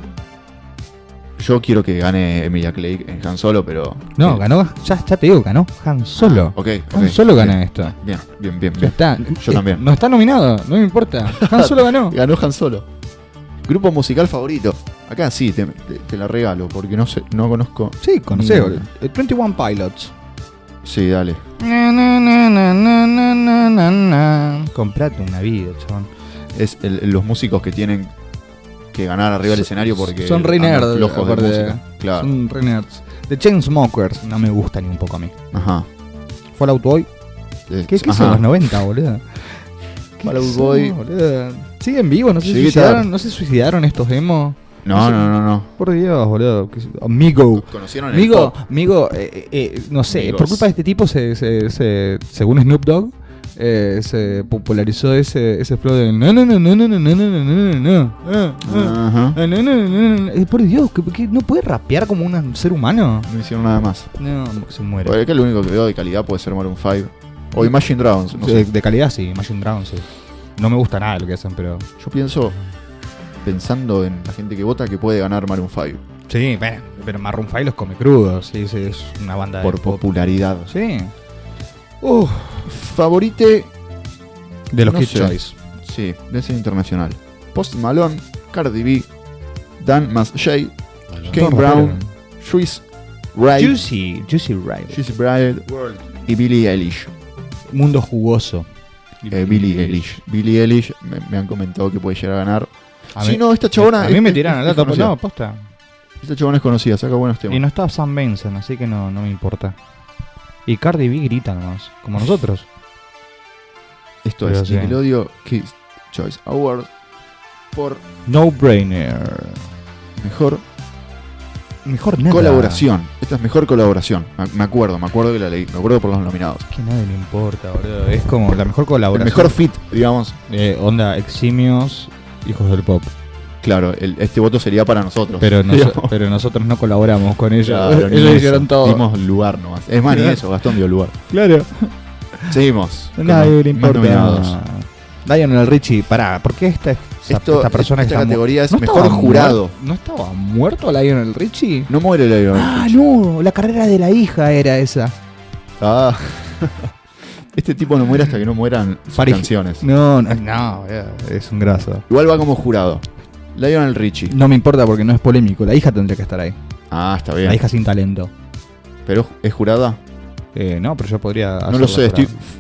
S1: Yo quiero que gane Emilia Clarke en Han Solo, pero.
S3: No,
S1: eh,
S3: ganó. Ya, ya te digo, ganó Han Solo.
S1: Ok,
S3: Han
S1: ok,
S3: Solo
S1: bien,
S3: gana esto.
S1: Bien, bien, bien.
S3: Ya
S1: bien.
S3: está.
S1: Yo
S3: Eh,
S1: también.
S3: No está nominado, no me importa. Han Solo ganó.
S1: Ganó Han Solo. Grupo musical favorito. Acá sí, te, te- te la regalo, porque no sé, no conozco.
S3: Sí, conocé.
S1: Mm.
S3: boludo. Eh, 21 Pilots.
S1: Sí, dale.
S3: Na, na, na, na, na, na, na, na, na. Comprate una vida, chabón.
S1: Es el- los músicos que tienen que ganar arriba del
S3: Son-
S1: escenario porque.
S3: son re
S1: andan
S3: nerd,
S1: flojos de
S3: aparte.
S1: música. Claro.
S3: Son re nerds. The Chainsmokers no me gusta ni un poco a mí.
S1: Ajá.
S3: Fallout Boy.
S1: Eh,
S3: ¿Qué, qué
S1: ajá.
S3: son los 90, boludo? ¿Qué
S1: Fallout
S3: son,
S1: Boy.
S3: boludo? ¿Siguen vivos? ¿No se,
S1: Llegué tarde.
S3: suicidaron, ¿No se suicidaron estos emo?
S1: No, no, no, no.
S3: Por Dios, boludo. que- Amigo.
S1: Conocieron el
S3: Uh, Amigo,
S1: pop.
S3: amigo, eh, eh, no sé,
S1: Amigos.
S3: por culpa de este tipo, se, se- se- según Snoop Dogg, eh, se popularizó ese, ese flow de no, no, no, no, no, no, no, no, no, no, no, no, ah, ah,
S1: Ajá.
S3: ah, no, no, no, no, no, no. Eh, Por Dios, ¿que, que no puede rapear como un ser humano?
S1: No hicieron nada más.
S3: No, que se muere.
S1: Porque acá lo único que veo de calidad puede ser Maroon 5. O Imagine Dragons. no
S3: de,
S1: sé.
S3: de calidad sí, Imagine Dragons sí. No me gusta nada lo que hacen, pero...
S1: Yo pienso, pensando en la gente que vota, que puede ganar Maroon 5.
S3: Sí, bueno, pero Maroon 5 los come crudos, sí, sí, es una banda de
S1: Por
S3: pop.
S1: popularidad.
S3: Sí.
S1: Favorite
S3: De los
S1: No
S3: Kid
S1: sé.
S3: Choice.
S1: Sí, de ese internacional. Post Malone, Cardi B, Dan Mas Jay, Kane
S3: Todos
S1: Brown, Juice Wright,
S3: Juicy, Juicy Ride.
S1: Juicy Bride y Billie Eilish.
S3: Mundo jugoso.
S1: Eh, Billie Eilish. Billie Eilish me, me han comentado que puede llegar a ganar.
S3: A
S1: Si
S3: mí-
S1: no, esta chabona.
S3: A
S1: es-
S3: mí me
S1: es-
S3: tiraron
S1: es
S3: la tapa.
S1: conocida.
S3: No, posta.
S1: Esta chabona es conocida, saca buenos
S3: Y
S1: temas.
S3: no estaba Sam Benson, así que no, no me importa. Y Cardi B grita nomás, como nosotros.
S1: Esto
S3: Pero
S1: es
S3: sí.
S1: Nickelodeon Kids Choice Awards por
S3: No brainer.
S1: mejor
S3: Mejor nada.
S1: colaboración. Esta es mejor colaboración. Me- Me acuerdo, me acuerdo que la leí. Me acuerdo por los nominados.
S3: Que nadie le importa, boludo. Es como la mejor
S1: El
S3: colaboración.
S1: mejor fit, digamos.
S3: Eh, onda, eximios, hijos del pop.
S1: Claro, el- este voto sería para nosotros.
S3: Pero, nos-
S1: Digamos.
S3: pero nosotros no colaboramos con ellos.
S1: Claro, ni
S3: ellos
S1: eso.
S3: hicieron todo.
S1: Dimos lugar nomás. Es más, ni eso, Gastón dio lugar.
S3: Claro.
S1: Seguimos. con
S3: Nadie
S1: los
S3: le
S1: más nominados.
S3: importa. Lionel Richie, pará, ¿por qué esta, esta-
S1: Esto-
S3: esta persona
S1: esta
S3: que está mu-
S1: categoría es
S3: estaba
S1: mejor
S3: muer-
S1: jurado.
S3: ¿No estaba muerto Lionel Richie?
S1: No muere la
S3: Ah, no, la carrera de la hija era esa.
S1: Ah. Este tipo no muere hasta que no mueran sus
S3: Parigi-
S1: canciones.
S3: No, no, no, eh, es un graso.
S1: Igual va como jurado. Lionel Richie.
S3: No me importa porque no es polémico, la hija tendría que estar ahí.
S1: Ah, está
S3: La
S1: bien.
S3: hija sin talento.
S1: Pero es jurada.
S3: Eh, no, pero yo podría.
S1: No lo sé, estoy
S3: estoy...
S1: f-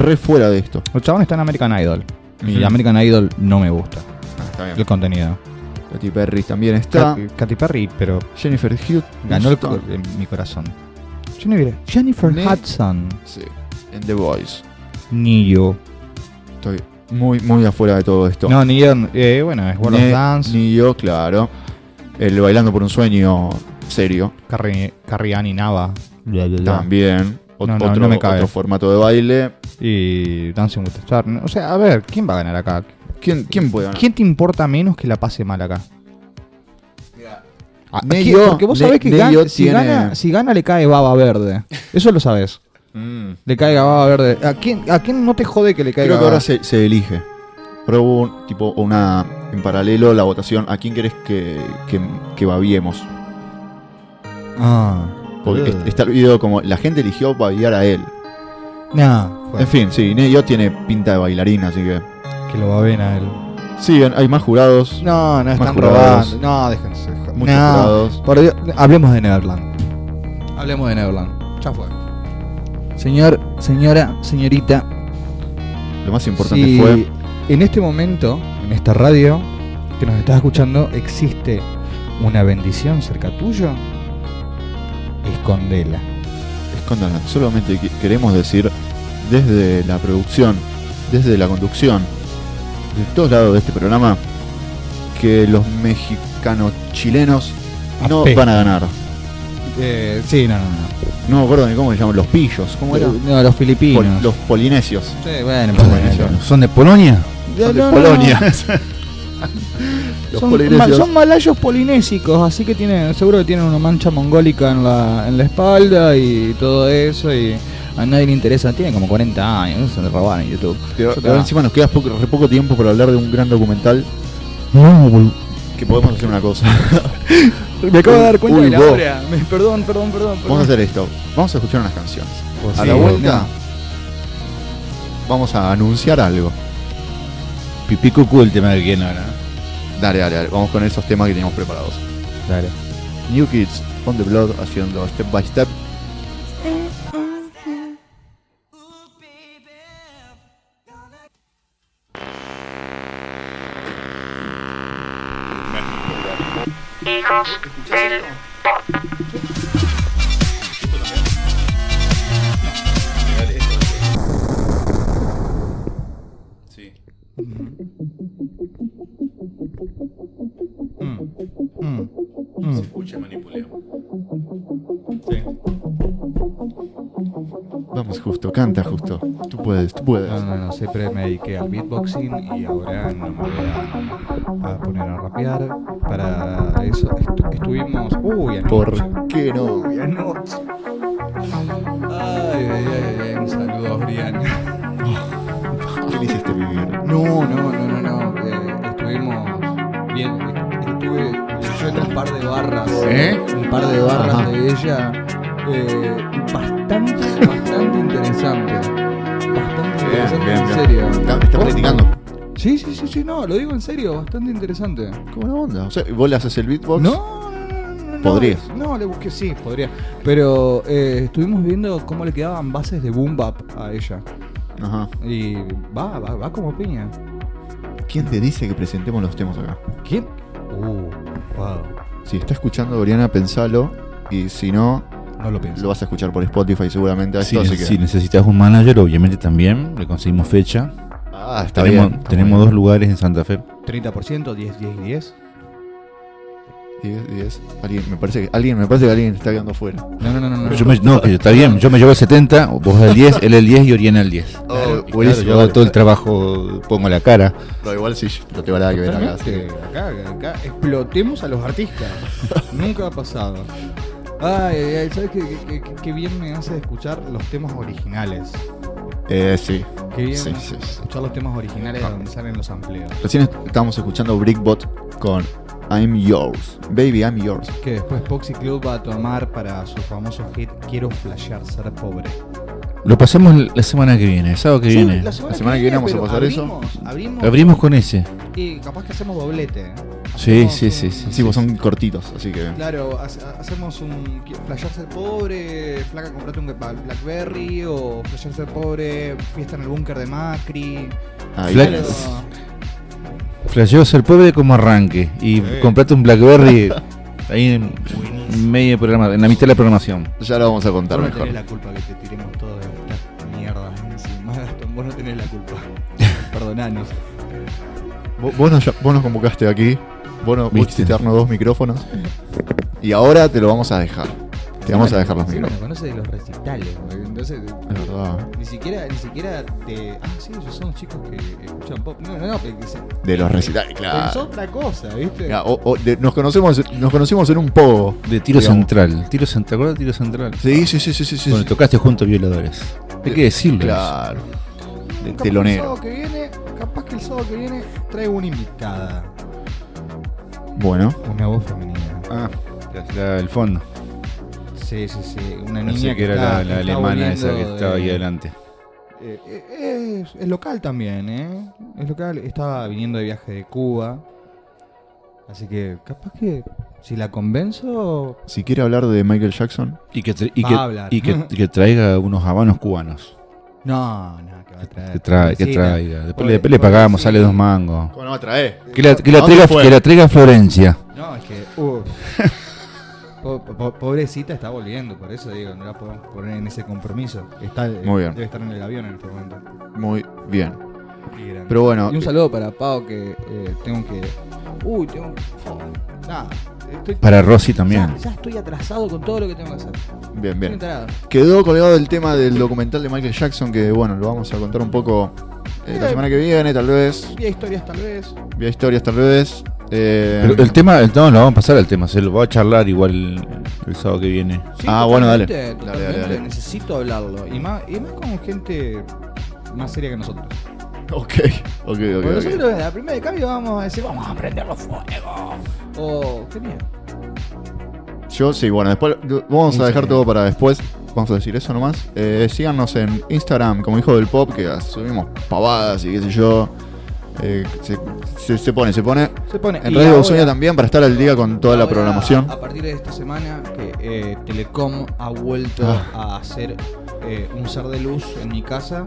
S1: re fuera de esto.
S3: El chabón está en American Idol. Y
S1: Ujú.
S3: American Idol no me gusta
S1: Ah, está bien.
S3: el contenido.
S1: Katy Perry también está.
S3: Kat- Katy Perry, pero
S1: Jennifer Hudson.
S3: ganó el co- en mi corazón. Jennifer, Jennifer
S1: Ne-
S3: Hudson.
S1: Sí. En The Voice.
S3: Nio.
S1: Estoy muy, muy afuera de todo esto.
S3: No, Nio, eh, bueno, es World
S1: Ni-
S3: of Dance.
S1: Ni yo, claro. El Bailando por un Sueño serio.
S3: Carri- Carriani Nava. bla, bla, bla.
S1: También. Ot-
S3: No, no,
S1: otro,
S3: no me cabe.
S1: otro formato de baile.
S3: Y Dancing with the Stars. O sea, a ver, ¿quién va a ganar acá?
S1: ¿Quién, quién puede ganar?
S3: ¿Quién te importa menos que la pase mal acá? Ah,
S1: Neyo-
S3: ¿quién? porque vos
S1: Ne-
S3: sabés que
S1: Neyo
S3: gan- si,
S1: tiene-
S3: gana, si gana le cae baba verde. Eso lo sabés.
S1: Mm.
S3: Le cae baba verde. ¿A quién, ¿A quién no te jode que le caiga
S1: Creo que
S3: baba?
S1: ahora se, se elige. Pero hubo un- tipo una. En paralelo la votación. ¿A quién querés que, que, que babiemos?
S3: Ah,
S1: Porque
S3: Ugh.
S1: est- está el video como. La gente eligió babiar a él.
S3: nah, fue-
S1: En fin, sí. Neyo tiene pinta de bailarín, así que.
S3: que lo baben a él.
S1: Sí, hay más jurados.
S3: No, no, están
S1: jurados.
S3: robando. No, déjense. joder.
S1: Muchos
S3: No,
S1: jurados.
S3: por Dios, hablemos de Neverland. Hablemos de Neverland. Ya fue. Señor, señora, señorita,
S1: Lo más importante
S3: si
S1: fue.
S3: En este momento, en esta radio que nos estás escuchando, existe una bendición cerca tuyo. Escondela.
S1: Escóndanla. Solamente que- queremos decir desde la producción, desde la conducción, de todos lados de este programa, que los mexicanos chilenos no
S3: Apesta.
S1: van a ganar.
S3: Eh, sí, no, no, no. Eh,
S1: No me acuerdo ni cómo se llaman, los pillos, ¿cómo era?
S3: No, los filipinos.
S1: Pol- los polinesios.
S3: Sí, bueno,
S1: Los
S3: bueno,
S1: venezolanos.
S3: ¿Son de Polonia?
S1: Son de Polonia. los
S3: Son, ma-
S1: polinesios.
S3: son malayos polinésicos, así que tienen, seguro que tienen una mancha mongólica en la, en la espalda y todo eso. Y a nadie le interesa. Tienen como 40 años, se robaron en YouTube.
S1: Pero,
S3: Yo
S1: pero
S3: ta-
S1: encima nos queda poco, re poco tiempo para hablar de un gran documental
S3: No, boludo.
S1: que podemos hacer una cosa.
S3: Me acabo de dar cuenta
S1: Uy,
S3: de la
S1: vos.
S3: hora. Me- perdón, perdón, perdón.
S1: Vamos a
S3: perdón.
S1: hacer esto. Vamos a escuchar unas canciones.
S3: Pues
S1: a
S3: sí,
S1: la vuelta
S3: no.
S1: vamos a anunciar algo.
S14: Pipí cucú el tema del quién ahora.
S1: Dale, dale, dale. Vamos con esos temas que teníamos preparados.
S3: Dale.
S1: New Kids on the Block haciendo step by step.
S5: Hijos del
S1: Vamos justo, canta justo. Tú puedes, tú puedes.
S3: No, no, no, siempre me dediqué al beatboxing y ahora no me voy a, a poner a rapear. Para eso estu- estuvimos. Uy, anoche.
S1: ¿Por qué no?
S3: Uy, anoche. Ay, ay, ay, ay, un saludo a Brian.
S1: ¿Qué le hiciste vivir?
S3: No, no, no, no, no. eh, estuvimos bien. Estuve leyendo un par de barras.
S14: ¿Eh?
S3: Un par de barras
S1: Ajá.
S3: de ella. eh, bastante, bastante interesante. Bastante
S1: Bien,
S3: bastante
S1: bien,
S3: en
S1: bien.
S3: serio.
S1: Está- está
S3: ¿Vos?
S1: practicando.
S3: Sí, sí, sí, sí, no, lo digo en serio, bastante interesante.
S1: ¿Cómo no onda? O sea, ¿Vos le haces el beatbox?
S3: No, No,
S1: Podrías.
S3: No, le busqué, sí, podría. Pero eh, estuvimos viendo cómo le quedaban bases de boom bap a ella.
S1: Ajá.
S3: Y va, va, va como piña.
S1: ¿Quién te dice que presentemos los temas acá?
S3: ¿Quién? Uh, wow.
S1: Si está escuchando Doriana, pensalo. Y si no,
S3: no lo, pienso.
S1: vas a escuchar por Spotify seguramente. a
S4: Si,
S1: esto, así que-
S4: si necesitas un manager, obviamente también le conseguimos fecha.
S1: Ah, está
S4: tenemos,
S1: bien, está
S4: tenemos
S1: muy
S4: dos lugares en Santa Fe.
S3: 30%, 10, 10 y 10.
S1: 10, 10. Alguien, me parece que alguien, me parece que alguien está quedando fuera.
S3: No, no, no, no.
S4: Pero yo me- no, que está bien, yo me llevo el 70, vos el 10, él el 10 y Oriana el 10.
S1: Oh,
S4: Y
S1: buenísimo.
S4: yo hago todo el trabajo, pongo la cara.
S1: No, igual sí, no tengo nada que ver acá. así que-
S3: Totalmente. Acá, acá explotemos a los artistas. Nunca ha pasado. Ay, ay, ay, ¿sabes qué, qué- qué- qué bien me hace escuchar los temas originales?
S1: Eh, sí.
S3: Qué bien
S1: Sí, sí, sí.
S3: escuchar los temas originales de donde salen los amplios.
S1: Recién est- estábamos escuchando Brickbot con I'm Yours. Baby, I'm Yours.
S3: Que después Poxy Club va a tomar para su famoso hit Quiero flashear ser pobre.
S4: Lo pasamos la semana que viene, el sábado que
S3: Sí,
S4: viene.
S3: la semana La semana que que viene viene, vamos a pero pasar eso. abrimos, abrimos.
S4: Abrimos con ese.
S3: Y capaz que hacemos doblete. ¿eh?
S4: Sí, sí, sí, sí.
S1: Sí, vos son cortitos, así que.
S3: Claro, hace- hacemos un qui- flashear ser pobre, flaca comprate un Black- Blackberry o flashear ser pobre, fiesta en el búnker de Macri.
S1: Ahí
S4: Fla-
S3: Pero-
S4: Flasheo ser pobre como arranque y comprate un Blackberry ahí en medio del programa, en la mitad de la programación.
S1: Ya lo vamos a contar
S3: Vos no
S1: mejor.
S3: tenés la culpa que te tiremos todas estas mierdas encima, Gastón. Vos no tenés la culpa. Perdonanos.
S1: Vos, vos nos, llam- vos nos convocaste aquí, vos, no, vos quisiste darnos dos micrófonos. Y ahora te lo vamos a dejar. Te vamos a dejar los
S3: Encima
S1: micrófonos. Ah.
S3: me conoce de los recitales, güey. Entonces,
S1: Es verdad.
S3: ni siquiera, ni siquiera te. Ah, sí, ellos son chicos que escuchan pop. No, no, no. que- que se-
S1: De los recitales,
S3: Pensó
S1: claro.
S3: otra cosa, ¿viste?
S1: Mirá, o- o de- nos, conocemos, nos conocimos en un pogo.
S4: De tiro
S1: digamos.
S4: central. Tiro central, ¿te acordás de tiro central?
S1: Sí, sí, sí, sí, sí. sí.
S4: Bueno, tocaste junto a violadores. Hay que decirlo.
S1: Claro. De
S3: Capaz
S1: telonero.
S3: que El sábado que viene, capaz que el sábado que viene traigo una invitada.
S1: Bueno.
S3: Una voz femenina.
S4: Ah, la- el fondo.
S3: Sí, sí, sí. Una niña.
S4: Pensé que era
S3: está-
S4: la, la
S3: que está
S4: alemana esa que
S3: volviendo
S4: estaba ahí
S3: de-
S4: adelante.
S3: Eh, eh, es, es local también, ¿eh? Es local. Estaba viniendo de viaje de Cuba. Así que capaz que si la convenzo...
S1: Si quiere hablar de Michael Jackson.
S4: Y que, tra- y
S3: Va
S4: que-
S3: a hablar.
S4: y que- que traiga unos habanos cubanos.
S3: No, no, que va a traer.
S4: Que, tra- que
S3: Pobrecita.
S4: traiga. Después le,
S3: Pobre-
S4: después le pagamos,
S3: pobrecita.
S4: sale dos mangos.
S1: ¿Cómo no va a
S3: eh.
S1: traer?
S4: Que la, que la
S1: ¿A dónde
S4: traiga,
S1: fue?
S4: que la traiga a Florencia.
S3: No, es que... uf. Po- po- pobrecita está volviendo, por eso digo, no la podemos poner en ese compromiso. Está, eh,
S1: Muy bien.
S3: Debe estar en el avión en este momento.
S1: Muy bien.
S3: Y grande.
S1: Pero bueno. eh,
S3: Y un saludo para Pau que eh, tengo que. Uy, tengo. oh, nada, estoy-
S4: Para Rosy también.
S3: Ya, ya estoy atrasado con todo lo que tengo que hacer.
S1: Bien,
S3: Estoy
S1: bien.
S3: enterado.
S1: Quedó colgado el tema del documental de Michael Jackson, que bueno, lo vamos a contar un poco eh, la
S3: Eh,
S1: semana que viene, tal vez.
S3: Vi historias tal vez.
S1: Vía historias, tal vez. Eh,
S4: Pero el tema, el- no, lo vamos a pasar al tema. Se lo va a charlar igual el, el sábado que viene.
S3: Sí,
S1: Ah, bueno, dale.
S3: totalmente,
S1: Dale, dale,
S3: totalmente,
S1: dale.
S3: Necesito hablarlo. Y más, y más con gente más seria que nosotros.
S1: Ok, ok, ok.
S3: Porque
S1: ok.
S3: nosotros en la primera de cambio vamos a decir, vamos a prender los fuegos. O, qué miedo.
S1: Yo sí, bueno, después lo- vamos a dejar todo para después. Vamos a decir eso nomás. Eh, síganos en Instagram como Hijo del Pop, que ah, subimos pavadas y qué sé yo. Eh, se, se- se pone, se pone.
S3: Se pone.
S1: En
S3: Y
S1: Radio
S3: ahora-
S1: Bausuña también para estar al día con toda la
S3: Ahora,
S1: programación.
S3: A partir de esta semana, que eh, Telecom ha vuelto
S1: Ah.
S3: a hacer eh, un ser de luz en mi casa.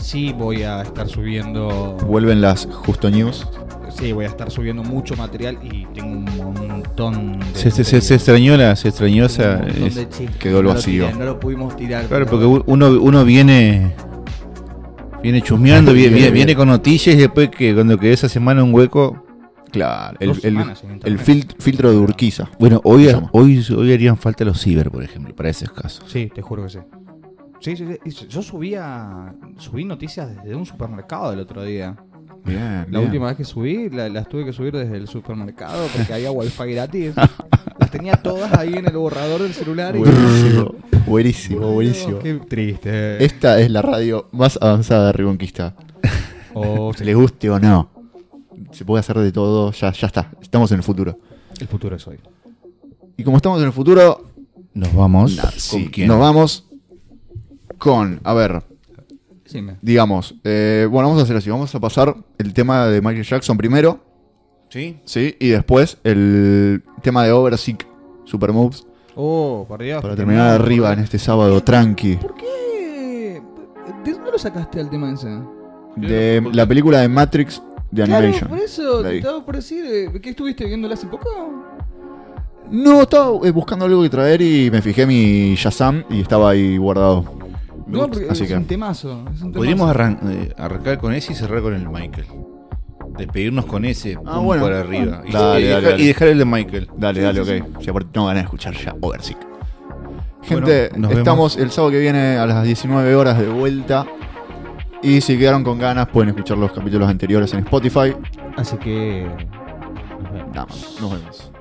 S3: sí, voy a estar subiendo.
S1: Vuelven las Justo News.
S3: Sí, voy a estar subiendo mucho material y tengo un montón de.
S4: Se, se, se- se extrañó la, se extrañó esa.
S3: un montón
S4: es-
S3: de chistes.
S1: quedó el
S3: No lo
S1: vacío.
S3: tiré, no lo pudimos tirar.
S4: claro, porque
S3: pero-
S4: u- uno, uno viene. Viene chusmeando, viene, viene, viene con noticias y después que cuando quedó esa semana un hueco.
S1: Claro, el,
S3: Dos
S1: el-
S3: semanas sin
S1: el
S3: internet.
S1: fil- filtro de Urquiza.
S4: Bueno, hoy,
S1: Se llama.
S4: hoy, hoy harían falta los ciber, por ejemplo, para esos casos.
S3: Sí, te juro que sí. Sí, sí, sí. Y Yo subía, subí noticias desde un supermercado el otro día.
S1: Bien,
S3: La
S1: bien.
S3: última vez que subí, la- las tuve que subir desde el supermercado porque había wifi gratis. Las tenía todas ahí en el borrador del celular. y-
S1: Buenísimo, buenísimo, buenísimo.
S3: Qué triste.
S1: Esta es la radio más avanzada de Riconquista.
S3: Oh,
S1: Le guste o no. Se puede hacer de todo, ya, ya está. Estamos en el futuro.
S3: El futuro es hoy.
S1: Y como estamos en el futuro,
S4: Nos vamos.
S1: Nah, sí, nos vamos con, a ver, Decime. Digamos, eh, bueno, vamos a hacer así. Vamos a pasar el tema de Michael Jackson primero.
S4: ¿Sí?
S1: Sí, y después el tema de Oversick, Super Moves.
S3: Oh, por Dios.
S1: Para terminar arriba en este sábado tranqui.
S3: ¿Por qué? ¿De dónde lo sacaste al tema ese?
S1: De la película de Matrix de Animation.
S3: Claro, por eso,
S1: La
S3: te
S1: vi.
S3: estaba por decir, eh, ¿qué estuviste viéndola hace poco?
S1: No, estaba eh, buscando algo que traer y me fijé mi Shazam y estaba ahí guardado. Me
S3: No,
S1: gusta,
S3: porque
S1: así
S3: es
S1: que.
S3: un temazo. es un
S4: Podríamos
S3: temazo.
S4: arran- eh, arrancar con ese y cerrar con el Michael. Despedirnos con ese
S1: Ah,
S4: pum,
S1: bueno.
S4: para arriba.
S1: Dale,
S4: Y, y
S1: dale,
S4: dejar,
S1: dale.
S4: y dejar el de Michael.
S1: Dale,
S4: Sí,
S1: dale,
S4: sí,
S1: ok. Si aparte tengo ganas de escuchar ya Oversick.
S4: Bueno,
S1: Gente,
S4: nos vemos.
S1: estamos el sábado que viene a las 19 horas de vuelta. Y si quedaron con ganas, pueden escuchar los capítulos anteriores en Spotify.
S3: Así que.
S1: Nada más, nos vemos.